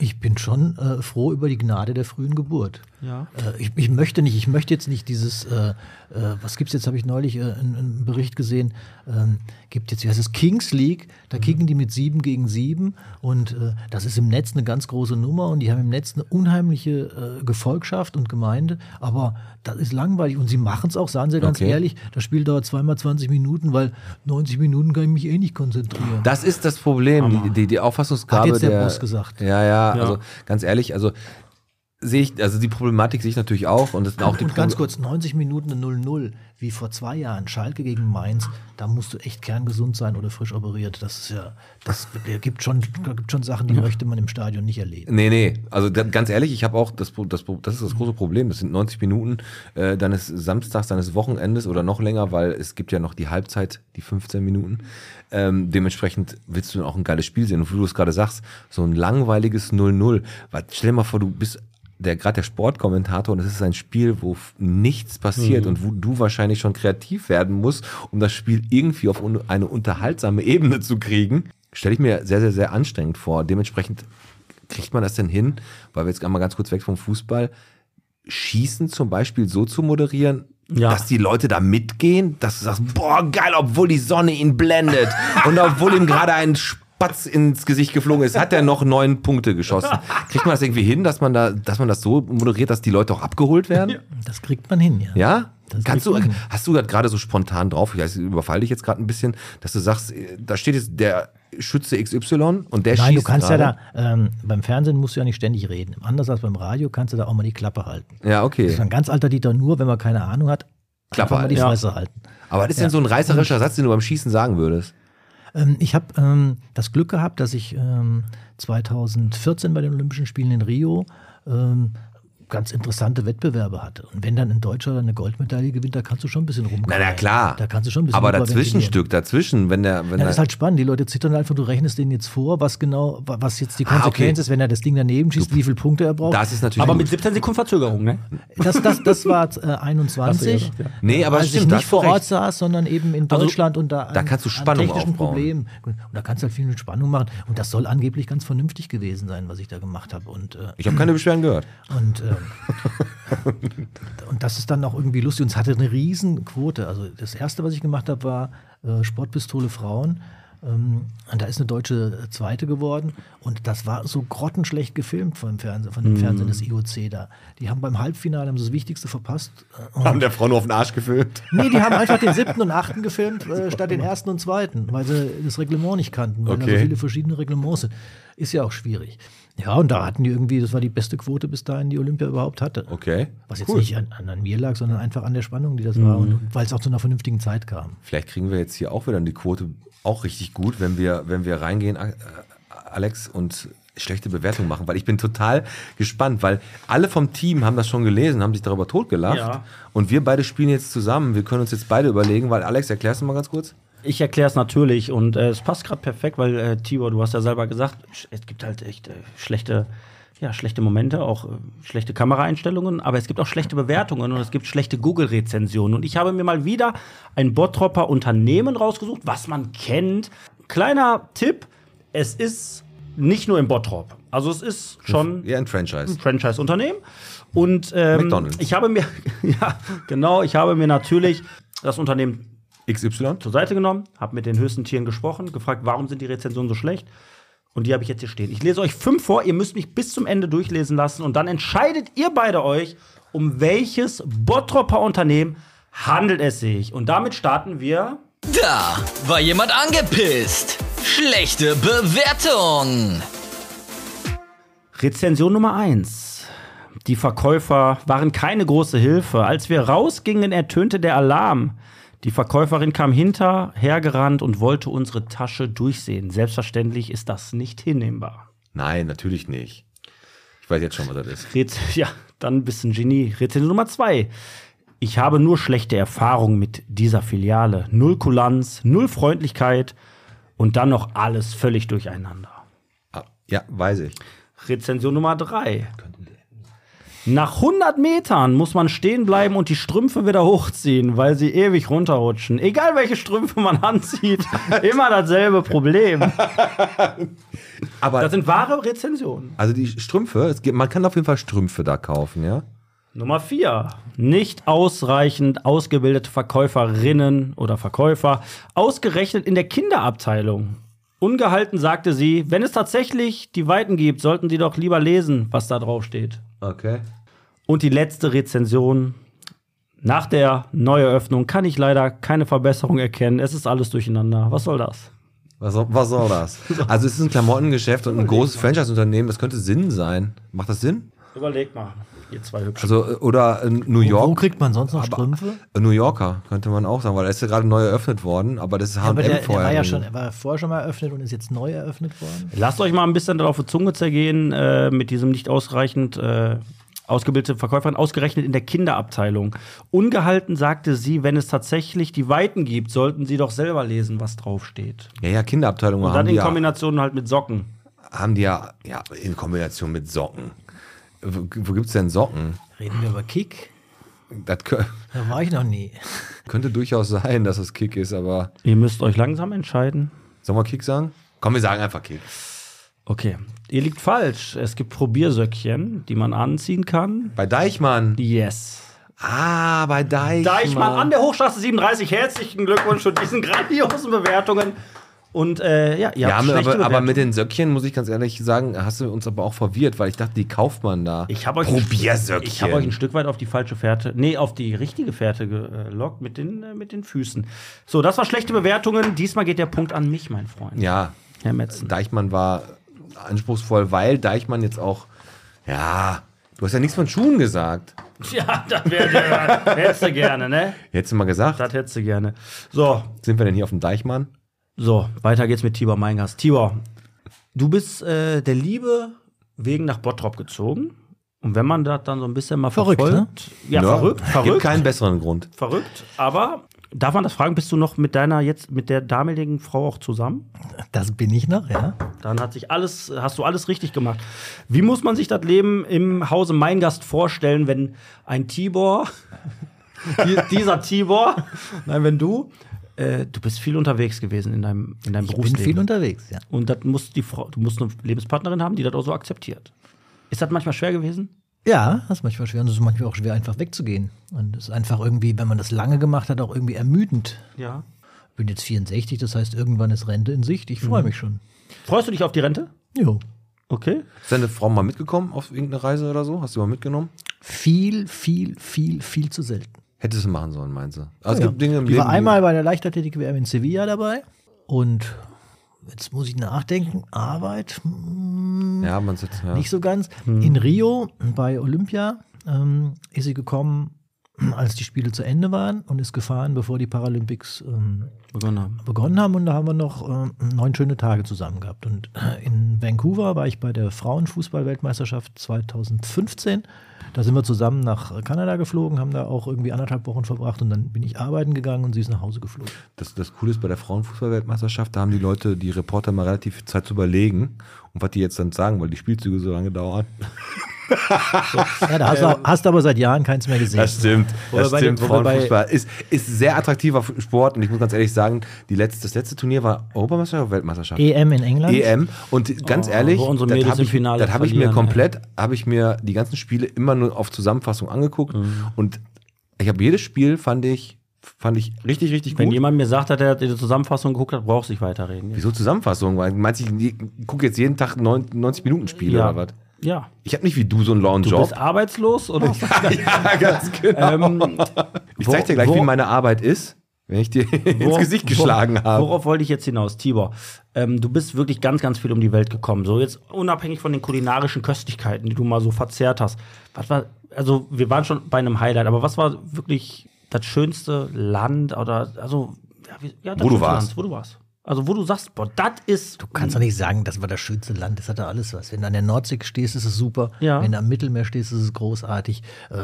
[SPEAKER 1] Ich bin schon äh, froh über die Gnade der frühen Geburt.
[SPEAKER 3] Ja.
[SPEAKER 1] Äh, ich, ich möchte nicht, ich möchte jetzt nicht dieses, äh, äh, was gibt's jetzt, habe ich neulich äh, einen, einen Bericht gesehen, ähm, gibt jetzt, wie heißt es, Kings League, da kicken die mit sieben gegen sieben und äh, das ist im Netz eine ganz große Nummer und die haben im Netz eine unheimliche äh, Gefolgschaft und Gemeinde, aber das ist langweilig und sie machen's auch, sagen sie ganz
[SPEAKER 4] Okay.
[SPEAKER 1] ehrlich, das Spiel dauert zweimal 20 Minuten, weil 90 Minuten kann ich mich eh nicht konzentrieren.
[SPEAKER 4] Das ist das Problem, die, die, die Auffassungsgabe.
[SPEAKER 1] Hat jetzt der Boss gesagt.
[SPEAKER 4] Ja, ja, also ganz ehrlich, also sehe ich, also die Problematik sehe ich natürlich auch und das sind auch die
[SPEAKER 1] und ganz
[SPEAKER 4] Proble-
[SPEAKER 1] kurz, 90 Minuten eine 0-0, wie vor zwei Jahren, Schalke gegen Mainz, da musst du echt kerngesund sein oder frisch operiert. Das ist ja, das gibt schon, gibt schon Sachen, die möchte man im Stadion nicht erleben.
[SPEAKER 4] Nee, nee, also da, ganz ehrlich, ich habe auch das, Pro- das, Pro- das ist das große Problem. Das sind 90 Minuten äh, deines Samstags, deines Wochenendes oder noch länger, weil es gibt ja noch die Halbzeit, die 15 Minuten. Ähm, dementsprechend willst du auch ein geiles Spiel sehen. Und wie du es gerade sagst, so ein langweiliges 0-0. Was- Stell dir mal vor, du bist der gerade der Sportkommentator und es ist ein Spiel, wo f- nichts passiert und wo du wahrscheinlich schon kreativ werden musst, um das Spiel irgendwie auf un eine unterhaltsame Ebene zu kriegen. Stelle ich mir sehr, sehr, sehr anstrengend vor. Dementsprechend kriegt man das denn hin, weil wir jetzt einmal ganz kurz weg vom Fußball, Schießen zum Beispiel so zu moderieren,
[SPEAKER 3] Ja.
[SPEAKER 4] dass die Leute da mitgehen, dass du sagst, boah, geil, obwohl die Sonne
[SPEAKER 1] (laughs)
[SPEAKER 4] ihn blendet und obwohl ihm gerade ein Spatz ins Gesicht geflogen ist, hat er noch neun
[SPEAKER 1] (laughs)
[SPEAKER 4] Punkte geschossen. Kriegt man das irgendwie hin, dass man da, dass man das so moderiert, dass die Leute auch abgeholt werden?
[SPEAKER 1] Das kriegt man hin, ja.
[SPEAKER 4] Ja?
[SPEAKER 1] Das
[SPEAKER 4] Kannst du,
[SPEAKER 1] kriegt man hin.
[SPEAKER 4] hast du das gerade so spontan drauf, ich weiß, ich überfall dich jetzt gerade ein bisschen, dass du sagst, äh, da steht jetzt der Schütze XY und der
[SPEAKER 1] Nein, du
[SPEAKER 4] schießt
[SPEAKER 1] kannst
[SPEAKER 4] gerade.
[SPEAKER 1] ja da, ähm, beim Fernsehen musst du ja nicht ständig reden. Anders als beim Radio kannst du da auch mal die Klappe halten.
[SPEAKER 4] Ja,
[SPEAKER 1] Das
[SPEAKER 4] okay.
[SPEAKER 1] ist ein ganz alter Dieter nur, wenn man keine Ahnung hat,
[SPEAKER 4] Klappe
[SPEAKER 1] einfach mal die
[SPEAKER 4] halten. Ja.
[SPEAKER 1] Fresse halten.
[SPEAKER 4] Aber das ist denn so ein reißerischer Satz, den du beim Schießen sagen würdest.
[SPEAKER 1] Ähm, ich habe ähm, das Glück gehabt, dass ich ähm, 2014 bei den Olympischen Spielen in Rio ähm, ganz interessante Wettbewerbe hatte. Und wenn dann ein Deutscher eine Goldmedaille gewinnt, da kannst du schon ein bisschen rumkommen.
[SPEAKER 4] Na, na klar.
[SPEAKER 1] Da kannst du schon ein bisschen
[SPEAKER 4] Aber
[SPEAKER 1] überventilieren.
[SPEAKER 4] dazwischenstück, dazwischen, wenn der, wenn
[SPEAKER 1] Ja,
[SPEAKER 4] der
[SPEAKER 1] das ist halt spannend. Die Leute zittern einfach, du rechnest denen jetzt vor, was genau, wa- was jetzt die Konsequenz
[SPEAKER 4] Ah, okay.
[SPEAKER 1] ist, wenn er das Ding daneben schießt, wie viele Punkte er braucht.
[SPEAKER 4] das ist natürlich.
[SPEAKER 3] Aber
[SPEAKER 4] gut.
[SPEAKER 3] mit 17 Sekunden Verzögerung, ne?
[SPEAKER 1] Das, das, das war äh, 21.
[SPEAKER 3] Hast du gesagt, ja.
[SPEAKER 4] Nee, aber
[SPEAKER 1] als
[SPEAKER 4] stimmt,
[SPEAKER 1] ich
[SPEAKER 4] da
[SPEAKER 1] nicht
[SPEAKER 4] hast du
[SPEAKER 1] vor Ort
[SPEAKER 4] recht. Also,
[SPEAKER 1] saß, sondern eben in Deutschland und da, an,
[SPEAKER 4] da kannst du
[SPEAKER 1] an
[SPEAKER 4] Spannung
[SPEAKER 1] technischen
[SPEAKER 4] aufbauen.
[SPEAKER 1] Problemen. Und da kannst du halt viel mit Spannung machen. Und das soll angeblich ganz vernünftig gewesen sein, was ich da gemacht habe. Und, äh,
[SPEAKER 4] Ich habe keine Beschwerden gehört.
[SPEAKER 1] und, ähm, und das ist dann auch irgendwie lustig. Und es hatte eine riesen Quote. Also das Erste, was ich gemacht habe, war äh, Sportpistole Frauen. Ähm, und da ist eine deutsche äh, Zweite geworden. Und das war so grottenschlecht gefilmt vom Fernsehen, von dem Fernsehen des IOC da. Die haben beim Halbfinale haben sie das Wichtigste verpasst. äh, Und
[SPEAKER 4] Haben der Frau nur auf den Arsch gefilmt.
[SPEAKER 1] Nee, die haben einfach den siebten und achten gefilmt, äh, statt den ersten und zweiten, weil sie das Reglement nicht kannten, weil da
[SPEAKER 4] Okay.
[SPEAKER 1] so viele verschiedene Reglements sind. Ist ja auch schwierig. Ja, und da hatten die irgendwie, das war die beste Quote bis dahin, die Olympia überhaupt hatte.
[SPEAKER 4] Okay. Mhm.
[SPEAKER 1] Was jetzt nicht an, an, an mir lag, sondern einfach an der Spannung, die das war und, und weil es auch zu einer vernünftigen Zeit kam.
[SPEAKER 4] Vielleicht kriegen wir jetzt hier auch wieder die Quote auch richtig gut, wenn wir, wenn wir reingehen, äh, Alex, und schlechte Bewertung machen, weil ich bin total gespannt, weil alle vom Team haben das schon gelesen, haben sich darüber totgelacht.
[SPEAKER 3] Ja.
[SPEAKER 4] Und wir beide spielen jetzt zusammen. Wir können uns jetzt beide überlegen, weil Alex, erklärst du mal ganz kurz?
[SPEAKER 3] Ich erkläre es natürlich und äh, es passt gerade perfekt, weil äh, Tibor, du hast ja selber gesagt, sch- es gibt halt echt äh, schlechte, ja, schlechte Momente, auch äh, schlechte Kameraeinstellungen, aber es gibt auch schlechte Bewertungen und es gibt schlechte Google-Rezensionen. Und ich habe mir mal wieder ein Bottropper Unternehmen rausgesucht, was man kennt. Kleiner Tipp, es ist nicht nur im Bottrop. Also es ist schon
[SPEAKER 4] Mhm. Ja, ein Franchise.
[SPEAKER 3] ein Franchise-Unternehmen. Und ähm,
[SPEAKER 4] McDonald's.
[SPEAKER 3] ich habe mir, (laughs) ja, genau, ich habe mir natürlich das Unternehmen
[SPEAKER 4] XY?
[SPEAKER 3] zur Seite genommen, habe mit den höchsten Tieren gesprochen, gefragt, warum sind die Rezensionen so schlecht? Und die habe ich jetzt hier stehen. Ich lese euch fünf vor, ihr müsst mich bis zum Ende durchlesen lassen und dann entscheidet ihr beide euch, um welches Bottroper Unternehmen handelt es sich. Und damit starten wir.
[SPEAKER 8] Da war jemand angepisst. Schlechte Bewertung.
[SPEAKER 3] Rezension Nummer 1. Die Verkäufer waren keine große Hilfe. Als wir rausgingen, ertönte der Alarm. Die Verkäuferin kam hinterhergerannt und wollte unsere Tasche durchsehen. Selbstverständlich ist das nicht hinnehmbar.
[SPEAKER 4] Nein, natürlich nicht. Ich weiß jetzt schon, was das ist.
[SPEAKER 3] Rez (laughs) ja, dann bist du ein Genie. Rezension Nummer zwei. Ich habe nur schlechte Erfahrungen mit dieser Filiale. Null Kulanz, null Freundlichkeit und dann noch alles völlig durcheinander.
[SPEAKER 4] Ah, ja, weiß ich.
[SPEAKER 3] Rezension Nummer drei. Nach 100 Metern muss man stehen bleiben und die Strümpfe wieder hochziehen, weil sie ewig runterrutschen. Egal welche Strümpfe man (laughs) anzieht, immer dasselbe Problem.
[SPEAKER 4] Aber
[SPEAKER 3] Das sind wahre Rezensionen.
[SPEAKER 4] also die Strümpfe, es gibt, man kann auf jeden Fall Strümpfe da kaufen, ja?
[SPEAKER 3] Nummer vier. Nicht ausreichend ausgebildete Verkäuferinnen oder Verkäufer, ausgerechnet in der Kinderabteilung. Ungehalten sagte sie, wenn es tatsächlich die Weiten gibt, sollten Sie doch lieber lesen, was da drauf steht.
[SPEAKER 4] Okay.
[SPEAKER 3] Und die letzte Rezension. Nach der Neueröffnung kann ich leider keine Verbesserung erkennen. Es ist alles durcheinander. Was soll das?
[SPEAKER 4] Was, soll- was soll das? (laughs) Also es ist ein Klamottengeschäft und ein großes Franchise-Unternehmen. Das könnte Sinn sein. Macht das Sinn?
[SPEAKER 3] Überleg mal, ihr zwei hübschen.
[SPEAKER 4] Also äh, oder äh, New
[SPEAKER 1] Wo
[SPEAKER 4] York,
[SPEAKER 1] kriegt man sonst noch Strümpfe?
[SPEAKER 4] äh, New Yorker könnte man auch sagen, weil er ist ja gerade neu eröffnet worden, aber das ist
[SPEAKER 1] Aber
[SPEAKER 4] H&M
[SPEAKER 1] der, der
[SPEAKER 4] vorher.
[SPEAKER 1] war ja
[SPEAKER 4] drin.
[SPEAKER 1] schon, er war vorher schon mal eröffnet und ist jetzt neu eröffnet worden.
[SPEAKER 3] Lasst euch mal ein bisschen auf die Zunge zergehen äh, mit diesem nicht ausreichend äh, ausgebildeten Verkäuferin, ausgerechnet in der Kinderabteilung. Ungehalten sagte sie, wenn es tatsächlich die Weiten gibt, sollten sie doch selber lesen, was draufsteht.
[SPEAKER 4] Ja, ja, Kinderabteilung
[SPEAKER 3] Und
[SPEAKER 4] haben
[SPEAKER 3] dann
[SPEAKER 4] die
[SPEAKER 3] in
[SPEAKER 4] ja,
[SPEAKER 3] Kombination halt mit Socken.
[SPEAKER 4] haben die ja, ja in Kombination mit Socken. Wo, wo gibt's denn Socken?
[SPEAKER 1] Reden wir über Kick?
[SPEAKER 4] Das kö-
[SPEAKER 1] Da war ich noch nie.
[SPEAKER 4] könnte durchaus sein, dass es Kick ist, aber
[SPEAKER 3] Ihr müsst euch langsam entscheiden.
[SPEAKER 4] sollen wir Kick sagen? Komm, wir sagen einfach Kick.
[SPEAKER 3] Okay, ihr liegt falsch. Es gibt Probiersöckchen, die man anziehen kann.
[SPEAKER 4] Bei Deichmann.
[SPEAKER 3] Yes.
[SPEAKER 4] Ah, bei Deichmann.
[SPEAKER 3] Deichmann an der Hochstraße 37. Herzlichen Glückwunsch zu diesen (laughs) grandiosen Bewertungen. Und äh, ja, ihr
[SPEAKER 4] Ja,
[SPEAKER 3] habt schlechte
[SPEAKER 4] aber, aber
[SPEAKER 3] Bewertungen.
[SPEAKER 4] mit den Söckchen, muss ich ganz ehrlich sagen, hast du uns aber auch verwirrt, weil ich dachte, die kauft man da.
[SPEAKER 3] Ich habe euch,
[SPEAKER 4] Probiersöckchen.
[SPEAKER 3] Ich hab euch ein Stück weit auf die falsche Fährte, nee, auf die richtige Fährte gelockt mit den, äh, mit den Füßen. So, das war schlechte Bewertungen. Diesmal geht der Punkt an mich, mein Freund.
[SPEAKER 4] Ja,
[SPEAKER 3] Herr Metzen.
[SPEAKER 4] Deichmann war anspruchsvoll, weil Deichmann jetzt auch, ja, du hast ja nichts von Schuhen gesagt.
[SPEAKER 3] Ja, das wär, der, hättest du gerne, ne?
[SPEAKER 4] Hättest du mal gesagt,
[SPEAKER 3] Das hättest du gerne. So,
[SPEAKER 4] sind wir denn hier auf dem Deichmann?
[SPEAKER 3] so, weiter geht's mit Tibor Meingast. Tibor, du bist äh, der Liebe wegen nach Bottrop gezogen. Und wenn man das dann so ein bisschen mal
[SPEAKER 1] Verrückt,
[SPEAKER 3] verfolgt, ja,
[SPEAKER 4] Ne?
[SPEAKER 3] verrückt,
[SPEAKER 4] Gibt
[SPEAKER 3] verrückt,
[SPEAKER 4] keinen besseren Grund.
[SPEAKER 3] verrückt, aber darf man das fragen, bist du noch mit deiner jetzt mit der damaligen Frau auch zusammen?
[SPEAKER 1] Das bin ich noch, ja.
[SPEAKER 3] Dann hat sich alles, hast du alles richtig gemacht. Wie muss man sich das Leben im Hause Meingast vorstellen, wenn ein Tibor, (laughs) die- dieser Tibor, nein, wenn du, äh, du bist viel unterwegs gewesen in deinem, in deinem
[SPEAKER 1] Ich bin
[SPEAKER 3] Berufsleben.
[SPEAKER 1] viel unterwegs, ja.
[SPEAKER 3] und das muss die Frau, du musst eine Lebenspartnerin haben, die das auch so akzeptiert. Ist das manchmal schwer gewesen?
[SPEAKER 1] Ja, das ist manchmal schwer. Und es ist manchmal auch schwer, einfach wegzugehen. Und es ist einfach irgendwie, wenn man das lange gemacht hat, auch irgendwie ermüdend.
[SPEAKER 3] Ja.
[SPEAKER 1] Ich bin jetzt 64, das heißt, irgendwann ist Rente in Sicht. Ich
[SPEAKER 4] Mhm.
[SPEAKER 1] freue mich schon.
[SPEAKER 3] Freust du dich auf die Rente?
[SPEAKER 1] Jo.
[SPEAKER 3] Okay.
[SPEAKER 4] Ist deine Frau mal mitgekommen auf irgendeine Reise oder so? Hast du mal mitgenommen?
[SPEAKER 1] Viel, viel, viel, viel zu selten.
[SPEAKER 4] Hättest du machen sollen, meinst du? Also, es
[SPEAKER 1] Ja.
[SPEAKER 4] gibt Dinge im
[SPEAKER 1] ich
[SPEAKER 4] Leben.
[SPEAKER 1] war einmal bei der Leichtathletik-WM in Sevilla dabei. Und jetzt muss ich nachdenken. Arbeit, hm,
[SPEAKER 4] Die, ja, man sitzt, ja. Hm.
[SPEAKER 1] nicht so ganz. In Rio bei Olympia ähm, ist sie gekommen, als die Spiele zu Ende waren und ist gefahren, bevor die Paralympics ähm,
[SPEAKER 3] Begonnen haben.
[SPEAKER 1] begonnen haben. Und da haben wir noch ähm, neun schöne Tage zusammen gehabt. Und äh, in Vancouver war ich bei der Frauenfußball-Weltmeisterschaft 2015. Da sind wir zusammen nach Kanada geflogen, haben da auch irgendwie anderthalb Wochen verbracht und dann bin ich arbeiten gegangen und sie ist nach Hause geflogen.
[SPEAKER 4] Das, das Coole ist bei der Frauenfußballweltmeisterschaft, da haben die Leute, die Reporter mal relativ viel Zeit zu überlegen und was die jetzt dann sagen, weil die Spielzüge so lange dauern.
[SPEAKER 1] Ja, da hast, du, hast du aber seit Jahren keins mehr gesehen.
[SPEAKER 4] Das stimmt. Das
[SPEAKER 1] wir bei
[SPEAKER 4] stimmt.
[SPEAKER 1] den- wo wir bei-
[SPEAKER 4] Frauenfußball ist, ist sehr attraktiver Sport und ich muss ganz ehrlich sagen, die letzte, das letzte Turnier war Europameisterschaft oder Weltmeisterschaft?
[SPEAKER 1] EM E in England.
[SPEAKER 4] EM und ganz ehrlich,
[SPEAKER 3] Oh, wo unsere
[SPEAKER 4] das
[SPEAKER 3] Mädels
[SPEAKER 4] habe
[SPEAKER 3] im
[SPEAKER 4] ich,
[SPEAKER 3] Finale
[SPEAKER 4] das hab ich mir
[SPEAKER 3] verlieren,
[SPEAKER 4] komplett, habe ich mir die ganzen Spiele immer nur auf Zusammenfassung angeguckt
[SPEAKER 3] Mhm.
[SPEAKER 4] und ich habe jedes Spiel fand ich fand ich richtig richtig
[SPEAKER 3] Wenn
[SPEAKER 4] gut.
[SPEAKER 3] jemand mir sagt, dass er die Zusammenfassung geguckt hat, brauchst du nicht weiterreden.
[SPEAKER 4] Wieso Zusammenfassung? Weil Meinst du, ich gucke jetzt jeden Tag 90 Minuten Spiele
[SPEAKER 3] Ja.
[SPEAKER 4] oder was?
[SPEAKER 3] Ja.
[SPEAKER 4] Ich habe nicht wie du so einen lauen
[SPEAKER 3] Du
[SPEAKER 4] Job. (laughs)
[SPEAKER 3] bist arbeitslos oder? (laughs)
[SPEAKER 4] ja, ganz genau.
[SPEAKER 3] Ähm,
[SPEAKER 4] ich zeig dir gleich,
[SPEAKER 3] wo-
[SPEAKER 4] wie meine Arbeit ist, wenn ich dir (laughs) ins
[SPEAKER 3] Wor-
[SPEAKER 4] Gesicht
[SPEAKER 3] wor-
[SPEAKER 4] geschlagen habe.
[SPEAKER 3] Worauf wollte ich jetzt hinaus, Tibor? Ähm, du bist wirklich ganz, ganz viel um die Welt gekommen. So jetzt unabhängig von den kulinarischen Köstlichkeiten, die du mal so verzehrt hast. Was war, also wir waren schon bei einem Highlight, aber was war wirklich das schönste Land oder also ja, wie, ja, das
[SPEAKER 4] Wo du
[SPEAKER 3] schönste
[SPEAKER 4] warst.
[SPEAKER 3] Land, wo du warst. Also wo du sagst, boah, das ist. Du
[SPEAKER 1] Du kannst doch nicht sagen, das war das schönste Land, das hatte alles was. Wenn du an der Nordsee stehst, ist es super.
[SPEAKER 3] Ja.
[SPEAKER 1] Wenn du am Mittelmeer stehst, ist es großartig. Äh,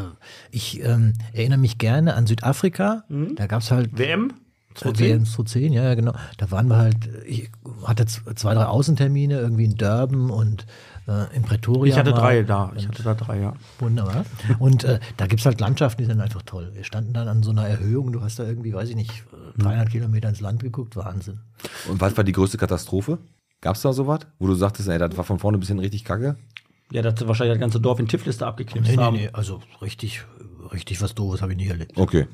[SPEAKER 1] Ich ähm, erinnere mich gerne an Südafrika. Da gab es halt
[SPEAKER 3] WM?
[SPEAKER 1] WM 2010, ja, ja, genau. Da waren wir halt, ich hatte z- zwei, drei Außentermine, irgendwie in Durban und äh, in Pretoria.
[SPEAKER 3] Ich hatte
[SPEAKER 1] mal.
[SPEAKER 3] drei da. Ich hatte da drei, ja.
[SPEAKER 1] Wunderbar. Und äh, da gibt es halt Landschaften, die sind einfach toll. Wir standen dann an so einer Erhöhung, du hast da irgendwie, weiß ich nicht,
[SPEAKER 3] Hm.
[SPEAKER 1] 300 Kilometer ins Land geguckt, Wahnsinn.
[SPEAKER 4] Und was war die größte Katastrophe? Gab's da sowas, wo du sagtest, ey, das war von vorne ein bisschen richtig kacke?
[SPEAKER 3] Ja, das hat wahrscheinlich das ganze Dorf in Tiflis da abgeknipst
[SPEAKER 1] Nee, nee,
[SPEAKER 3] haben.
[SPEAKER 1] nee, also richtig, richtig was Doofes habe ich nicht erlebt.
[SPEAKER 4] Okay.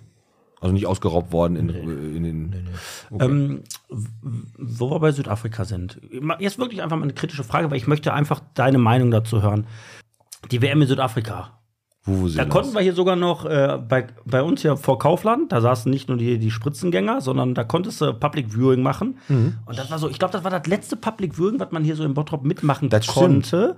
[SPEAKER 4] Also nicht ausgeraubt worden in, in den. Okay.
[SPEAKER 3] Ähm, w- wo wir bei Südafrika sind. Ma- Jetzt wirklich einfach mal eine kritische Frage, weil ich möchte einfach deine Meinung dazu hören. Die WM in Südafrika. Da
[SPEAKER 4] Vuvuzelas.
[SPEAKER 3] konnten wir hier sogar noch äh, bei, bei uns hier vor Kaufland, da saßen nicht nur die, die Spritzengänger, sondern da konntest du Public Viewing machen.
[SPEAKER 4] Mhm.
[SPEAKER 3] Und das war so, ich glaube, das war das letzte Public Viewing, was man hier so in Bottrop mitmachen
[SPEAKER 4] Das stimmt.
[SPEAKER 3] konnte.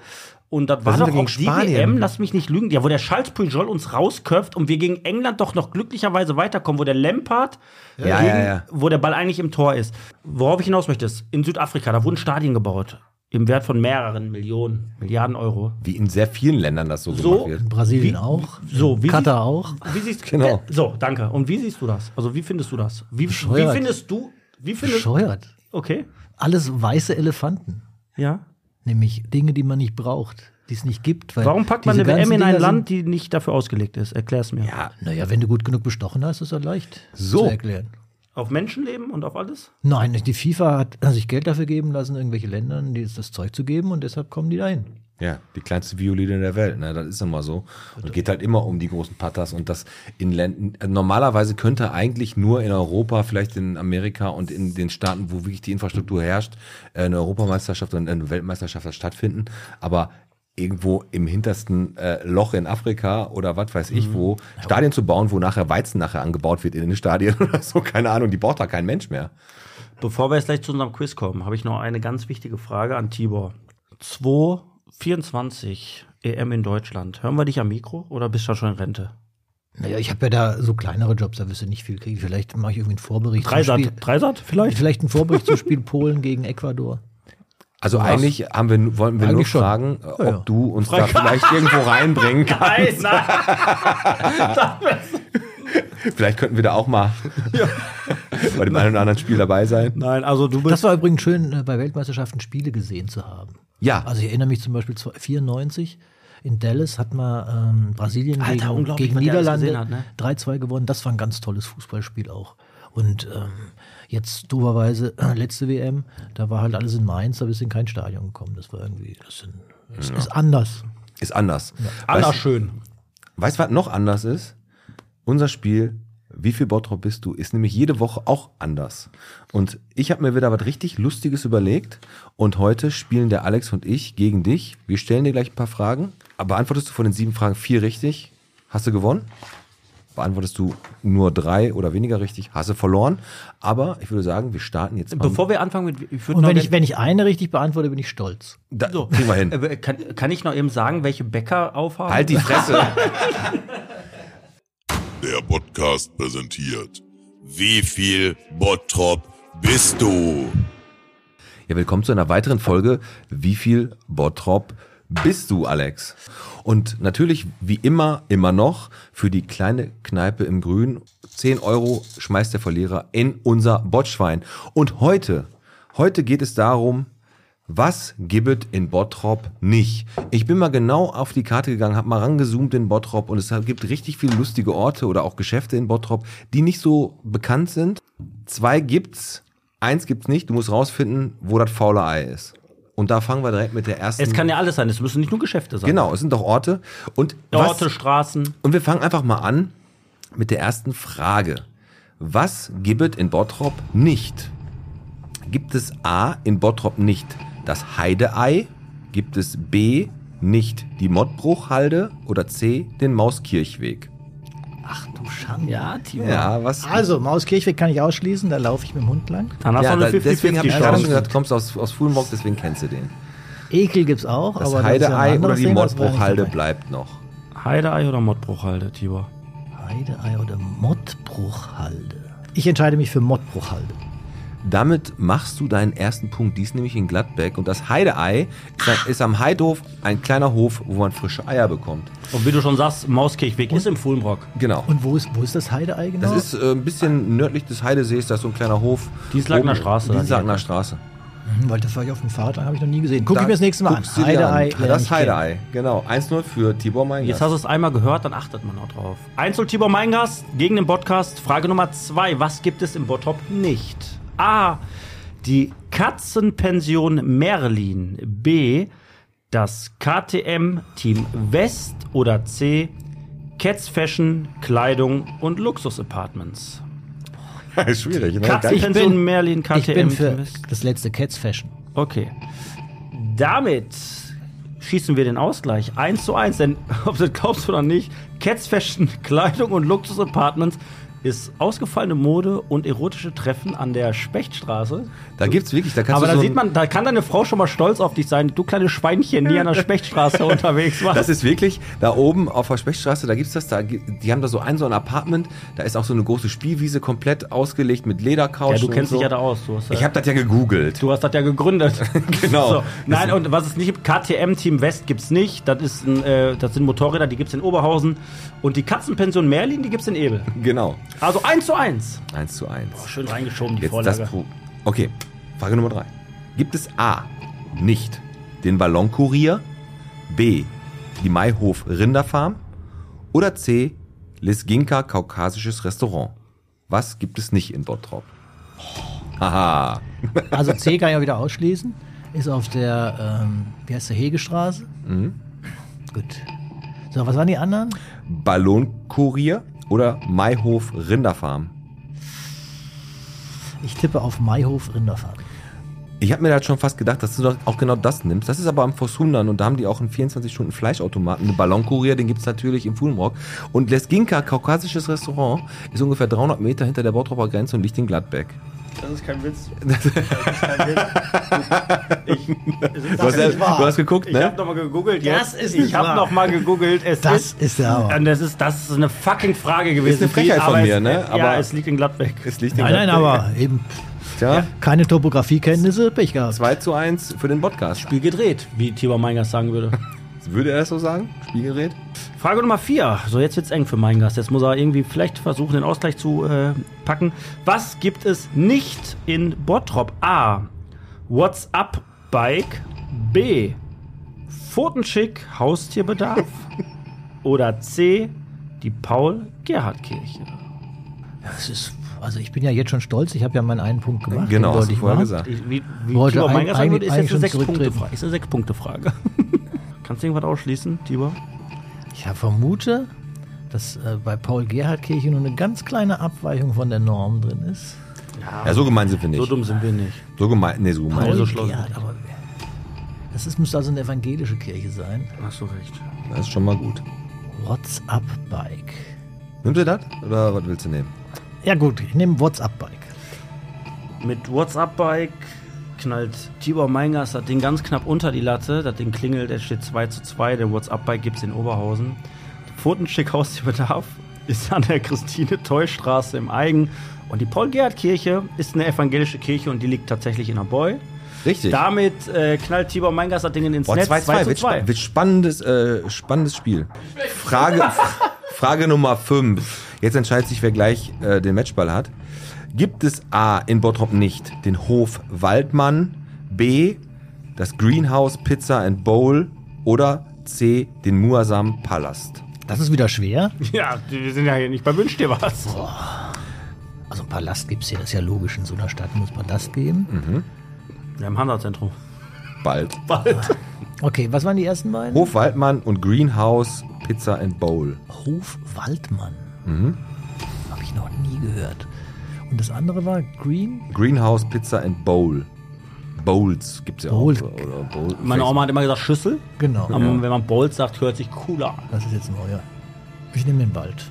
[SPEAKER 3] Und das war
[SPEAKER 4] sind
[SPEAKER 3] doch
[SPEAKER 4] wir gegen
[SPEAKER 3] auch die
[SPEAKER 4] Spanien.
[SPEAKER 3] WM, lass mich nicht lügen, ja, wo der Charles Pujol uns rausköpft und wir gegen England doch noch glücklicherweise weiterkommen, wo der Lampard,
[SPEAKER 4] Ja,
[SPEAKER 3] gegen,
[SPEAKER 4] ja, ja.
[SPEAKER 3] wo der Ball eigentlich im Tor ist. Worauf ich hinaus möchte, ist, in Südafrika, da wurden Stadien gebaut. Im Wert von mehreren Millionen, Milliarden Euro.
[SPEAKER 4] Wie in sehr vielen Ländern das so,
[SPEAKER 3] So-
[SPEAKER 4] gemacht wird.
[SPEAKER 1] In Brasilien
[SPEAKER 3] Wie-
[SPEAKER 1] auch,
[SPEAKER 3] so, wie
[SPEAKER 1] Katar
[SPEAKER 3] sie-
[SPEAKER 1] auch.
[SPEAKER 3] Wie siehst
[SPEAKER 4] Genau.
[SPEAKER 3] Äh, So, danke. Und wie siehst du das? Also wie findest du das? Wie, wie
[SPEAKER 1] Bescheuert.
[SPEAKER 3] findest du? Wie findest
[SPEAKER 1] Bescheuert.
[SPEAKER 3] Okay.
[SPEAKER 1] Alles weiße Elefanten.
[SPEAKER 3] Ja.
[SPEAKER 1] Nämlich Dinge, die man nicht braucht, die es nicht gibt. Weil
[SPEAKER 3] Warum packt man
[SPEAKER 1] diese
[SPEAKER 3] eine WM
[SPEAKER 1] ganzen
[SPEAKER 3] in ein
[SPEAKER 1] Dinger
[SPEAKER 3] Land, die nicht dafür ausgelegt ist? Erklär's mir.
[SPEAKER 4] Ja,
[SPEAKER 1] Sind, naja, wenn du gut genug bestochen hast, ist das leicht
[SPEAKER 4] So.
[SPEAKER 1] zu erklären.
[SPEAKER 3] Auf Menschenleben und auf alles?
[SPEAKER 1] Nein, die FIFA hat sich Geld dafür geben lassen, irgendwelche Ländern die das Zeug zu geben und deshalb kommen die dahin.
[SPEAKER 4] ja, die kleinste Violine der Welt, ne? Das ist immer so. Und geht halt immer um die großen Patas und das in Ländern. äh, Normalerweise könnte eigentlich nur in Europa, vielleicht in Amerika und in den Staaten, wo wirklich die Infrastruktur herrscht, äh, eine Europameisterschaft und eine Weltmeisterschaft das stattfinden. Aber irgendwo im hintersten äh, Loch in Afrika oder was weiß
[SPEAKER 1] Mhm.
[SPEAKER 4] ich wo, Stadien zu bauen, wo nachher Weizen nachher angebaut wird in den Stadien (laughs) oder so, keine Ahnung, die braucht da kein Mensch mehr.
[SPEAKER 3] Bevor wir jetzt gleich zu unserem Quiz kommen, habe ich noch eine ganz wichtige Frage an Tibor. 224 EM in Deutschland. Hören wir dich am Mikro oder bist du schon in Rente?
[SPEAKER 1] Naja, ich habe ja da so kleinere Jobs, da wirst du nicht viel kriegen. Vielleicht mache ich irgendwie einen Vorbericht. zum
[SPEAKER 3] Dreisat,
[SPEAKER 1] Spiel.
[SPEAKER 3] Dreisat vielleicht?
[SPEAKER 1] Vielleicht einen Vorbericht zum Spiel Polen gegen Ecuador.
[SPEAKER 4] Also eigentlich haben wir, wollten wir nur
[SPEAKER 1] Eigentlich schon.
[SPEAKER 4] fragen, äh, ob
[SPEAKER 1] Ja, ja.
[SPEAKER 4] du uns da vielleicht
[SPEAKER 1] (laughs)
[SPEAKER 4] irgendwo reinbringen
[SPEAKER 3] (laughs)
[SPEAKER 4] kannst.
[SPEAKER 3] Nein, nein.
[SPEAKER 4] Vielleicht könnten wir da auch mal (laughs) bei dem einen oder anderen Spiel dabei sein.
[SPEAKER 3] (laughs) nein, also du bist.
[SPEAKER 1] Das war übrigens schön, äh, bei Weltmeisterschaften Spiele gesehen zu haben.
[SPEAKER 4] Ja.
[SPEAKER 1] Also ich erinnere mich zum Beispiel 94 in Dallas hat man ähm, Brasilien
[SPEAKER 3] Alter,
[SPEAKER 1] gegen,
[SPEAKER 3] unglaublich,
[SPEAKER 1] gegen
[SPEAKER 3] was der alles
[SPEAKER 1] Niederlande
[SPEAKER 3] gesehen hat, ne?
[SPEAKER 1] 3-2 gewonnen. Das war ein ganz tolles Fußballspiel auch. Und ähm, jetzt dooferweise äh, letzte WM, da war halt alles in Mainz, da bist du in kein Stadion gekommen. Das war irgendwie, das, sind, das ist anders.
[SPEAKER 4] Ist anders.
[SPEAKER 3] Anna
[SPEAKER 4] Weißt
[SPEAKER 3] schön.
[SPEAKER 4] weißt du, was noch anders ist? Unser Spiel, wie viel Bottrop bist du, ist nämlich jede Woche auch anders. Und ich habe mir wieder was richtig Lustiges überlegt. Und heute spielen der Alex und ich gegen dich. Wir stellen dir gleich ein paar Fragen. Aber beantwortest du von den sieben Fragen vier richtig, hast du gewonnen. Beantwortest du nur drei oder weniger richtig, hast du verloren. Aber ich würde sagen, wir starten jetzt. am-
[SPEAKER 3] Bevor wir anfangen mit. Ich würd
[SPEAKER 1] Ähm, Und
[SPEAKER 3] noch
[SPEAKER 1] wenn
[SPEAKER 3] gern-
[SPEAKER 1] ich, wenn ich eine richtig beantworte, bin ich stolz.
[SPEAKER 4] da, kriegen wir
[SPEAKER 3] (laughs)
[SPEAKER 4] hin.
[SPEAKER 3] Äh, Kann, kann ich noch eben sagen, welche Bäcker aufhaben?
[SPEAKER 4] Halt die Fresse.
[SPEAKER 9] Der Podcast präsentiert. Wie viel Bottrop bist du?
[SPEAKER 4] Ja, willkommen zu einer weiteren Folge. Wie viel Bottrop bist du, Alex? Und natürlich, wie immer, immer noch, für die kleine Kneipe im Grün, 10 Euro schmeißt der Verlierer in unser Botschwein. Und heute, heute geht es darum, was gibbet in Bottrop nicht? Ich bin mal genau auf die Karte gegangen, habe mal rangezoomt in Bottrop und es gibt richtig viele lustige Orte oder auch Geschäfte in Bottrop, die nicht so bekannt sind. Zwei gibt's, eins gibt's nicht. Du musst rausfinden, wo das faule Ei ist. Und da fangen wir direkt mit der ersten.
[SPEAKER 3] (laughs) Es kann ja alles sein, es müssen nicht nur Geschäfte sein.
[SPEAKER 4] genau, es sind doch Orte. Und
[SPEAKER 3] Orte,
[SPEAKER 4] Genau. was,
[SPEAKER 3] Straßen.
[SPEAKER 4] und wir fangen einfach mal an mit der ersten Frage. Was gibbet in Bottrop nicht? Gibt es A in Bottrop nicht das Heideei? Gibt es B nicht die Mottbruchhalde oder C den Mauskirchweg?
[SPEAKER 1] Ach du Schande.
[SPEAKER 3] Ja, Timo.
[SPEAKER 4] Ja, was?
[SPEAKER 1] Also, Mauskirchweg kann ich ausschließen, da laufe ich mit dem Hund lang.
[SPEAKER 3] Dann hast
[SPEAKER 4] ja,
[SPEAKER 3] du
[SPEAKER 4] da,
[SPEAKER 3] eine 50
[SPEAKER 4] deswegen habe
[SPEAKER 3] 50
[SPEAKER 4] ich gerade schon
[SPEAKER 3] Chance.
[SPEAKER 4] gesagt, du kommst aus, aus Fulmburg, deswegen kennst du den.
[SPEAKER 1] Ekel gibt's auch,
[SPEAKER 4] Das
[SPEAKER 1] aber ist ja ein
[SPEAKER 4] Heideei oder
[SPEAKER 1] anderes
[SPEAKER 4] die
[SPEAKER 1] Thema, das war nicht
[SPEAKER 4] Mottbruchhalde
[SPEAKER 1] dabei.
[SPEAKER 4] bleibt noch.
[SPEAKER 3] Heideei oder Mottbruchhalde, Tibor?
[SPEAKER 1] Heideei oder Mottbruchhalde? Ich entscheide mich für Mottbruchhalde.
[SPEAKER 4] Damit machst du deinen ersten Punkt. Dies nämlich in Gladbeck. Und das Heideei ist, ein, ist am Heidhof ein kleiner Hof, wo man frische Eier bekommt.
[SPEAKER 3] Und wie du schon sagst, Mauskirchweg ist im Fulmrock.
[SPEAKER 4] Genau.
[SPEAKER 1] Und wo ist, wo ist das Heideei genau?
[SPEAKER 4] Das ist äh, ein bisschen nördlich des Heidesees, da ist so ein kleiner Hof.
[SPEAKER 3] Dienstlagener
[SPEAKER 4] Oben-
[SPEAKER 3] Straße.
[SPEAKER 4] Dienstlagener Straße.
[SPEAKER 1] Hm, weil das war ich auf dem Fahrrad, habe ich noch nie gesehen. Guck
[SPEAKER 4] Da
[SPEAKER 1] ich mir das nächste Mal an.
[SPEAKER 4] guckst du dir
[SPEAKER 1] lerne
[SPEAKER 4] Das
[SPEAKER 1] ich
[SPEAKER 4] Heideei, genau. 1-0 für Tibor Mein.
[SPEAKER 3] Jetzt hast du es einmal gehört, dann achtet man auch drauf. Einzel Tibor Meingast gegen den Podcast. Frage Nummer zwei. Was gibt es im Bottrop nicht? A. Die Katzenpension Merlin. B. das KTM Team West oder C Cats Fashion, Kleidung und Luxus Apartments.
[SPEAKER 4] ist (laughs) schwierig, ne?
[SPEAKER 3] Katz, ich
[SPEAKER 1] bin-
[SPEAKER 3] bin Merlin KTM
[SPEAKER 1] Ich bin
[SPEAKER 3] Team
[SPEAKER 1] für
[SPEAKER 3] West.
[SPEAKER 1] das letzte Cats Fashion.
[SPEAKER 3] Okay. Damit schießen wir den Ausgleich 1 zu 1, denn (laughs) ob du das glaubst oder nicht, Cats Fashion, (laughs) Kleidung und Luxus Apartments ist ausgefallene Mode und erotische Treffen an der Spechtstraße.
[SPEAKER 4] Da gibt's wirklich, da kannst
[SPEAKER 3] Aber
[SPEAKER 4] du
[SPEAKER 3] da
[SPEAKER 4] Also so
[SPEAKER 3] sieht
[SPEAKER 4] ein-
[SPEAKER 3] man, da kann deine Frau schon mal stolz auf dich sein, du kleine Schweinchen, die an
[SPEAKER 4] (laughs)
[SPEAKER 3] der Spechtstraße unterwegs warst.
[SPEAKER 4] Das ist wirklich, da oben auf der Spechtstraße, da gibt's das, da, gi- die haben da so ein, so ein Apartment, da ist auch so eine große Spielwiese komplett ausgelegt mit
[SPEAKER 3] ja,
[SPEAKER 4] Ledercouch.
[SPEAKER 3] du kennst
[SPEAKER 4] und so.
[SPEAKER 3] dich halt ja da aus. Du hast, ja-
[SPEAKER 4] Ich habe das ja gegoogelt.
[SPEAKER 3] Du hast das ja gegründet.
[SPEAKER 4] (laughs) Genau.
[SPEAKER 3] Nein, und was es nicht gibt, KTM Team West gibt's nicht. Das, ist ein, äh, das sind Motorräder, die gibt's in Oberhausen. Und die Katzenpension Merlin, die gibt's in Ebel.
[SPEAKER 4] Genau.
[SPEAKER 3] Also 1 zu 1.
[SPEAKER 4] Eins zu eins.
[SPEAKER 3] Schön reingeschoben, die
[SPEAKER 4] Jetzt
[SPEAKER 3] Vorlage.
[SPEAKER 4] das Pro Okay, Frage Nummer drei. Gibt es A. Nicht den Ballonkurier, B. die Maihof Rinderfarm oder C. Lesginka kaukasisches Restaurant? Was gibt es nicht in Bottrop? Haha.
[SPEAKER 1] Also C kann ich ja wieder ausschließen. Ist auf der, ähm, wie heißt der, Hegestraße.
[SPEAKER 4] Mhm.
[SPEAKER 1] Gut. So, was waren die anderen?
[SPEAKER 4] Ballonkurier oder Maihof Rinderfarm?
[SPEAKER 1] Ich tippe auf Maihof Rinderfarm.
[SPEAKER 4] Ich habe mir da schon fast gedacht, dass du doch auch genau das nimmst. Das ist aber am Vossundern und da haben die auch einen 24-Stunden-Fleischautomaten, einen Ballonkurier, den gibt's natürlich im Fulmrock. Und Lesginka, kaukasisches Restaurant, ist ungefähr 300 Meter hinter der Bottroper Grenze und liegt in Gladbeck.
[SPEAKER 3] Das ist kein
[SPEAKER 4] (laughs)
[SPEAKER 3] Witz.
[SPEAKER 4] Du hast, ja- du hast geguckt,
[SPEAKER 3] Ich
[SPEAKER 4] ne?
[SPEAKER 3] habe nochmal gegoogelt.
[SPEAKER 1] Das
[SPEAKER 3] Jetzt.
[SPEAKER 1] ist nicht
[SPEAKER 3] ich habe
[SPEAKER 1] wahr.
[SPEAKER 3] nochmal gegoogelt. Es
[SPEAKER 1] Das ist der Hammer.
[SPEAKER 3] Und das ist, das ist eine fucking Frage gewesen.
[SPEAKER 4] eine Frechheit
[SPEAKER 3] Fried,
[SPEAKER 4] von
[SPEAKER 3] aber
[SPEAKER 4] mir,
[SPEAKER 3] es,
[SPEAKER 4] ne?
[SPEAKER 3] ja,
[SPEAKER 4] Aber-
[SPEAKER 3] es liegt in Gladbeck.
[SPEAKER 4] Es liegt in
[SPEAKER 1] Nein, nein,
[SPEAKER 4] Gladbeck.
[SPEAKER 1] aber eben
[SPEAKER 4] Tja,
[SPEAKER 1] keine Topografiekenntnisse, Pech gehabt.
[SPEAKER 4] 2 zu 1 für den Podcast.
[SPEAKER 3] Spiel gedreht, wie Tibor Meingast sagen würde.
[SPEAKER 4] Würde er das so sagen? Spielgerät?
[SPEAKER 3] Frage Nummer 4. So, jetzt wird's eng für meinen Gast. Jetzt muss er irgendwie vielleicht versuchen, den Ausgleich zu äh, packen. Was gibt es nicht in Bottrop? A. WhatsApp Bike. B. Pfotenschick (laughs) Haustierbedarf. Oder C. Die Paul-Gerhardt-Kirche.
[SPEAKER 1] Das ist, also ich bin ja jetzt schon stolz, ich habe ja meinen einen Punkt gemacht. den
[SPEAKER 4] Genau, hast
[SPEAKER 1] wollte
[SPEAKER 4] du
[SPEAKER 1] ich
[SPEAKER 4] vorher
[SPEAKER 1] machen.
[SPEAKER 4] gesagt.
[SPEAKER 3] Ich- Wie, wie
[SPEAKER 1] Wollte
[SPEAKER 3] Tibor
[SPEAKER 1] ein-
[SPEAKER 3] Meingast sagen würde, ist
[SPEAKER 1] eigentlich
[SPEAKER 3] jetzt eine
[SPEAKER 1] schon
[SPEAKER 3] Sechs-Punkte-Frage.
[SPEAKER 1] zurücktreten.
[SPEAKER 3] Ist eine Sechs-Punkte-Frage. (laughs) Kannst du irgendwas ausschließen, Tibor?
[SPEAKER 1] Ich vermute, dass äh, bei Paul Gerhard Kirche nur eine ganz kleine Abweichung von der Norm drin ist.
[SPEAKER 4] Ja, so gemein sind wir
[SPEAKER 3] So
[SPEAKER 4] nicht.
[SPEAKER 3] dumm sind wir nicht.
[SPEAKER 4] So gemein, nee, so gemein.
[SPEAKER 3] Also
[SPEAKER 1] Paul
[SPEAKER 3] schlossen.
[SPEAKER 1] Gerhard, aber wer- das ist, müsste also eine evangelische Kirche sein.
[SPEAKER 3] Hast du recht.
[SPEAKER 4] Das ist schon mal gut.
[SPEAKER 1] WhatsApp Bike.
[SPEAKER 4] Nimmst du das? Oder was willst du nehmen?
[SPEAKER 1] Ja gut, ich nehme WhatsApp Bike.
[SPEAKER 3] Mit WhatsApp-Bike knallt Tibor Meingast das Ding ganz knapp unter die Latte. Das Ding klingelt, es steht 2 zu 2. Der WhatsApp-Bike gibt es in Oberhausen. Pfotenschick Haustierbedarf ist an der Christine-Toll-Straße im Eigen. Und die Paul-Gerhardt-Kirche ist eine evangelische Kirche und die liegt tatsächlich in Aboy.
[SPEAKER 4] Richtig.
[SPEAKER 3] Damit äh, knallt Tibor Meingast das Ding ins
[SPEAKER 4] Boah,
[SPEAKER 3] Netz
[SPEAKER 4] 2
[SPEAKER 3] 2
[SPEAKER 4] 2
[SPEAKER 3] zu
[SPEAKER 4] wird,
[SPEAKER 3] 2.
[SPEAKER 4] spa wird spannendes, äh, spannendes Spiel. Frage, Frage Nummer 5. Jetzt entscheidet sich, wer gleich äh, den Matchball hat. Gibt es A in Bottrop nicht den Hof Waldmann, B das Greenhouse Pizza and Bowl oder C den Muasam Palast?
[SPEAKER 1] Das ist wieder schwer.
[SPEAKER 3] Ja, wir sind ja hier nicht bei Wünsch dir was.
[SPEAKER 1] Also ein Palast gibt es hier, ist ja logisch. In so einer Stadt muss Palast geben.
[SPEAKER 4] Mhm.
[SPEAKER 3] Ja, im Handelszentrum.
[SPEAKER 4] Bald.
[SPEAKER 1] Okay, was waren die ersten beiden?
[SPEAKER 4] Hof Waldmann und Greenhouse Pizza and Bowl.
[SPEAKER 1] Hof Waldmann.
[SPEAKER 4] Mhm.
[SPEAKER 1] Habe ich noch nie gehört. Und das andere war Green.
[SPEAKER 4] Greenhouse Pizza and Bowl. Bowls gibt's ja
[SPEAKER 1] Bowl.
[SPEAKER 4] auch. Oder Bowl.
[SPEAKER 3] Meine Oma hat immer gesagt Schüssel.
[SPEAKER 1] Genau.
[SPEAKER 3] Aber wenn man Bolt sagt, hört sich cooler an.
[SPEAKER 1] Das ist jetzt neu. ja. Ich nehme den Wald.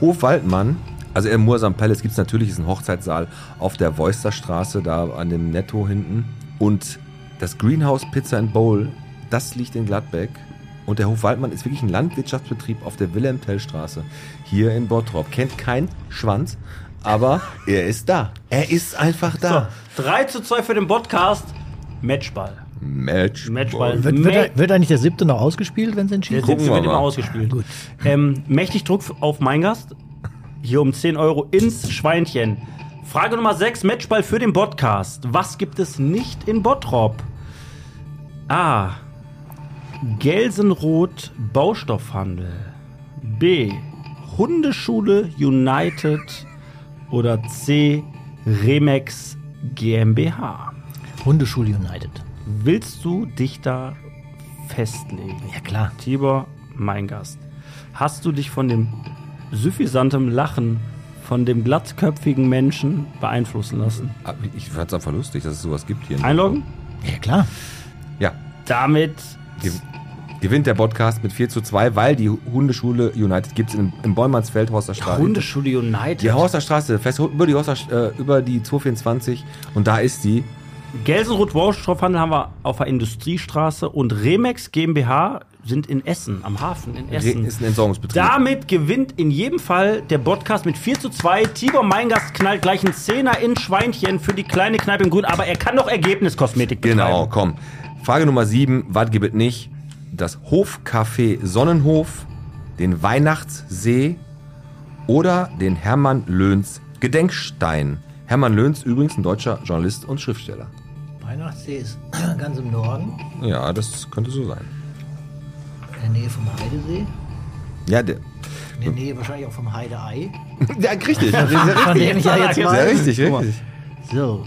[SPEAKER 4] Hof Waldmann, also im Mursam Palace gibt es natürlich diesen Hochzeitssaal auf der Voisterstraße, da an dem Netto hinten. Und das Greenhouse Pizza and Bowl, das liegt in Gladbeck. Und der Hof Waldmann ist wirklich ein Landwirtschaftsbetrieb auf der Wilhelm-Tell-Straße hier in Bottrop. Kennt kein Schwanz, aber er ist da. Er ist einfach da.
[SPEAKER 3] 3 zu 2 für den Podcast. Matchball.
[SPEAKER 4] Match.
[SPEAKER 3] Matchball.
[SPEAKER 1] Wird, wird, wird eigentlich der siebte noch ausgespielt, wenn es entschieden
[SPEAKER 3] der
[SPEAKER 1] ist?
[SPEAKER 4] gucken
[SPEAKER 3] siebte
[SPEAKER 4] wir
[SPEAKER 3] wird
[SPEAKER 4] mal.
[SPEAKER 3] immer ausgespielt. Ähm, mächtig Druck auf mein Gast. Hier um 10 Euro ins Schweinchen. Frage Nummer 6, Matchball für den Podcast. Was gibt es nicht in Bottrop? A. Gelsenroth Baustoffhandel. B. Hundeschule United. Oder C. Remex GmbH.
[SPEAKER 1] Hundeschule United.
[SPEAKER 3] Willst du dich da festlegen.
[SPEAKER 1] Ja, klar.
[SPEAKER 3] Tibor, mein Gast. Hast du dich von dem süffisantem Lachen von dem glatzköpfigen Menschen beeinflussen lassen?
[SPEAKER 4] Ah, Ich fand's einfach lustig, dass es sowas gibt hier.
[SPEAKER 3] Einloggen?
[SPEAKER 1] Ja, klar.
[SPEAKER 4] Ja.
[SPEAKER 3] Damit
[SPEAKER 4] Ge- Gewinnt der Podcast mit 4 zu 2, weil die Hundeschule United gibt's in, im Bollmannsfeld, Horster Straße.
[SPEAKER 3] Hundeschule United.
[SPEAKER 4] Die Horster Straße, fest über die Horster, äh, über die 224 und da ist die.
[SPEAKER 3] Gelsenroth Rohstoffhandel haben wir auf der Industriestraße und Remex GmbH sind in Essen, am Hafen in Essen.
[SPEAKER 4] Ist ein Entsorgungsbetrieb.
[SPEAKER 3] Damit gewinnt in jedem Fall der Podcast mit 4 zu 2. Tibor Meingast knallt gleich einen Zehner in Schweinchen für die kleine Kneipe im Grün, aber er kann doch Ergebniskosmetik
[SPEAKER 4] Genau,
[SPEAKER 3] betreiben.
[SPEAKER 4] komm. Frage Nummer 7, was gibt es nicht? Das Hofcafé Sonnenhof, den Weihnachtssee oder den Hermann Löhns Gedenkstein. Hermann Löhns übrigens ein deutscher Journalist und Schriftsteller.
[SPEAKER 1] Weihnachtssee ist (clears throat) ganz im Norden,
[SPEAKER 4] Ja, das könnte so sein.
[SPEAKER 1] in der Nähe vom Heidesee.
[SPEAKER 4] Ja, der, (laughs)
[SPEAKER 1] In der Nähe wahrscheinlich auch vom Heideei. (laughs)
[SPEAKER 4] ja richtig. Sehr
[SPEAKER 1] Von dem ich ja jetzt
[SPEAKER 4] sehr
[SPEAKER 1] mal.
[SPEAKER 4] richtig, richtig.
[SPEAKER 1] So.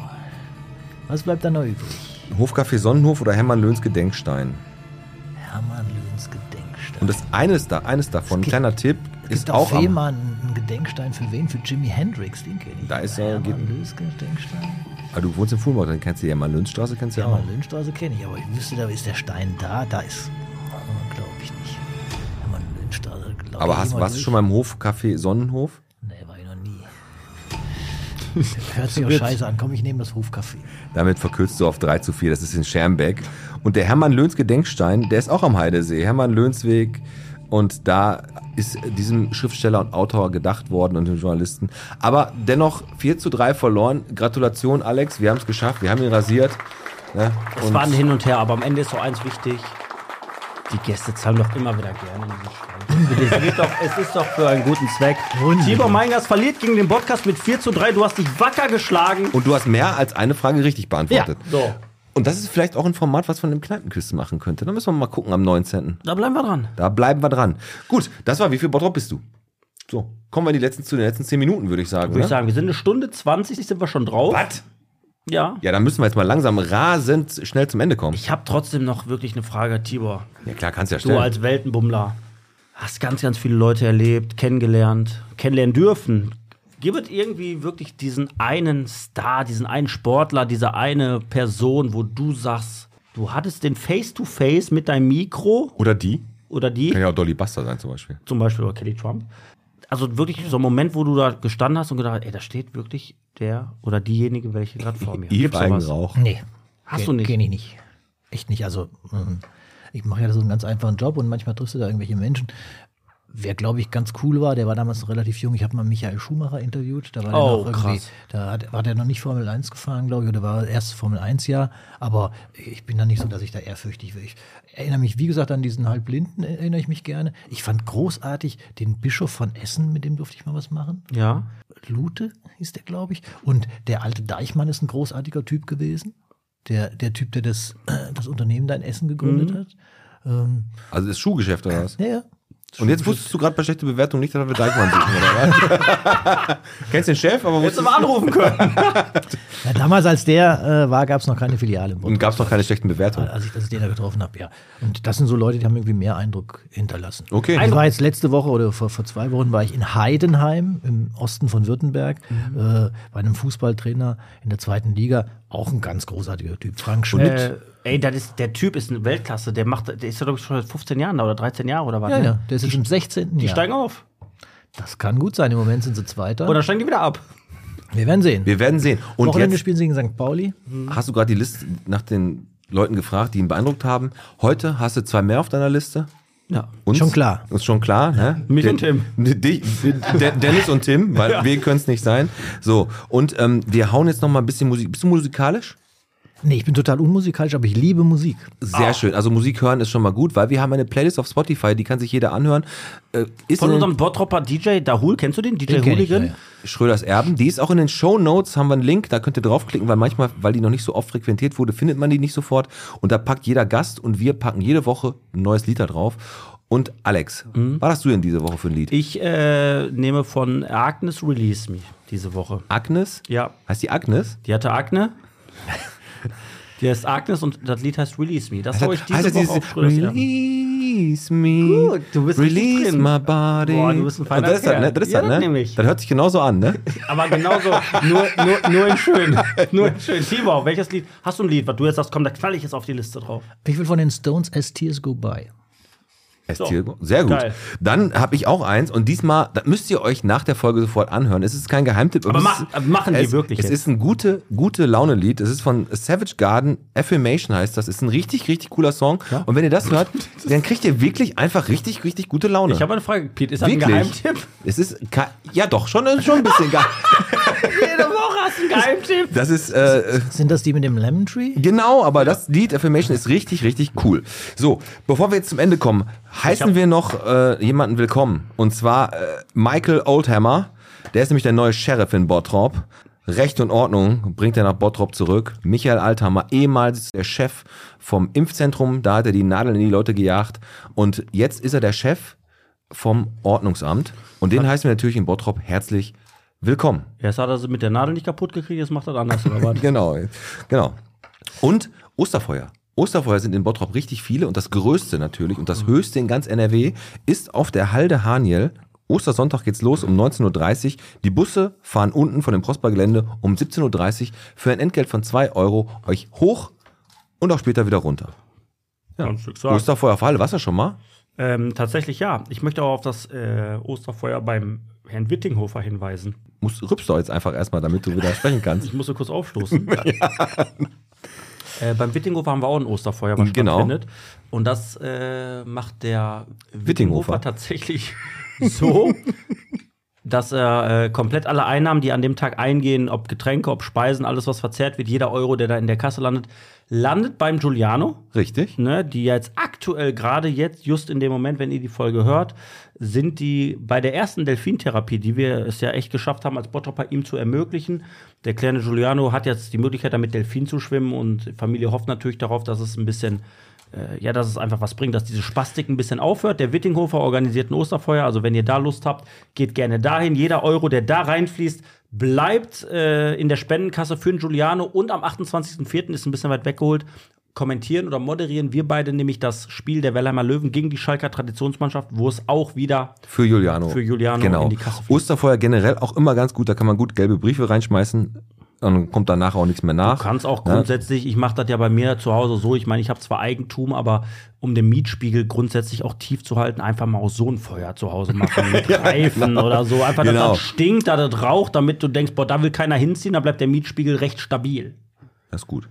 [SPEAKER 1] Was bleibt da noch übrig?
[SPEAKER 4] Hofcafé Sonnenhof oder Hermann Löhns Gedenkstein.
[SPEAKER 1] Hermann Löhns Gedenkstein.
[SPEAKER 4] Und das eines da, eines davon,
[SPEAKER 1] gibt-
[SPEAKER 4] kleiner Tipp,
[SPEAKER 1] Gibt
[SPEAKER 4] ist auch
[SPEAKER 1] auf
[SPEAKER 4] am,
[SPEAKER 1] Fehmarn einen Gedenkstein für wen? Für Jimi Hendrix, den kenne ich.
[SPEAKER 4] Da ist er,
[SPEAKER 1] er. Hermann
[SPEAKER 4] geht-
[SPEAKER 1] Löhns Gedenkstein.
[SPEAKER 4] Ah, Du wohnst in Fulmort, dann kennst du die Hermann-Löhns-Straße, kennst du ja auch.
[SPEAKER 1] Hermann Löhnstraße kenne ich, aber ich wüsste, da ist der Stein da. Da ist. Glaube ich nicht. Hermann Löhnstraße, glaube ich.
[SPEAKER 4] Aber hast,
[SPEAKER 1] immer
[SPEAKER 4] warst du
[SPEAKER 1] durch.
[SPEAKER 4] schon mal im Hofcafé Sonnenhof?
[SPEAKER 1] Nee, war ich noch
[SPEAKER 4] (laughs)
[SPEAKER 1] nie. Hört sich auch scheiße an. Komm, ich nehme das Hofcafé.
[SPEAKER 4] Damit verkürzt du auf 3 zu 4, das ist in Schermbeck. Und der Hermann Löhns Gedenkstein, der ist auch am Heidesee, Hermann Löhnsweg. Und da ist diesem Schriftsteller und Autor gedacht worden und dem Journalisten. Aber dennoch 4 zu 3 verloren. Gratulation, Alex, wir haben es geschafft, wir haben ihn rasiert. Ne?
[SPEAKER 3] Es war ein Hin und Her, aber am Ende ist so eins wichtig. Die Gäste zahlen doch immer wieder gerne in diesen Schrank. Es ist doch- Es ist doch für einen guten Zweck. Tibor Meingast verliert gegen den Podcast mit 4 zu 3. Du hast dich wacker geschlagen.
[SPEAKER 4] und du hast mehr als eine Frage richtig beantwortet.
[SPEAKER 3] so.
[SPEAKER 4] Und das ist vielleicht auch ein Format, was man im Kneipenquiz machen könnte. Da müssen wir mal gucken am 19.
[SPEAKER 3] Da bleiben wir dran.
[SPEAKER 4] Da bleiben wir dran. Gut, das war wie viel Bottrop bist du? So, kommen wir in die letzten, zu den letzten 10 Minuten, würde ich sagen.
[SPEAKER 3] Würde
[SPEAKER 4] ne?
[SPEAKER 3] ich sagen, wir sind eine Stunde 20, sind wir schon drauf.
[SPEAKER 4] Was?
[SPEAKER 3] Ja.
[SPEAKER 4] Ja, dann müssen wir jetzt mal langsam rasend schnell zum Ende kommen.
[SPEAKER 3] Ich habe trotzdem noch wirklich eine Frage, Tibor.
[SPEAKER 4] Ja klar, kannst ja
[SPEAKER 3] Du als Weltenbummler hast ganz, ganz viele Leute erlebt, kennengelernt, kennenlernen dürfen. Gibt es irgendwie wirklich diesen einen Star, diesen einen Sportler, diese eine Person, wo du sagst, du hattest den Face-to-Face mit deinem Mikro
[SPEAKER 4] Oder die?
[SPEAKER 3] oder die,
[SPEAKER 4] Kann ja auch Dolly Buster sein zum Beispiel.
[SPEAKER 3] zum Beispiel oder Kelly Trump. Also wirklich so ein Moment, wo du da gestanden hast und gedacht, hast, ey, da steht wirklich der oder diejenige, welche gerade vor mir. Gibt's sowas?
[SPEAKER 4] Eigenrauch.
[SPEAKER 1] Nee.
[SPEAKER 3] Hast
[SPEAKER 1] Ge-
[SPEAKER 3] du nicht?
[SPEAKER 1] Kenn ich nicht. Echt nicht. Also, ähm, ich mache ja so einen ganz einfachen Job und manchmal triffst du da irgendwelche Menschen. Wer, glaube ich, ganz cool war, der war damals noch relativ jung. Ich habe mal Michael Schumacher interviewt. Da war der
[SPEAKER 3] Oh,
[SPEAKER 1] noch irgendwie,
[SPEAKER 3] krass.
[SPEAKER 1] da hat, war der noch nicht Formel 1 gefahren, glaube ich, oder war erst Formel 1 Jahr. Aber ich bin da nicht so, dass ich da ehrfürchtig will. Ich erinnere mich, wie gesagt, an diesen Halbblinden, erinnere ich mich gerne. Ich fand großartig den Bischof von Essen, mit dem durfte ich mal was machen.
[SPEAKER 3] Ja.
[SPEAKER 1] Lute hieß der, glaube ich. Und der alte Deichmann ist ein großartiger Typ gewesen. Der, der Typ, der das, äh, das Unternehmen da in Essen gegründet
[SPEAKER 3] Mhm.
[SPEAKER 1] hat. Ähm,
[SPEAKER 4] Also ist Schuhgeschäft oder was?
[SPEAKER 1] Ja, ja.
[SPEAKER 4] Und jetzt wusstest du gerade bei schlechter Bewertung nicht, dass wir Deichmann suchen, oder
[SPEAKER 3] (laughs)
[SPEAKER 4] was? Kennst den Chef, aber wusstest du...
[SPEAKER 3] anrufen können.
[SPEAKER 1] ja damals, als der äh, war, gab es noch keine Filiale in
[SPEAKER 3] Mhm.
[SPEAKER 4] Und
[SPEAKER 1] Bonn.
[SPEAKER 4] gab es noch keine schlechten Bewertungen.
[SPEAKER 3] Äh,
[SPEAKER 1] Als ich, als ich den da getroffen habe, ja. Und das sind so Leute, die haben irgendwie mehr Eindruck hinterlassen.
[SPEAKER 4] Okay.
[SPEAKER 1] Ich war jetzt letzte Woche oder vor, vor zwei Wochen war ich in Heidenheim im Osten von Württemberg
[SPEAKER 3] Mhm.
[SPEAKER 1] äh, bei einem Fußballtrainer in der zweiten Liga. Auch ein ganz großartiger Typ. Frank Schmidt.
[SPEAKER 3] Äh, ey, das ist, der Typ ist eine Weltklasse. Der macht, der ist ja glaube ich schon seit 15 Jahren da oder 13 Jahre oder was.
[SPEAKER 1] ja,
[SPEAKER 3] ne?
[SPEAKER 1] ja, der ist jetzt im 16.
[SPEAKER 3] Die
[SPEAKER 1] Jahr.
[SPEAKER 3] steigen auf.
[SPEAKER 1] Das kann gut sein. Im Moment sind sie Zweiter.
[SPEAKER 3] Oder steigen die wieder ab.
[SPEAKER 1] Wir werden sehen.
[SPEAKER 4] Wir werden sehen. Und
[SPEAKER 1] Wochenende
[SPEAKER 4] jetzt
[SPEAKER 1] spielen sie gegen St. Pauli.
[SPEAKER 4] hast du gerade die Liste nach den Leuten gefragt, die ihn beeindruckt haben. Heute hast du zwei mehr auf deiner Liste.
[SPEAKER 3] Ja.
[SPEAKER 4] Uns?
[SPEAKER 1] Schon klar.
[SPEAKER 4] Ist schon klar, ne?
[SPEAKER 3] Mich
[SPEAKER 4] Den-
[SPEAKER 3] und Tim.
[SPEAKER 4] Dich, De Dennis und
[SPEAKER 3] (laughs)
[SPEAKER 4] Tim, weil wir können es nicht sein. So, und ähm, wir hauen jetzt noch mal ein bisschen Musik. Bist du musikalisch?
[SPEAKER 1] Nee, ich bin total unmusikalisch, aber ich liebe Musik.
[SPEAKER 4] Sehr
[SPEAKER 3] Ah.
[SPEAKER 4] schön. Also Musik hören ist schon mal gut, weil wir haben eine Playlist auf Spotify, die kann sich jeder anhören. Äh, ist
[SPEAKER 3] Von
[SPEAKER 4] in
[SPEAKER 3] unserem Bottropper DJ Dahul, kennst du den? DJ
[SPEAKER 1] Den kenn ich,
[SPEAKER 3] Hooligan?
[SPEAKER 1] ja, ja.
[SPEAKER 4] den Schröders Erben. Die ist auch in den Show Notes, haben wir einen Link, da könnt ihr draufklicken, weil manchmal, weil die noch nicht so oft frequentiert wurde, findet man die nicht sofort. Und da packt jeder Gast und wir packen jede Woche ein neues Lied da drauf. Und Alex, was hast du denn diese Woche für ein Lied?
[SPEAKER 3] Mhm. Ich äh, nehme von Agnes Release Me diese Woche.
[SPEAKER 4] Agnes?
[SPEAKER 3] Ja.
[SPEAKER 4] Heißt die Agnes?
[SPEAKER 3] Die hatte Akne. Der ist Agnes und das Lied heißt Release Me. Das
[SPEAKER 4] Das
[SPEAKER 3] habe
[SPEAKER 4] hat-
[SPEAKER 3] ich diese
[SPEAKER 4] heißt
[SPEAKER 3] Woche
[SPEAKER 4] das
[SPEAKER 3] auch
[SPEAKER 4] dieses-
[SPEAKER 3] früher das Jahr.
[SPEAKER 4] Release me.
[SPEAKER 3] Gut, du bist richtig
[SPEAKER 4] Release
[SPEAKER 3] drin.
[SPEAKER 4] my body.
[SPEAKER 3] Boah, du bist ein feiner
[SPEAKER 4] Und das ist das,
[SPEAKER 3] Kerl.
[SPEAKER 4] ne? Das, ist
[SPEAKER 3] Ja,
[SPEAKER 4] das,
[SPEAKER 3] das
[SPEAKER 4] ne?
[SPEAKER 3] nehm ich.
[SPEAKER 4] das hört sich genauso an, ne?
[SPEAKER 3] Aber genauso, nur, nur, nur in schön. Nur in schön. Tibor, welches Lied? Hast du ein Lied, was du jetzt sagst, komm, da knall ich jetzt auf die Liste drauf.
[SPEAKER 1] Ich will von den Stones As Tears Go By.
[SPEAKER 4] Es zählt- Sehr gut.
[SPEAKER 3] Geil.
[SPEAKER 4] Dann habe ich auch eins und diesmal, das müsst ihr euch nach der Folge sofort anhören. Es ist kein Geheimtipp.
[SPEAKER 3] Aber
[SPEAKER 4] es
[SPEAKER 3] mach-
[SPEAKER 4] ist-
[SPEAKER 3] äh, machen die
[SPEAKER 4] es,
[SPEAKER 3] wirklich
[SPEAKER 4] Es
[SPEAKER 3] jetzt?
[SPEAKER 4] ist ein gute, gute Laune-Lied. Es ist von Savage Garden, Affirmation heißt das. Es ist ein richtig, richtig cooler Song. Und wenn ihr
[SPEAKER 3] (laughs)
[SPEAKER 4] das hört, dann kriegt ihr wirklich einfach richtig, richtig gute Laune.
[SPEAKER 3] Ich habe eine Frage, Pete. Ist das
[SPEAKER 4] wirklich.
[SPEAKER 3] ein Geheimtipp?
[SPEAKER 4] Es ist, ke- ja doch, schon, schon ein bisschen
[SPEAKER 3] (laughs)
[SPEAKER 4] geil.
[SPEAKER 3] Jede Woche hast du einen Geheimtipp. (laughs)
[SPEAKER 4] Das ist, äh,
[SPEAKER 1] Sind das die mit dem Lemon Tree?
[SPEAKER 4] Genau, aber das Lied Affirmation ist richtig, richtig cool. So, bevor wir jetzt zum Ende kommen, heißen wir noch äh, jemanden willkommen. Und zwar äh, Michael Oldhammer. Der ist nämlich der neue Sheriff in Bottrop. Recht und Ordnung bringt er nach Bottrop zurück. Michael Althammer, ehemals der Chef vom Impfzentrum, da hat er die Nadeln in die Leute gejagt. Und jetzt ist er der Chef vom Ordnungsamt. Und den heißen wir natürlich in Bottrop herzlich willkommen.
[SPEAKER 3] Jetzt hat er sie mit der Nadel nicht kaputt gekriegt, jetzt macht er das anders, oder was?
[SPEAKER 4] Genau, genau. Und Osterfeuer. Osterfeuer sind in Bottrop richtig viele und das größte natürlich und das höchste in ganz NRW ist auf der Halde Haniel. Ostersonntag geht's los um 19.30 Uhr. Die Busse fahren unten von dem Prospergelände um 17.30 Uhr für ein Entgelt von 2 Euro euch hoch und auch später wieder runter. Ja.
[SPEAKER 3] Kannst du nix sagen.
[SPEAKER 4] Osterfeuer auf Halle, warst du schon mal?
[SPEAKER 3] ähm, tatsächlich ja. Ich möchte auch auf das äh, Osterfeuer beim Herrn Wittinghofer hinweisen.
[SPEAKER 4] Musst, rübst doch jetzt einfach erstmal, damit du wieder sprechen
[SPEAKER 3] (laughs)
[SPEAKER 4] kannst.
[SPEAKER 3] Ich musste kurz
[SPEAKER 4] (laughs)
[SPEAKER 3] aufstoßen. Äh, beim Wittinghofer haben wir auch ein Osterfeuer, was
[SPEAKER 4] Genau.
[SPEAKER 3] stattfindet. Und das äh, macht der Wittinghofer,
[SPEAKER 4] Wittinghofer.
[SPEAKER 3] tatsächlich (laughs) so, dass er äh, komplett alle Einnahmen, die an dem Tag eingehen, ob Getränke, ob Speisen, alles, was verzehrt wird, jeder Euro, der da in der Kasse landet, landet beim Giuliano
[SPEAKER 4] Richtig?
[SPEAKER 3] ne, die jetzt aktuell gerade jetzt, just in dem Moment, wenn ihr die Folge hört, sind die bei der ersten Delfintherapie, die wir es ja echt geschafft haben, als Bottropper ihm zu ermöglichen. Der kleine Giuliano hat jetzt die Möglichkeit, damit Delfin zu schwimmen und Familie hofft natürlich darauf, dass es ein bisschen äh, ja, dass es einfach was bringt, dass diese Spastik ein bisschen aufhört. Der Wittinghofer organisiert ein Osterfeuer, also wenn ihr da Lust habt, geht gerne dahin. Jeder Euro, der da reinfließt, bleibt äh, in der Spendenkasse für den Giuliano und am 28.04. ist ein bisschen weit weggeholt. Kommentieren oder moderieren wir beide nämlich das Spiel der Wellheimer Löwen gegen die Schalker Traditionsmannschaft, wo es auch wieder
[SPEAKER 4] Für Juliano.
[SPEAKER 3] Für Juliano
[SPEAKER 4] genau.
[SPEAKER 3] in die Kasse fliegt.
[SPEAKER 4] Osterfeuer generell auch immer ganz gut, da kann man gut gelbe Briefe reinschmeißen und dann kommt danach auch nichts mehr nach.
[SPEAKER 3] Du kannst auch grundsätzlich, ich mache das ja bei mir zu Hause so, ich meine, ich habe zwar Eigentum, aber um den Mietspiegel grundsätzlich auch tief zu halten, einfach mal auch so ein Feuer zu Hause
[SPEAKER 4] (laughs)
[SPEAKER 3] machen, mit Reifen oder so. Einfach,
[SPEAKER 4] Genau.
[SPEAKER 3] dass das stinkt, dass das raucht, damit du denkst, boah, da will keiner hinziehen, da bleibt der Mietspiegel recht stabil.
[SPEAKER 4] Das ist gut.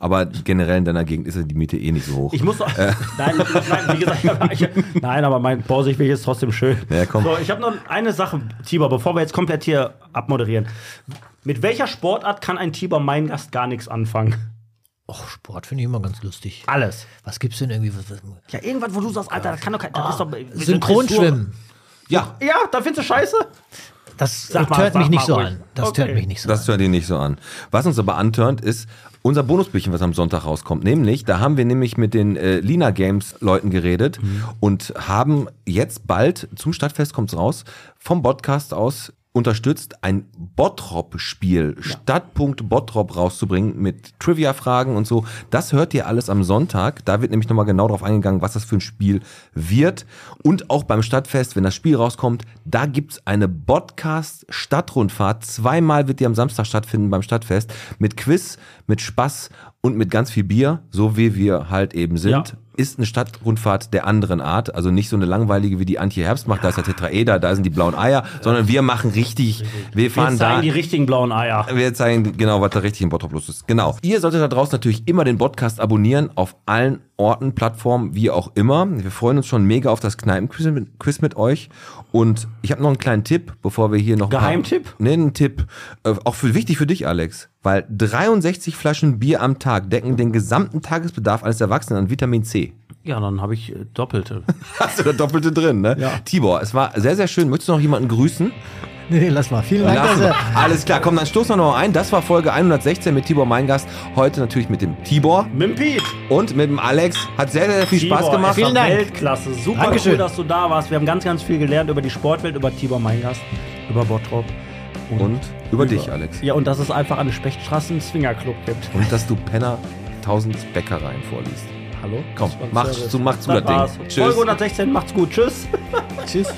[SPEAKER 4] Aber generell in deiner Gegend ist ja die Miete eh nicht so hoch.
[SPEAKER 3] Ich muss noch, (laughs) nein, nein, wie gesagt,
[SPEAKER 4] (laughs)
[SPEAKER 3] ich, nein, aber mein Borsigweg ist trotzdem schön.
[SPEAKER 4] Ja, komm.
[SPEAKER 3] So, ich habe noch eine Sache, Tibor, bevor wir jetzt komplett hier abmoderieren. Mit welcher Sportart kann ein Tibor, mein Gast, gar nichts anfangen?
[SPEAKER 1] Och, Sport finde ich immer ganz lustig.
[SPEAKER 3] Alles.
[SPEAKER 1] Was gibt's denn irgendwie? Was, was,
[SPEAKER 3] Ja, irgendwas, wo du sagst, Alter, das kann doch kein. Das ist doch,
[SPEAKER 1] Synchronschwimmen.
[SPEAKER 4] ja,
[SPEAKER 3] Ja, da findest du scheiße.
[SPEAKER 1] Das
[SPEAKER 3] Sag mal,
[SPEAKER 1] hört
[SPEAKER 3] sag
[SPEAKER 1] mich
[SPEAKER 3] mal
[SPEAKER 1] nicht so
[SPEAKER 3] ruhig.
[SPEAKER 1] an. Das
[SPEAKER 3] Okay.
[SPEAKER 1] hört mich nicht so
[SPEAKER 4] das hört ihr nicht so an. Was uns aber antörnt, ist unser Bonusbüchchen, was am Sonntag rauskommt. Nämlich, da haben wir nämlich mit den äh, Lina Games Leuten geredet
[SPEAKER 3] Mhm.
[SPEAKER 4] und haben jetzt bald, zum Stadtfest kommt's raus, vom Podcast aus unterstützt, ein Bottrop-Spiel, Stadtpunkt Bottrop rauszubringen mit Trivia-Fragen und so. Das hört ihr alles am Sonntag. Da wird nämlich nochmal genau drauf eingegangen, was das für ein Spiel wird. Und auch beim Stadtfest, wenn das Spiel rauskommt, da gibt's eine Podcast-Stadtrundfahrt. Zweimal wird die am Samstag stattfinden beim Stadtfest. Mit Quiz, mit Spaß und mit ganz viel Bier, so wie wir halt eben sind.
[SPEAKER 3] Ja.
[SPEAKER 4] Ist eine Stadtrundfahrt der anderen Art, also nicht so eine langweilige, wie die Antje Herbst macht, da ist der Tetraeder, da sind die blauen Eier, sondern wir machen richtig, wir fahren
[SPEAKER 3] Wir
[SPEAKER 4] da.
[SPEAKER 3] zeigen die richtigen blauen Eier.
[SPEAKER 4] Wir zeigen genau, was da richtig im Bottrop los ist. Genau. Ihr solltet da draußen natürlich immer den Podcast abonnieren, auf allen Orten, Plattformen, wie auch immer. Wir freuen uns schon mega auf das Kneipenquiz mit, Quiz mit euch. Und ich habe noch einen kleinen Tipp, bevor wir hier noch... ein paar-
[SPEAKER 3] Geheimtipp?
[SPEAKER 4] Nee, einen Tipp. Äh, auch für, wichtig für dich, Alex. Weil 63 Flaschen Bier am Tag decken den gesamten Tagesbedarf eines Erwachsenen an Vitamin C. (laughs)
[SPEAKER 3] Ja, dann habe ich äh, doppelte.
[SPEAKER 4] Hast du da doppelte drin, ne?
[SPEAKER 1] Ja.
[SPEAKER 4] Tibor, es war sehr, sehr schön. Möchtest du noch jemanden grüßen?
[SPEAKER 1] an. Nee, lass mal. Vielen Dank, dass
[SPEAKER 4] Lachen.
[SPEAKER 1] er
[SPEAKER 4] Alles klar, komm, dann stoßen wir nochmal ein. Das war Folge 116 mit Tibor Meingast. Heute natürlich mit dem Tibor
[SPEAKER 3] mit dem Piet.
[SPEAKER 4] und mit dem Alex. Hat sehr, sehr viel Spaß
[SPEAKER 3] Tibor,
[SPEAKER 4] gemacht.
[SPEAKER 3] es war
[SPEAKER 1] Vielen Dank.
[SPEAKER 3] Weltklasse. Super
[SPEAKER 1] Dankeschön.
[SPEAKER 3] cool, dass du da warst. Wir haben ganz, ganz viel gelernt über die Sportwelt, über Tibor Meingast, über Bottrop.
[SPEAKER 4] Und über dich, Alex.
[SPEAKER 3] Ja, und dass es einfach eine Spechtstraßen-Swingerclub gibt.
[SPEAKER 4] Und dass du Penner tausend Bäckereien vorliest. Hallo? Komm, mach zu, mach zu das Ding.
[SPEAKER 3] Folge 116, macht's gut. Tschüss.
[SPEAKER 1] Tschüss.